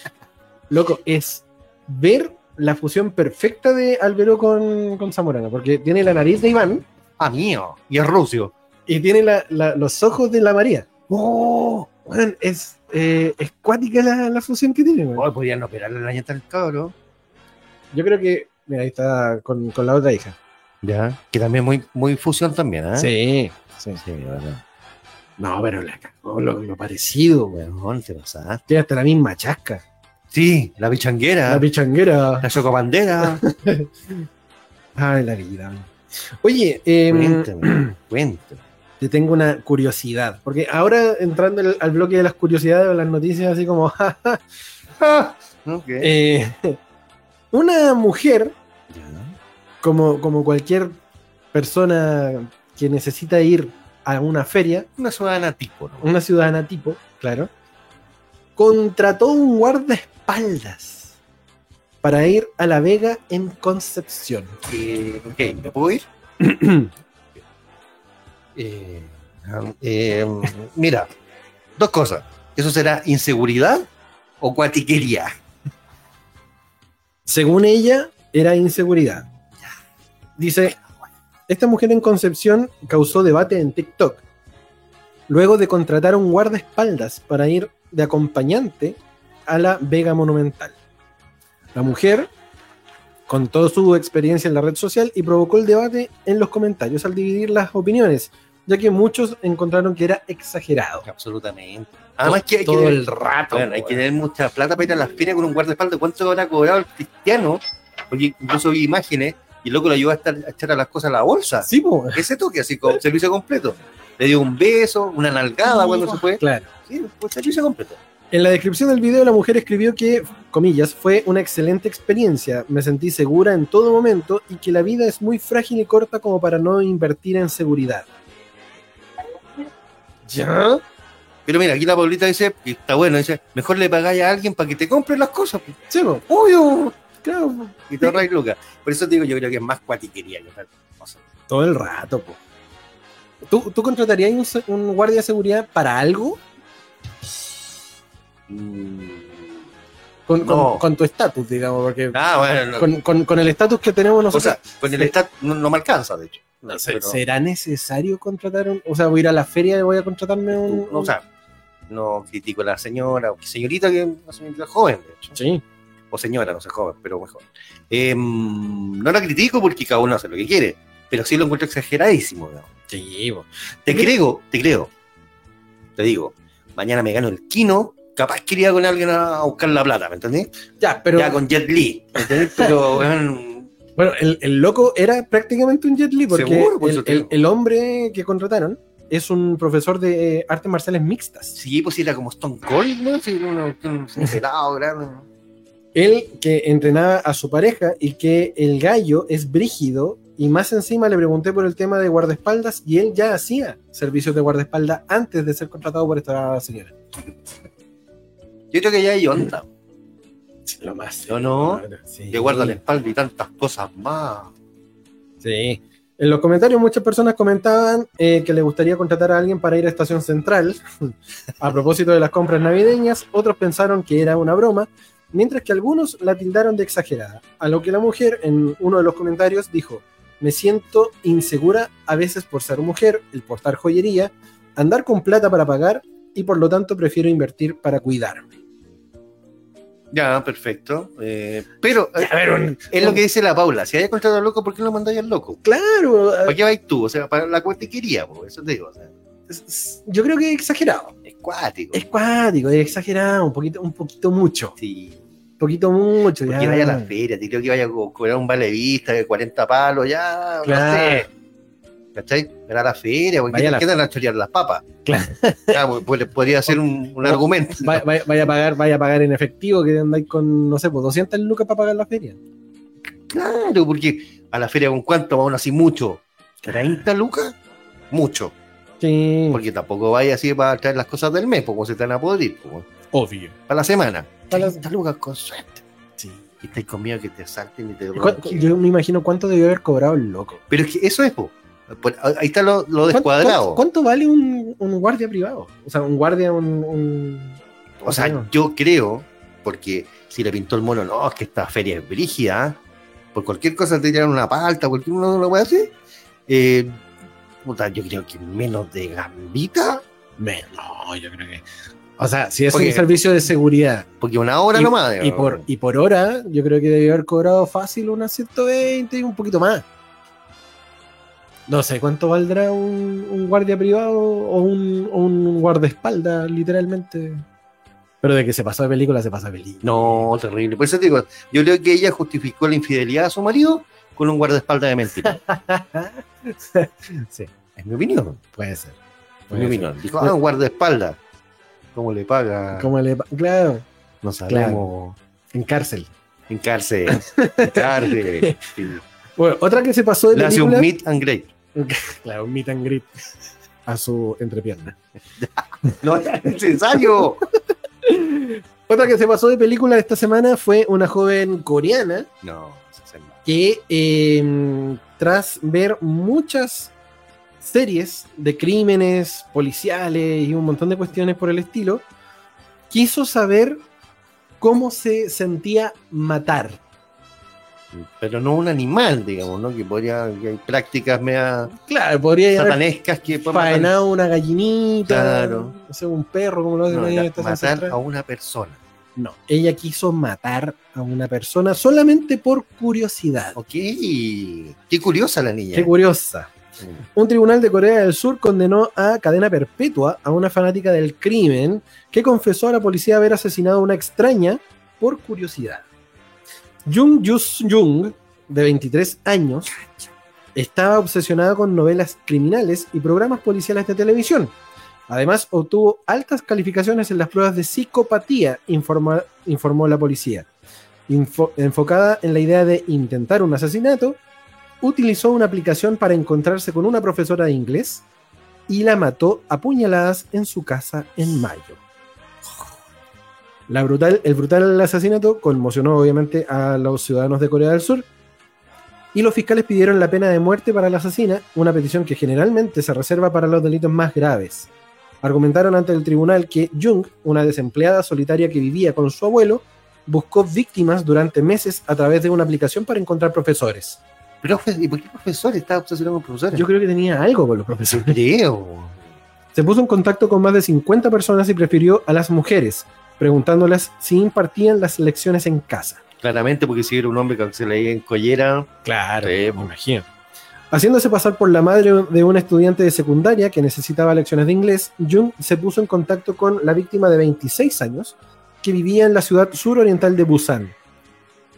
Speaker 2: loco, es ver la fusión perfecta de Albero con, con Zamorano, porque tiene la nariz de Iván
Speaker 3: Ah, mío. Y es rucio.
Speaker 2: y tiene la- la- los ojos de la María.
Speaker 3: Oh,
Speaker 2: Weón, es, eh, es cuática la, la fusión que tiene. weón.
Speaker 3: Hoy podrían operar la ñata del cabro.
Speaker 2: Yo creo que, mira, ahí está con, con la otra hija. ¿eh?
Speaker 3: Ya. Que también muy, muy fusión también, ¿ah?
Speaker 2: Sí, sí.
Speaker 3: Sí, bueno.
Speaker 2: No, pero la cagó, lo, lo parecido, weón.
Speaker 3: Weón, te pasa.
Speaker 2: Tiene hasta la misma chasca.
Speaker 3: Sí, la bichanguera.
Speaker 2: La
Speaker 3: La,
Speaker 2: pichanguera.
Speaker 3: chocobandera.
Speaker 2: Ay, Ah, la vida. weón. Oye, eh,
Speaker 3: cuéntame, cuéntame.
Speaker 2: te tengo una curiosidad. Porque ahora entrando al, al bloque de las curiosidades o las noticias, así como. ja, ja, ja,
Speaker 3: Ok.
Speaker 2: eh, una mujer,
Speaker 3: Ya.
Speaker 2: como, como cualquier persona que necesita ir a una feria,
Speaker 3: Una ciudadana tipo, ¿no?
Speaker 2: una ciudadana tipo, claro, contrató un guardaespaldas para ir a La Vega en Concepción.
Speaker 3: Eh, ok, ¿me puedo ir? Eh, eh, mira, dos cosas. ¿Eso será inseguridad o cuatiquería?
Speaker 2: Según ella, era inseguridad. Dice, esta mujer en Concepción causó debate en TikTok. Luego de contratar a un guardaespaldas para ir de acompañante a la Vega Monumental. La mujer contó su experiencia en la red social y provocó el debate en los comentarios al dividir las opiniones, ya que muchos encontraron que era exagerado.
Speaker 3: Absolutamente. Además que hay que,
Speaker 2: Todo el
Speaker 3: rato, hay
Speaker 2: weón.
Speaker 3: que tener mucha plata para ir a las ferias con un guardaespaldas. ¿Cuánto habrá cobrado el cristiano? Porque incluso vi imágenes y el loco lo ayudó a, estar- a echar a las cosas a la bolsa.
Speaker 2: Sí, po.
Speaker 3: Ese toque, así como servicio completo. Le dio un beso, una nalgada cuando se fue.
Speaker 2: claro.
Speaker 3: Sí, pues servicio completo.
Speaker 2: En la descripción del video la mujer escribió que, comillas, fue una excelente experiencia, me sentí segura en todo momento y que la vida es muy frágil y corta como para no invertir en seguridad. ¿Ya?
Speaker 3: Pero mira, aquí la Paulita dice, y está bueno, dice, mejor le pagáis a alguien para que te compre las cosas.
Speaker 2: Sí, po.
Speaker 3: Obvio,
Speaker 2: Claro,
Speaker 3: Y todo Ray Lucas. Por eso te digo, yo creo que es más cuatiquería que otra cosa.
Speaker 2: todo el rato, po. ¿Tú, tú contratarías un, se- un guardia de seguridad para algo?
Speaker 3: Mm.
Speaker 2: Con, con-
Speaker 3: No.
Speaker 2: con tu estatus, digamos, porque
Speaker 3: Ah, bueno, no.
Speaker 2: con, con- con el estatus que tenemos
Speaker 3: o
Speaker 2: nosotros.
Speaker 3: sea, con el
Speaker 2: sí.
Speaker 3: stat no, no me alcanza, de hecho. No,
Speaker 2: ¿se-
Speaker 3: pero-
Speaker 2: ¿Será necesario contratar un.? O sea, voy a ir a la feria y voy a contratarme un.
Speaker 3: o sea, no critico a la señora, o señorita que es una señorita joven, de hecho.
Speaker 2: sí.
Speaker 3: O señora, no sé, joven, pero mejor. Em, no la critico porque cada uno hace lo que quiere, pero sí lo encuentro exageradísimo. digamos.
Speaker 2: Sí, po.
Speaker 3: Te creo, te creo. Te digo, mañana me gano el kino, capaz que iría con alguien a buscar la plata, ¿me entendés?
Speaker 2: Ya, pero.
Speaker 3: ya con Jet Li, ¿me entendés? Pero, weón,
Speaker 2: Bueno, el, el loco era prácticamente un Jet Li, porque
Speaker 3: Seguro, por
Speaker 2: el,
Speaker 3: eso te digo.
Speaker 2: el- el hombre que contrataron es un profesor de eh, artes marciales mixtas.
Speaker 3: sí, pues era como Stone Cold, ¿no? Sí, uno- un pelado, grande.
Speaker 2: Él que entrenaba a su pareja y que el gallo es brígido. Y más encima le pregunté por el tema de guardaespaldas y él ya hacía servicios de guardaespaldas antes de ser contratado por esta señora.
Speaker 3: Yo creo que ya hay onda.
Speaker 2: Lo más.
Speaker 3: ¿O no?
Speaker 2: Sí.
Speaker 3: Te guarda la espalda y tantas cosas más.
Speaker 2: Sí. En los comentarios muchas personas comentaban eh, que le gustaría contratar a alguien para ir a Estación Central a propósito de las compras navideñas, otros pensaron que era una broma, mientras que algunos la tildaron de exagerada, a lo que la mujer en uno de los comentarios dijo, me siento insegura a veces por ser mujer, el portar joyería, andar con plata para pagar y por lo tanto prefiero invertir para cuidarme.
Speaker 3: Ya, perfecto. Eh, pero eh,
Speaker 2: A ver, un-
Speaker 3: es lo que dice la Paula. Si hay contratado al loco, ¿por qué no lo mandáis al loco?
Speaker 2: Claro,
Speaker 3: ¿Para qué vais tú? O sea, para la cuatiquería, po, eso te digo. o sea,
Speaker 2: es- es- yo creo que es exagerado.
Speaker 3: es cuático.
Speaker 2: Es cuático, es exagerado, un poquito, un poquito mucho.
Speaker 3: Sí.
Speaker 2: poquito mucho.
Speaker 3: Porque
Speaker 2: ya.
Speaker 3: vaya a la feria, te creo que vaya a co- cobrar un vale de vista de 40 palos, ya,
Speaker 2: Claro.
Speaker 3: no sé. ¿Cachai? Era la feria, porque
Speaker 2: Vaya a la
Speaker 3: ¿qué te van a chorear las papas?
Speaker 2: Claro.
Speaker 3: Ya, pues, pues, le podría ser un, un argumento.
Speaker 2: Va- vaya, vaya a pagar, vaya a pagar en efectivo que andáis con, no sé, pues 200 lucas para pagar la feria.
Speaker 3: Claro, porque a la feria con cuánto, aún así mucho. ¿30 lucas? Mucho.
Speaker 2: Sí.
Speaker 3: Porque tampoco vaya así para traer las cosas del mes, porque se te van a podrir, pues, po,
Speaker 1: Obvio.
Speaker 3: para la semana.
Speaker 2: Para la-
Speaker 3: 30 lucas con suerte.
Speaker 2: Sí.
Speaker 3: Y estáis conmigo que te salten y te
Speaker 2: ¿Cu- cu- Yo me imagino cuánto debió haber cobrado el loco.
Speaker 3: Pero es que eso es, po. Por- ahí está lo, lo
Speaker 2: ¿Cuánto,
Speaker 3: descuadrado.
Speaker 2: cuánto- cuánto vale un, un guardia privado? O sea, un guardia, un. un-
Speaker 3: O sea,
Speaker 2: Bueno.
Speaker 3: yo creo, porque si le pintó el mono, no, es que esta feria es brígida, ¿ah? por cualquier cosa te tiran una palta, cualquier uno lo puede hacer. Eh, puta, yo creo que menos de gambita,
Speaker 2: Me- no, yo creo que. O sea, si es
Speaker 3: Porque-
Speaker 2: un servicio de seguridad
Speaker 3: porque una hora
Speaker 2: Y-
Speaker 3: nomás.
Speaker 2: y
Speaker 3: digamos.
Speaker 2: por, y por hora, yo creo que debió haber cobrado fácil unas 120 y un poquito más. No sé cuánto valdrá un, un guardia privado o un, o un guardaespaldas, literalmente. Pero de que se pasó de película, se pasó de película.
Speaker 3: No, terrible. Por eso te digo, yo creo que ella justificó la infidelidad a su marido con un guardaespaldas de mentira.
Speaker 2: Sí,
Speaker 3: es mi opinión.
Speaker 2: puede ser.
Speaker 3: Es mi
Speaker 2: Puede ser.
Speaker 3: opinión. Dijo, ah, un guardaespaldas. ¿Cómo le paga?
Speaker 2: Como le pa- claro,
Speaker 3: No sabemos.
Speaker 2: en cárcel.
Speaker 3: En cárcel. En cárcel. Sí.
Speaker 2: Bueno, otra que se pasó de
Speaker 3: Le hace un
Speaker 2: película.
Speaker 3: meet and greet.
Speaker 2: Claro, un meet and greet a su entrepierna.
Speaker 3: No es necesario.
Speaker 2: Otra que se pasó de película esta semana fue una joven coreana
Speaker 3: No, se hace mal.
Speaker 2: que eh, tras ver muchas series de crímenes policiales y un montón de cuestiones por el estilo, quiso saber cómo se sentía matar.
Speaker 3: Pero no un animal, digamos, ¿no? Que podría. Que hay prácticas media
Speaker 2: Claro, podría haber
Speaker 3: satanescas que pueden matar-
Speaker 2: Eh, faenado una gallinita,
Speaker 3: Claro.
Speaker 2: no sé, un perro, como lo hacen
Speaker 3: No,
Speaker 2: ahí en
Speaker 3: era
Speaker 2: estas
Speaker 3: matar
Speaker 2: ancestras.
Speaker 3: a una persona.
Speaker 2: No, ella quiso matar a una persona solamente por curiosidad.
Speaker 3: Ok. Qué curiosa la niña.
Speaker 2: Qué curiosa. Un tribunal de Corea del Sur condenó a cadena perpetua a una fanática del crimen que confesó a la policía haber asesinado a una extraña por curiosidad. Jung Yus Jung, de 23 años, estaba obsesionada con novelas criminales y programas policiales de televisión. Además, obtuvo altas calificaciones en las pruebas de psicopatía, informa- informó la policía. Info- enfocada en la idea de intentar un asesinato, utilizó una aplicación para encontrarse con una profesora de inglés y la mató a puñaladas en su casa en mayo. La brutal, el brutal asesinato conmocionó obviamente a los ciudadanos de Corea del Sur y los fiscales pidieron la pena de muerte para la asesina, una petición que generalmente se reserva para los delitos más graves. Argumentaron ante el tribunal que Jung, una desempleada solitaria que vivía con su abuelo, buscó víctimas durante meses a través de una aplicación para encontrar profesores.
Speaker 3: Profe- ¿Y por qué profesor? Estaba obsesionado con profesores.
Speaker 2: Yo creo que tenía algo con los profesores.
Speaker 3: creo.
Speaker 2: Se puso en contacto con más de 50 personas y prefirió a las mujeres, preguntándolas si impartían las lecciones en casa.
Speaker 3: Claramente, porque si era un hombre que se leía en collera.
Speaker 2: Claro.
Speaker 3: eh,
Speaker 1: Me imagino.
Speaker 2: Haciéndose pasar por la madre de un estudiante de secundaria que necesitaba lecciones de inglés, Jung se puso en contacto con la víctima de 26 años que vivía en la ciudad suroriental de Busan.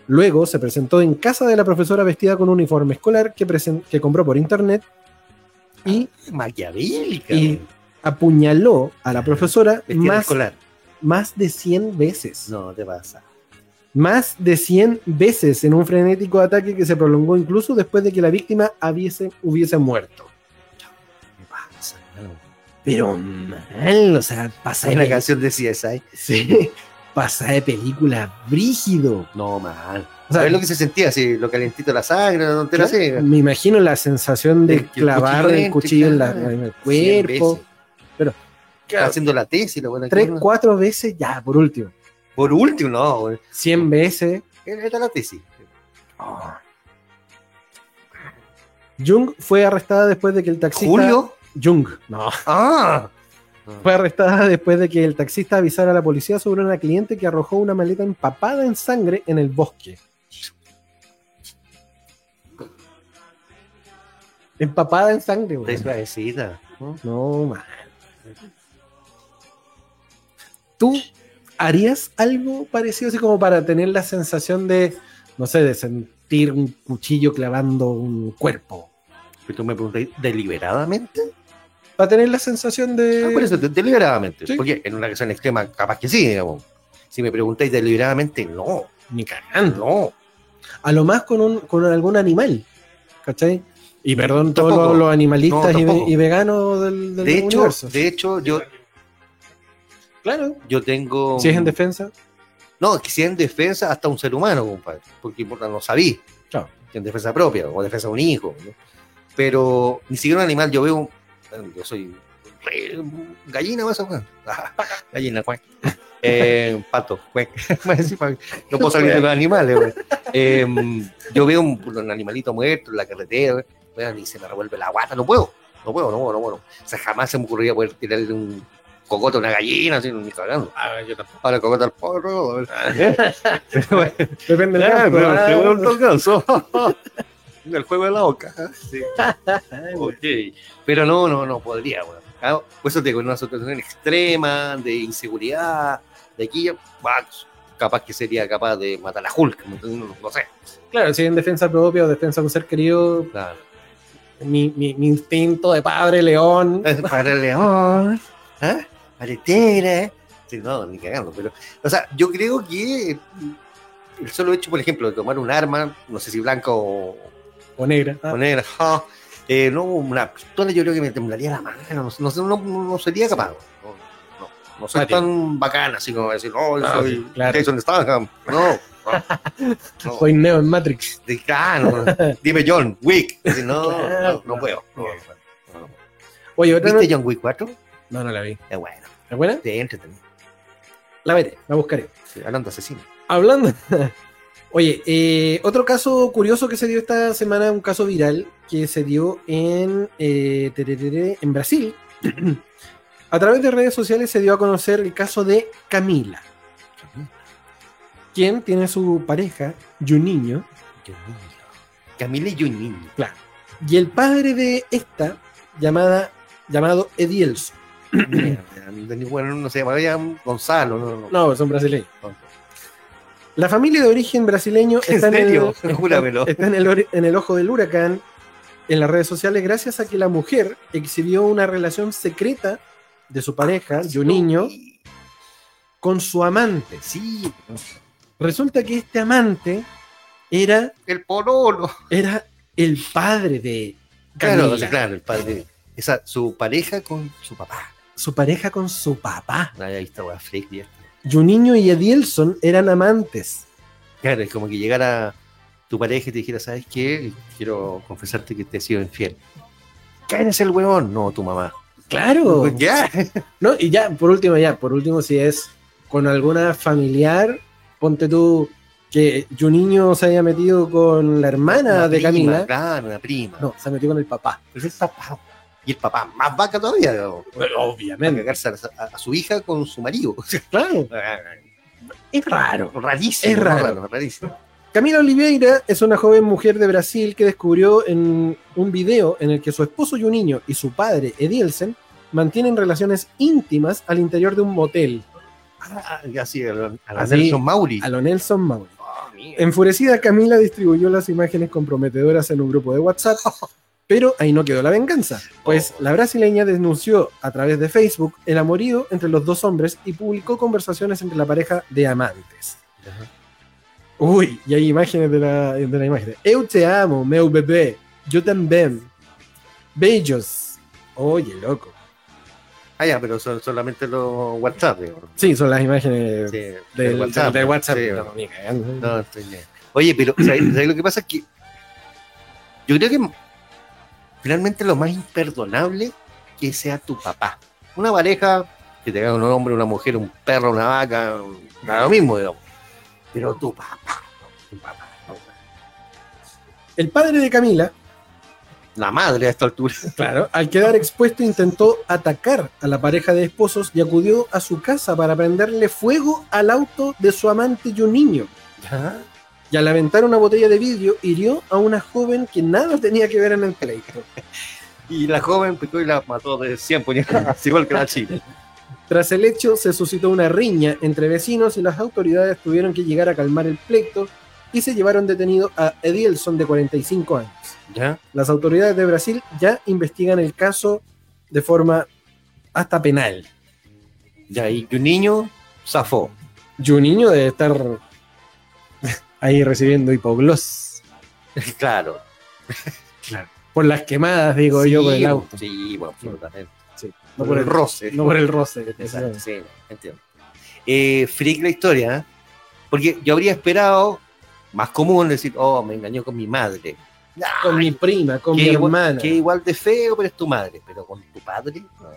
Speaker 2: Luego se presentó en casa de la profesora vestida con un uniforme escolar que, presen- que compró por internet y
Speaker 3: maquiavélica.
Speaker 2: Y
Speaker 3: weón.
Speaker 2: apuñaló a la profesora
Speaker 3: Ah, Vestida de
Speaker 2: más,
Speaker 3: escolar.
Speaker 2: más de 100 veces.
Speaker 3: No te pasa.
Speaker 2: Más de 100 veces en un frenético ataque que se prolongó incluso después de que la víctima hubiese, hubiese muerto.
Speaker 3: Te pasa, hermano.
Speaker 2: Pero mal, o sea, pasa
Speaker 3: Hay
Speaker 2: de,
Speaker 3: una
Speaker 2: peli-
Speaker 3: canción de CSI.
Speaker 2: sí, pasa de película brígido.
Speaker 3: No, mal.
Speaker 2: O sea,
Speaker 3: ¿Sabes lo que se sentía? Así, lo calentito la sangre, la tontera
Speaker 2: claro,
Speaker 3: así.
Speaker 2: me imagino la sensación de
Speaker 3: El- el
Speaker 2: clavar
Speaker 3: cuchillo
Speaker 2: el
Speaker 3: dentro,
Speaker 2: cuchillo en, la-
Speaker 3: claro.
Speaker 2: en el
Speaker 3: Cien
Speaker 2: cuerpo.
Speaker 3: veces.
Speaker 2: Pero,
Speaker 3: Está haciendo la tesis, la buena que
Speaker 2: Tres,
Speaker 3: no.
Speaker 2: cuatro veces ya, por último.
Speaker 3: Por último, no. weón.
Speaker 2: 100 veces.
Speaker 3: Era era la tesis.
Speaker 2: Jung fue arrestada después de que el taxista...
Speaker 3: Julio.
Speaker 2: Jung, no.
Speaker 3: Ah.
Speaker 2: Fue arrestada después de que el taxista avisara a la policía sobre una cliente que arrojó una maleta empapada en sangre en el bosque. Empapada en sangre, güey.
Speaker 3: Está suavecita. ¿no?
Speaker 2: No, man. ¿Tú harías algo parecido así como para tener la sensación de, no sé, de sentir un cuchillo clavando un cuerpo?
Speaker 3: Pero tú me preguntas, ¿deliberadamente?
Speaker 2: Para tener la sensación de...
Speaker 3: Ah, por eso, de- deliberadamente.
Speaker 2: Sí.
Speaker 3: Porque en una canción extrema, capaz que sí, digamos. Si me preguntáis deliberadamente, no,
Speaker 2: Ni cagando.
Speaker 3: no.
Speaker 2: a lo más con, un, con algún animal. ¿Cachai? Y perdón todos
Speaker 3: Tampoco.
Speaker 2: los, los animalistas
Speaker 3: No,
Speaker 2: y, ve-
Speaker 3: tampoco.
Speaker 2: y veganos del, del
Speaker 3: De hecho,
Speaker 2: universo.
Speaker 3: de hecho, yo,
Speaker 2: claro.
Speaker 3: yo tengo.
Speaker 2: Si es en defensa,
Speaker 3: No, es que si es en defensa, hasta un ser humano, compadre. Porque puta, no sabí.
Speaker 2: Claro.
Speaker 3: Si En defensa propia, o defensa de un hijo. ¿no? Pero ni siquiera un animal, yo veo. un- bueno, Yo soy. re- Gallina, más o menos. Gallina, cuac. Eh, pato, cuac. Me decís, pa- No puedo salir de los animales, güey. Em, yo veo un, un animalito muerto en la carretera, güey, weón, y se me revuelve la guata. No puedo, no puedo, no puedo, no puedo. O sea, jamás se me ocurría poder tirarle un cocote a una gallina, así, ni cagando. Ahora el cocote al porro. güey.
Speaker 2: depende del
Speaker 3: Ah,
Speaker 2: campo,
Speaker 3: pero
Speaker 2: ah,
Speaker 3: te voy a un tocazo. El juego de la boca. Sí. Ok. Pero no, no, no podría, weón. Ah, Por eso te digo, en una situación extrema, de inseguridad, de aquí, bah, capaz que sería capaz de matar a Hulk, ¿me entiendes? no, no sé.
Speaker 2: Claro, si es en defensa propia o defensa de un ser querido,
Speaker 3: Claro.
Speaker 2: mi, mi- mi instinto de padre león.
Speaker 3: Para el león, ¿ah? para el tigre. Sí, no, ni cagando, pero. O sea, yo creo que el solo hecho, por ejemplo, de tomar un arma, no sé si blanca o,
Speaker 2: O negra. ah,
Speaker 3: poner, ja, eh, no, una pistola yo creo que me temblaría la mano, no, sé, no, sé, no, no sería capaz. No, no, no soy
Speaker 2: Mati.
Speaker 3: tan bacana así como decir, no, yo
Speaker 2: Ah,
Speaker 3: soy
Speaker 2: sí, claro.
Speaker 3: Jason Statham. No, no, no.
Speaker 2: Soy Neo en Matrix.
Speaker 3: De- ah, no, no. dime John Wick. Así, no,
Speaker 2: Claro.
Speaker 3: no, no puedo. no, no, no.
Speaker 2: Oye, otra
Speaker 3: ¿Viste John Wick 4?
Speaker 2: No, no la vi.
Speaker 3: Es Eh, bueno,
Speaker 2: ¿La buena?
Speaker 3: te entretenido.
Speaker 2: La veré, la buscaré.
Speaker 3: Sí, hablando de asesino.
Speaker 2: Hablando. Oye, eh, otro caso curioso que se dio esta semana, un caso viral que se dio en, eh, tererere, en Brasil. A través de redes sociales se dio a conocer el caso de Camila, quien tiene a su pareja y un niño.
Speaker 3: Juninho. Camila y Juninho.
Speaker 2: Claro. Y el padre de esta, llamada, llamado Edielso.
Speaker 3: Mierda, ni- Bueno, no se llamaba ya Gonzalo. No, no,
Speaker 2: No, son brasileños.
Speaker 3: no.
Speaker 2: La familia de origen brasileño
Speaker 3: ¿En
Speaker 2: está en,
Speaker 3: serio?
Speaker 2: el,
Speaker 3: Júramelo.
Speaker 2: está en el ori- en el ojo del huracán en las redes sociales gracias a que la mujer exhibió una relación secreta de su pareja, de un niño, con su amante.
Speaker 3: Sí,
Speaker 2: Resulta que este amante era,
Speaker 3: el pololo.
Speaker 2: era el padre de Camila,
Speaker 3: Claro, claro, el padre. Esa, su pareja con su papá.
Speaker 2: su pareja con su papá.
Speaker 3: Ahí está, weá, freak, ya está.
Speaker 2: Juninho y Edielson eran amantes.
Speaker 3: Claro, es como que llegara tu pareja y te dijera, ¿sabes qué? Quiero confesarte que te he sido infiel. ¿Quién es el huevón? No, tu mamá. Oh,
Speaker 2: Claro.
Speaker 3: Ya.
Speaker 2: ¿no? Y ya, por último, ya, por último, si es con alguna familiar, ponte tú que Juninho se haya metido con la hermana
Speaker 3: Una
Speaker 2: de
Speaker 3: prima,
Speaker 2: Camila.
Speaker 3: Claro, una prima.
Speaker 2: No, se metió con el papá.
Speaker 3: Pero es el papá. Y el papá, más vaca todavía. ¿no? Va a
Speaker 2: Obviamente.
Speaker 3: cagarse a, a- a su hija con su marido.
Speaker 2: Claro.
Speaker 3: Es raro, rarísimo.
Speaker 2: Es
Speaker 3: Ah, ¿no?
Speaker 2: raro.
Speaker 3: rarísimo.
Speaker 2: Camila Oliveira es una joven mujer de Brasil que descubrió en un video en el que su esposo Juninho y su padre Edielsen mantienen relaciones íntimas al interior de un motel,
Speaker 3: Ah, así, a lo- a lo
Speaker 2: Así,
Speaker 3: Nelson Mauri.
Speaker 2: a lo Nelson Mauri.
Speaker 3: Ah, mierda.
Speaker 2: Enfurecida, Camila distribuyó las imágenes comprometedoras en un grupo de WhatsApp, pero ahí no quedó la venganza, pues
Speaker 3: Oh.
Speaker 2: la brasileña denunció a través de Facebook el amorío entre los dos hombres y publicó conversaciones entre la pareja de amantes.
Speaker 3: Ajá.
Speaker 2: Uy, y hay imágenes de la, de la imagen. Eu te amo, meu bebé, yo también. Bellos. Oye, loco.
Speaker 3: Ah, ya, pero son solamente los WhatsApp. digo.
Speaker 2: Sí, son las imágenes
Speaker 3: Sí,
Speaker 2: del,
Speaker 3: el WhatsApp.
Speaker 2: del
Speaker 3: sí,
Speaker 2: No, ni cagando.
Speaker 3: no, estoy bien. Oye, pero ¿sabes, sabes lo que pasa? Es que yo creo que finalmente lo más imperdonable que sea tu papá. Una pareja que te haga un hombre, una mujer, un perro, una vaca, nada lo mismo, digamos. Pero tu papá, tu papá, tu papá.
Speaker 2: El padre de Camila
Speaker 3: la madre a esta altura.
Speaker 2: Claro, al quedar expuesto intentó atacar a la pareja de esposos y acudió a su casa para prenderle fuego al auto de su amante y un niño. Y al aventar una botella de vidrio hirió a una joven que nada tenía que ver en el pleito.
Speaker 3: Y la joven picó y la mató de 100 puñaladas, igual que la china.
Speaker 2: Tras el hecho se suscitó una riña entre vecinos y las autoridades tuvieron que llegar a calmar el pleito y se llevaron detenido a Edilson de 45 años.
Speaker 3: ¿Ya?
Speaker 2: Las autoridades de Brasil ya investigan el caso de forma hasta penal.
Speaker 3: Ya, y un niño zafó.
Speaker 2: Juninho debe estar ahí recibiendo hipogloss.
Speaker 3: Claro.
Speaker 2: Por las quemadas, digo
Speaker 3: Sí,
Speaker 2: yo, por el auto.
Speaker 3: Sí, bueno, absolutamente.
Speaker 2: Sí.
Speaker 3: No por el roce.
Speaker 2: no por el roce.
Speaker 3: Exacto, sí, entiendo. Eh, freak la historia, ¿eh? porque yo habría esperado más común decir, oh, me engañó con mi madre.
Speaker 2: Con mi prima, con mi
Speaker 3: Que igual-
Speaker 2: hermana.
Speaker 3: Que igual de feo, pero es tu madre. Pero con tu padre, no.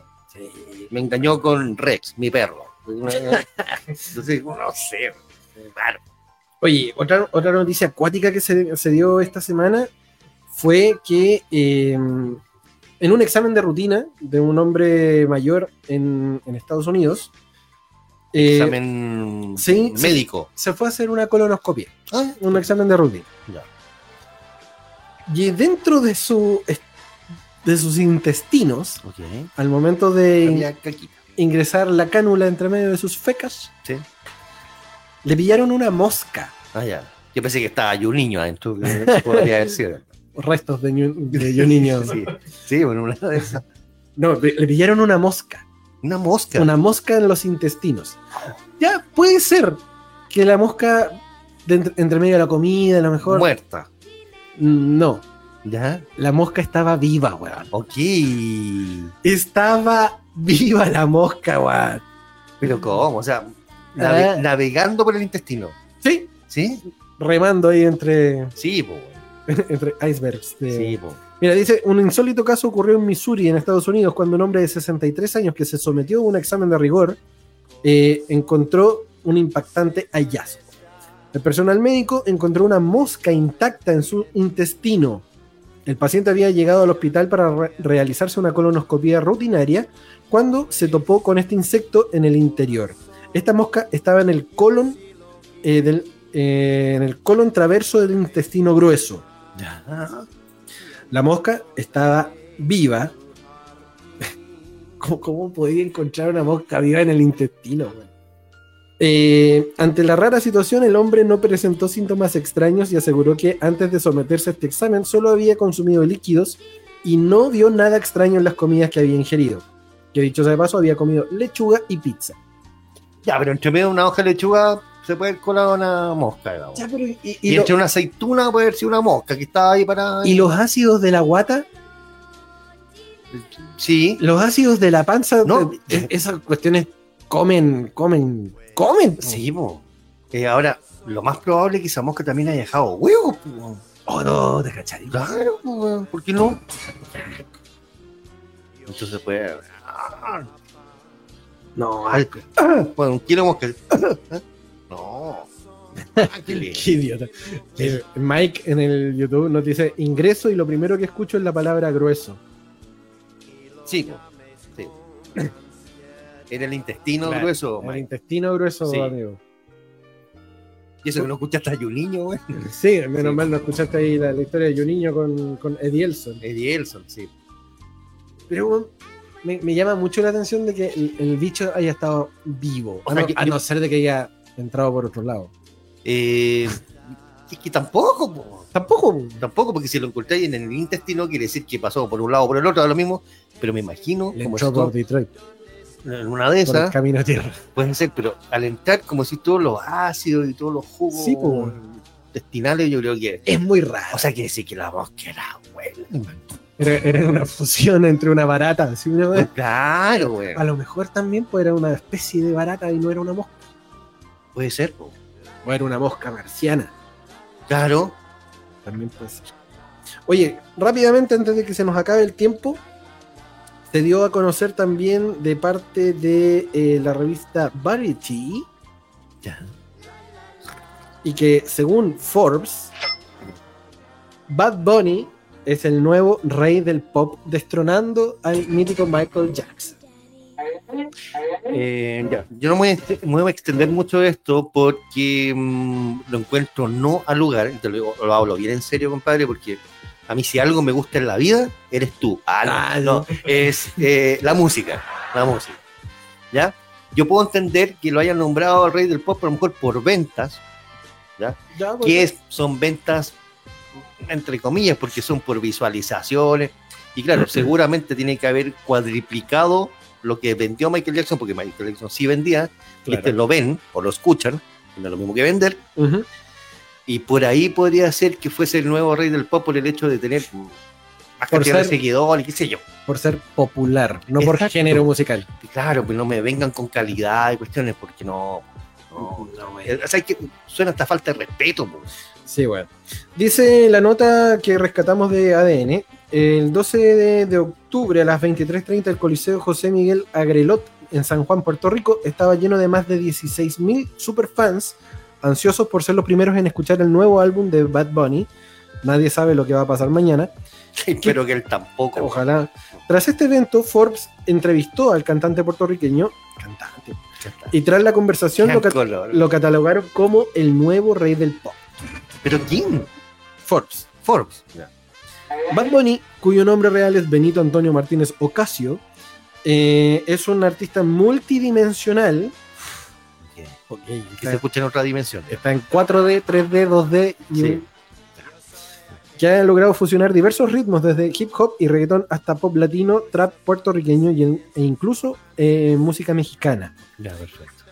Speaker 3: Me engañó con Rex, mi perro. Entonces, no sé. raro.
Speaker 2: Oye, otra, otra noticia acuática que se, se dio esta semana fue que eh, en un examen de rutina de un hombre mayor en, en Estados Unidos, eh,
Speaker 3: Examen
Speaker 2: sí, sí.
Speaker 3: médico.
Speaker 2: se fue a hacer una colonoscopia.
Speaker 3: Ah,
Speaker 2: un examen de rutina.
Speaker 3: Ya.
Speaker 2: Y dentro de su est- de sus intestinos,
Speaker 3: ok.
Speaker 2: al momento de in-
Speaker 3: Había caquita.
Speaker 2: ingresar la cánula entre medio de sus fecas,
Speaker 3: Sí.
Speaker 2: le pillaron una mosca,
Speaker 3: Ah, ya. Yo pensé que estaba yo un niño adentro. que Podría haber sido.
Speaker 2: restos de, ñu- de yo niño.
Speaker 3: Sí, sí, bueno, una de esas.
Speaker 2: No, le le pillaron una mosca,
Speaker 3: Una mosca.
Speaker 2: una mosca en los intestinos. Ya puede ser que la mosca de entre, entre medio de la comida, a lo mejor.
Speaker 3: muerta.
Speaker 2: No,
Speaker 3: ¿Ya?
Speaker 2: la mosca estaba viva, weón.
Speaker 3: Ok.
Speaker 2: Estaba viva la mosca, weón.
Speaker 3: Pero ¿cómo? O sea, nave-
Speaker 2: Ah.
Speaker 3: navegando por el intestino.
Speaker 2: Sí,
Speaker 3: ¿Sí?
Speaker 2: remando ahí entre,
Speaker 3: Sí, po.
Speaker 2: entre icebergs. de-
Speaker 3: Sí, po.
Speaker 2: Mira, dice, un insólito caso ocurrió en Missouri, en Estados Unidos, cuando un hombre de 63 años que se sometió a un examen de rigor eh, encontró un impactante hallazgo. El personal médico encontró una mosca intacta en su intestino. El paciente había llegado al hospital para re- realizarse una colonoscopia rutinaria cuando se topó con este insecto en el interior. Esta mosca estaba en el colon, eh, del- eh, en el colon traverso del intestino grueso.
Speaker 3: Ya.
Speaker 2: La mosca estaba viva. ¿Cómo, cómo podía encontrar una mosca viva en el intestino? güey? Eh, ante la rara situación, el hombre no presentó síntomas extraños y aseguró que antes de someterse a este examen solo había consumido líquidos y no vio nada extraño en las comidas que había ingerido. Que dicho sea de paso, había comido lechuga y pizza.
Speaker 3: Ya, pero entre medio de una hoja de lechuga se puede haber colado una mosca. digamos.
Speaker 2: y, y-
Speaker 3: Y,
Speaker 2: y lo-
Speaker 3: entre una aceituna puede haber sido una mosca que estaba ahí para.
Speaker 2: y los ácidos de la guata,
Speaker 3: Sí.
Speaker 2: los ácidos de la panza,
Speaker 3: No.
Speaker 2: eh, esas cuestiones comen, comen, comen.
Speaker 3: Sí, po. Eh, ahora, lo más probable es que esa mosca también haya dejado huevos, po, weón.
Speaker 2: Oh, no, te cachai.
Speaker 3: Claro, po, weón, ¿por qué no? Entonces, pues. ah,
Speaker 2: No,
Speaker 3: ah, ah, bueno, quiero mosca. Ah, No. Ah, qué le-
Speaker 2: Qué idiota. Eh, Mike en el YouTube nos dice ingreso y lo primero que escucho es la palabra grueso.
Speaker 3: Sí, po. Sí. Era el intestino
Speaker 2: Claro,
Speaker 3: grueso,
Speaker 2: el
Speaker 3: Oh, Mike.
Speaker 2: intestino grueso,
Speaker 3: Sí.
Speaker 2: amigo.
Speaker 3: Y eso que no escuchaste a Juninho, weón.
Speaker 2: Sí, menos
Speaker 3: Sí.
Speaker 2: mal no escuchaste ahí la, la historia de Juninho con, con Eddie Elson.
Speaker 3: Eddie Elson, sí.
Speaker 2: Pero weón, me, me llama mucho la atención de que el, el bicho haya estado vivo.
Speaker 3: O
Speaker 2: a,
Speaker 3: sea,
Speaker 2: no,
Speaker 3: que-
Speaker 2: a no ser de que haya entrado por otro lado.
Speaker 3: Eh, es que tampoco, po.
Speaker 2: Tampoco.
Speaker 3: Tampoco, porque si lo encontráis en el intestino, quiere decir que pasó por un lado o por el otro, da lo mismo. Pero me imagino,
Speaker 2: Le
Speaker 3: como
Speaker 2: entró por
Speaker 3: si
Speaker 2: Detroit,
Speaker 3: tú- en una de
Speaker 2: por el
Speaker 3: esas,
Speaker 2: camino a tierra.
Speaker 3: pueden ser, pero al entrar, como si todos los ácidos y todos los jugos
Speaker 2: Sí, po.
Speaker 3: intestinales, yo creo que.
Speaker 2: Es muy raro.
Speaker 3: O sea, quiere decir que la mosca era, weón.
Speaker 2: Era, era una fusión entre una barata. así, una weá.
Speaker 3: Claro, weón.
Speaker 2: A lo mejor también pues, era una especie de barata y no era una mosca.
Speaker 3: Puede ser, po.
Speaker 2: O era una mosca marciana.
Speaker 3: Claro.
Speaker 2: También puede ser. Oye, rápidamente antes de que se nos acabe el tiempo, se dio a conocer también de parte de eh, la revista Variety
Speaker 3: Ya.
Speaker 2: y que según Forbes, Bad Bunny es el nuevo rey del pop, destronando al mítico Michael Jackson.
Speaker 3: Eh, ya. Yo no me voy, a ext- me voy a extender mucho de esto porque mm, lo encuentro no al lugar, y te lo, digo- lo hablo bien en serio, compadre, porque a mí si algo me gusta en la vida, eres tú. Ah, no,
Speaker 2: Ah,
Speaker 3: no, es eh, la música, la música. ¿Ya? Yo puedo entender que lo hayan nombrado al rey del pop, pero a lo mejor por ventas,
Speaker 2: Ya, pues,
Speaker 3: que es, son ventas entre comillas, porque son por visualizaciones. Y claro, seguramente tiene que haber cuadriplicado lo que vendió Michael Jackson, porque Michael Jackson sí vendía,
Speaker 2: Claro.
Speaker 3: este lo ven o lo escuchan, que no es lo mismo que vender,
Speaker 2: Ujú.
Speaker 3: y por ahí podría ser que fuese el nuevo rey del pop por el hecho de tener más
Speaker 2: Por
Speaker 3: cantidad de
Speaker 2: ser-
Speaker 3: seguidores, qué sé yo.
Speaker 2: Por ser popular, no por
Speaker 3: Exacto.
Speaker 2: género musical.
Speaker 3: Y Claro, pues no me vengan con calidad y cuestiones, porque no. no. eh, O sea, es que suena hasta falta de respeto. pues.
Speaker 2: Sí, bueno. Dice la nota que rescatamos de ADN. El 12 de, de octubre a las 23.30 el Coliseo José Miguel Agrelot en San Juan, Puerto Rico, estaba lleno de más de 16.000 superfans ansiosos por ser los primeros en escuchar el nuevo álbum de Bad Bunny. Nadie sabe lo que va a pasar mañana.
Speaker 3: Espero que él tampoco.
Speaker 2: Ojalá. Tras este evento, Forbes entrevistó al cantante puertorriqueño
Speaker 3: Cantante.
Speaker 2: y tras la conversación lo, cat-
Speaker 3: Color.
Speaker 2: lo catalogaron como el nuevo rey del pop.
Speaker 3: Pero ¿quién?
Speaker 2: Forbes.
Speaker 3: Forbes.
Speaker 2: Bad Bunny, cuyo nombre real es Benito Antonio Martínez Ocasio, eh, es un artista multidimensional.
Speaker 3: Que se
Speaker 2: Está,
Speaker 3: escucha en otra dimensión.
Speaker 2: está en 4D, 3D, 2D y
Speaker 3: Sí.
Speaker 2: un- que ha logrado fusionar diversos ritmos desde hip hop y reggaetón hasta pop latino, trap puertorriqueño y en- e incluso eh, música mexicana.
Speaker 3: Ya, perfecto.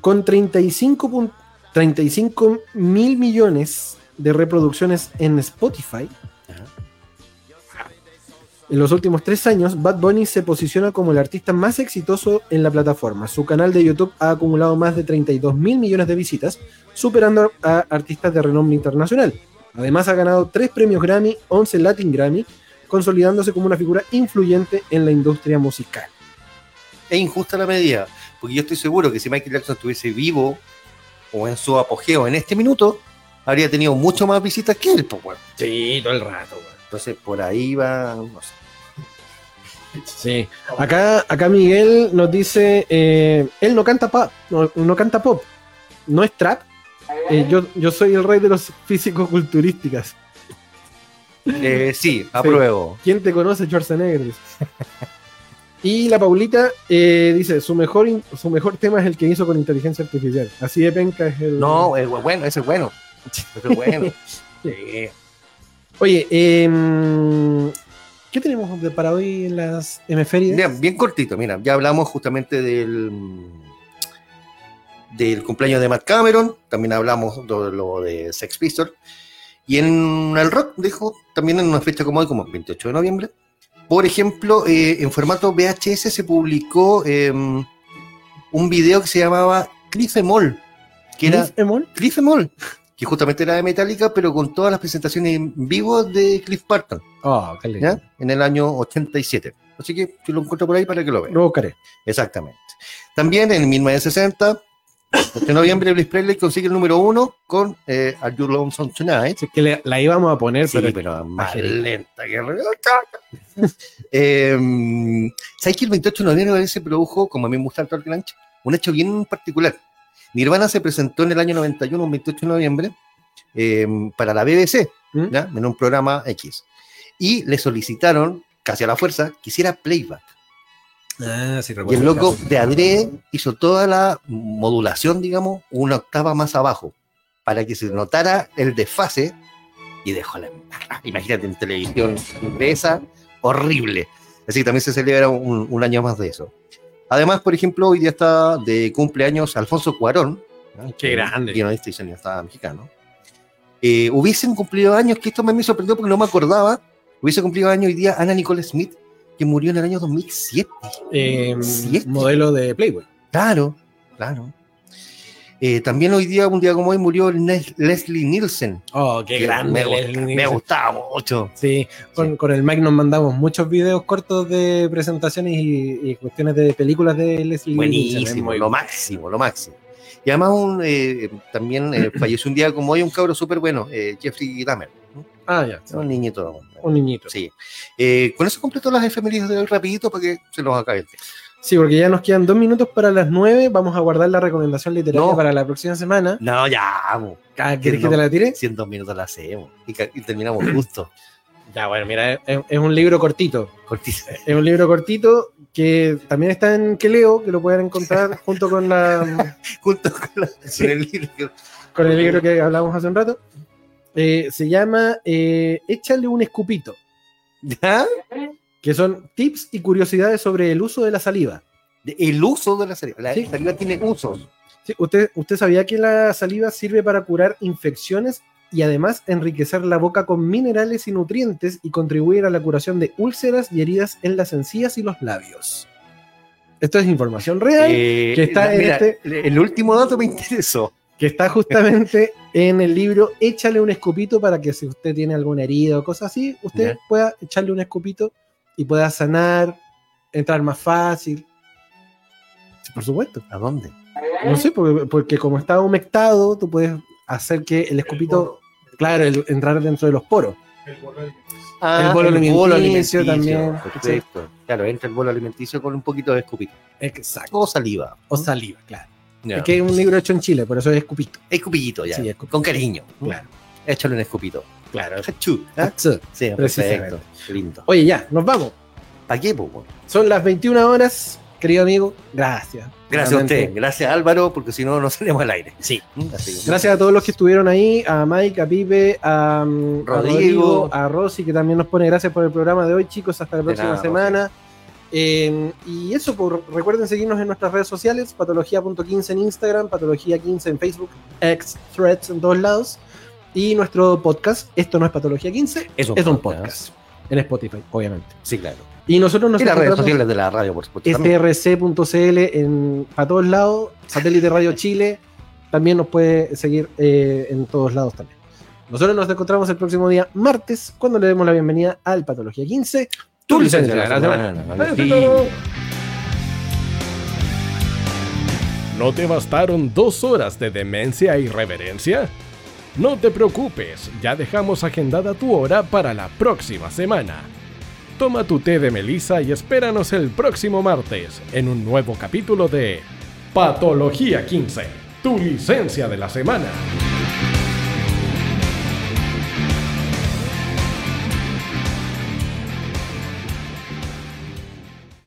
Speaker 2: Con 35 pun- 35 mil millones de reproducciones en Spotify,
Speaker 3: Ajá.
Speaker 2: En los últimos tres años, Bad Bunny se posiciona como el artista más exitoso en la plataforma. Su canal de YouTube ha acumulado más de 32 mil millones de visitas, superando a artistas de renombre internacional. Además, ha ganado tres premios Grammy, 11 Latin Grammy, consolidándose como una figura influyente en la industria musical.
Speaker 3: Es injusta la medida, porque yo estoy seguro que si Michael Jackson estuviese vivo o en su apogeo en este minuto, habría tenido mucho más visitas que él, pues, weón.
Speaker 2: Sí, todo el rato.
Speaker 3: Entonces, por ahí va, no sé.
Speaker 2: Sí. Acá, acá Miguel nos dice, eh, él no canta pop, no, no canta pop, no es trap. Eh, yo, yo soy el rey de los físico-culturísticas.
Speaker 3: Eh, sí, apruebo.
Speaker 2: ¿Quién te conoce, Schwarzenegger? Y la Paulita eh, dice, su mejor, in- su mejor tema es el que hizo con inteligencia artificial. Así de penca es el...
Speaker 3: No, eh, bueno, ese es bueno. Ese es bueno. Sí.
Speaker 2: Oye, em, ¿qué tenemos de- para hoy en las hemisferias?
Speaker 3: Bien, bien cortito, mira, ya hablamos justamente del mm, del cumpleaños de Matt Cameron, también hablamos de lo de Sex Pistols, y en el rock dijo, también en una fecha como hoy, como el 28 de noviembre, por ejemplo, eh, en formato VHS se publicó eh, un video que se llamaba Cliff Emol, que era
Speaker 2: Cliff Emol?
Speaker 3: Cliff Emol, que justamente era de Metallica, pero con todas las presentaciones en vivo de Cliff Barton,
Speaker 2: Ah, qué lindo.
Speaker 3: ¿ya? En el año 87. Así que yo lo encuentro por ahí para que lo vean.
Speaker 2: Lo buscaré.
Speaker 3: Exactamente. También en 1960, de este noviembre, Elvis Presley consigue el número uno con eh, Are You Lonesome Tonight.
Speaker 2: Si es que le- la íbamos a poner,
Speaker 3: Sí,
Speaker 2: pero.
Speaker 3: pero más
Speaker 2: madre.
Speaker 3: lenta que re- ¡Oh, eh, ¿Sabes que el 28 de noviembre se produjo, como a mí me gusta el Torque Lancha, un hecho bien particular? Nirvana se presentó en el año 91, un 28 de noviembre, eh, para la BBC,
Speaker 2: ¿Mm?
Speaker 3: ¿ya? en un programa X. Y le solicitaron, casi a la fuerza, que hiciera playback.
Speaker 2: Ah, sí,
Speaker 3: Y
Speaker 2: recuerdo.
Speaker 3: el loco de Adrede hizo toda la modulación, digamos, una octava más abajo, para que se notara el desfase y dejó la. Imagínate en televisión inglesa, horrible. Así que también se celebra un, un año más de eso. Además, por ejemplo, hoy día está de cumpleaños Alfonso Cuarón. ¿no?
Speaker 2: Qué grande.
Speaker 3: Guionista y cineasta mexicano. Eh, hubiesen cumplido años, que esto me me sorprendió porque no me acordaba. Hubiese cumplido años hoy día Ana Nicole Smith, que murió en el año 2007.
Speaker 2: Eh,
Speaker 3: Siete.
Speaker 2: modelo de Playboy.
Speaker 3: Claro, claro. Eh, también hoy día, un día como hoy, murió Ne- Leslie Nielsen.
Speaker 2: Oh, qué
Speaker 3: que
Speaker 2: grande.
Speaker 3: Me, gusta-
Speaker 2: Leslie
Speaker 3: me
Speaker 2: Nielsen.
Speaker 3: gustaba mucho.
Speaker 2: Sí, con, con el Mike nos mandamos muchos videos cortos de presentaciones y, y cuestiones de películas de Leslie. Nielsen, es
Speaker 3: Buenísimo,
Speaker 2: muy
Speaker 3: lo
Speaker 2: bueno.
Speaker 3: máximo, lo máximo. Y además un, eh, también eh, falleció un día como hoy un cabro súper bueno, eh, Jeffrey Dahmer.
Speaker 2: Ah, ya.
Speaker 3: Un niñito.
Speaker 2: Un niñito. Sí.
Speaker 3: Sí. Eh, con eso completo las efemérides de hoy rapidito para que se los acabe. el tiempo.
Speaker 2: porque ya nos quedan dos minutos para las nueve. Vamos a guardar la recomendación literaria
Speaker 3: No.
Speaker 2: para la próxima semana.
Speaker 3: No, ya, vamos.
Speaker 2: Ah, ¿Quieres
Speaker 3: no.
Speaker 2: que te la tire?
Speaker 3: 100 minutos la hacemos y, ca- y terminamos justo.
Speaker 2: Ya, bueno, mira, es- es un libro cortito.
Speaker 3: Cortísimo.
Speaker 2: Es un libro cortito que también está en Que Leo, que lo pueden encontrar junto con, la,
Speaker 3: Junto con, la- con el libro. que-
Speaker 2: con el libro que hablábamos hace un rato. Eh, se llama eh, Échale un escupito,
Speaker 3: ¿Ya?
Speaker 2: que son tips y curiosidades sobre el uso de la saliva.
Speaker 3: De- El uso de la saliva. La
Speaker 2: Sí.
Speaker 3: saliva tiene usos.
Speaker 2: Sí, ¿Usted, ¿Usted sabía que la saliva sirve para curar infecciones y además enriquecer la boca con minerales y nutrientes y contribuir a la curación de úlceras y heridas en las encías y los labios? Esto es información real.
Speaker 3: Eh,
Speaker 2: que está en
Speaker 3: mira,
Speaker 2: este-
Speaker 3: El último dato me interesó.
Speaker 2: que está justamente en el libro Échale un escopito para que si usted tiene alguna herida o cosa así, usted
Speaker 3: Ya.
Speaker 2: pueda echarle un escopito y pueda sanar, entrar más fácil. Sí, por supuesto.
Speaker 3: ¿A dónde?
Speaker 2: No sé, porque, porque como está humectado, tú puedes hacer que el escopito, claro, el- entrar dentro de los poros. Ah, El bolo alimenticio también.
Speaker 3: Perfecto. Claro, entra el bolo alimenticio con un poquito de escupito.
Speaker 2: Exacto.
Speaker 3: O saliva.
Speaker 2: O saliva, claro.
Speaker 3: Ya.
Speaker 2: Es que es un libro hecho en Chile, por eso es escupito.
Speaker 3: Escupillito ya.
Speaker 2: Sí, escupito.
Speaker 3: Con cariño.
Speaker 2: Claro.
Speaker 3: Échale un escupito.
Speaker 2: Claro.
Speaker 3: Achú, ¿ah? Sí,
Speaker 2: Precisamente.
Speaker 3: perfecto. Lindo.
Speaker 2: Oye, ya, nos vamos.
Speaker 3: ¿Para qué, po, po?
Speaker 2: Son las 21 horas, querido amigo. Gracias.
Speaker 3: Gracias a
Speaker 2: Realmente.
Speaker 3: usted. Gracias, Álvaro, porque si no, no salimos al aire. Sí.
Speaker 2: Gracias a todos los que estuvieron ahí, a Mike, a Pipe, a, mm, a
Speaker 3: Rodrigo.
Speaker 2: Rodrigo, a Rosy, que también nos pone gracias por el programa de hoy, chicos. Hasta la próxima
Speaker 3: nada,
Speaker 2: semana. Eh, y eso, por, recuerden seguirnos en nuestras redes sociales, patología.15 en Instagram, patología15 en Facebook, X, Threads en todos lados. Y nuestro podcast, esto no es Patología 15, es un podcast. En Spotify, obviamente.
Speaker 3: Sí, claro.
Speaker 2: Y nosotros nos
Speaker 3: Y las redes
Speaker 2: encontramos-
Speaker 3: sociales de la radio, por supuesto. también.
Speaker 2: Este src.cl en para todos lados, satélite radio Chile, también nos puede seguir eh, en todos lados también. Nosotros nos encontramos el próximo día martes cuando le demos la bienvenida al Patología 15.
Speaker 3: Tu licencia de la semana. Sí.
Speaker 1: ¿No te bastaron dos horas de demencia e irreverencia? No te preocupes, ya dejamos agendada tu hora para la próxima semana. Toma tu té de melisa y espéranos el próximo martes en un nuevo capítulo de Patología 15, tu licencia de la semana.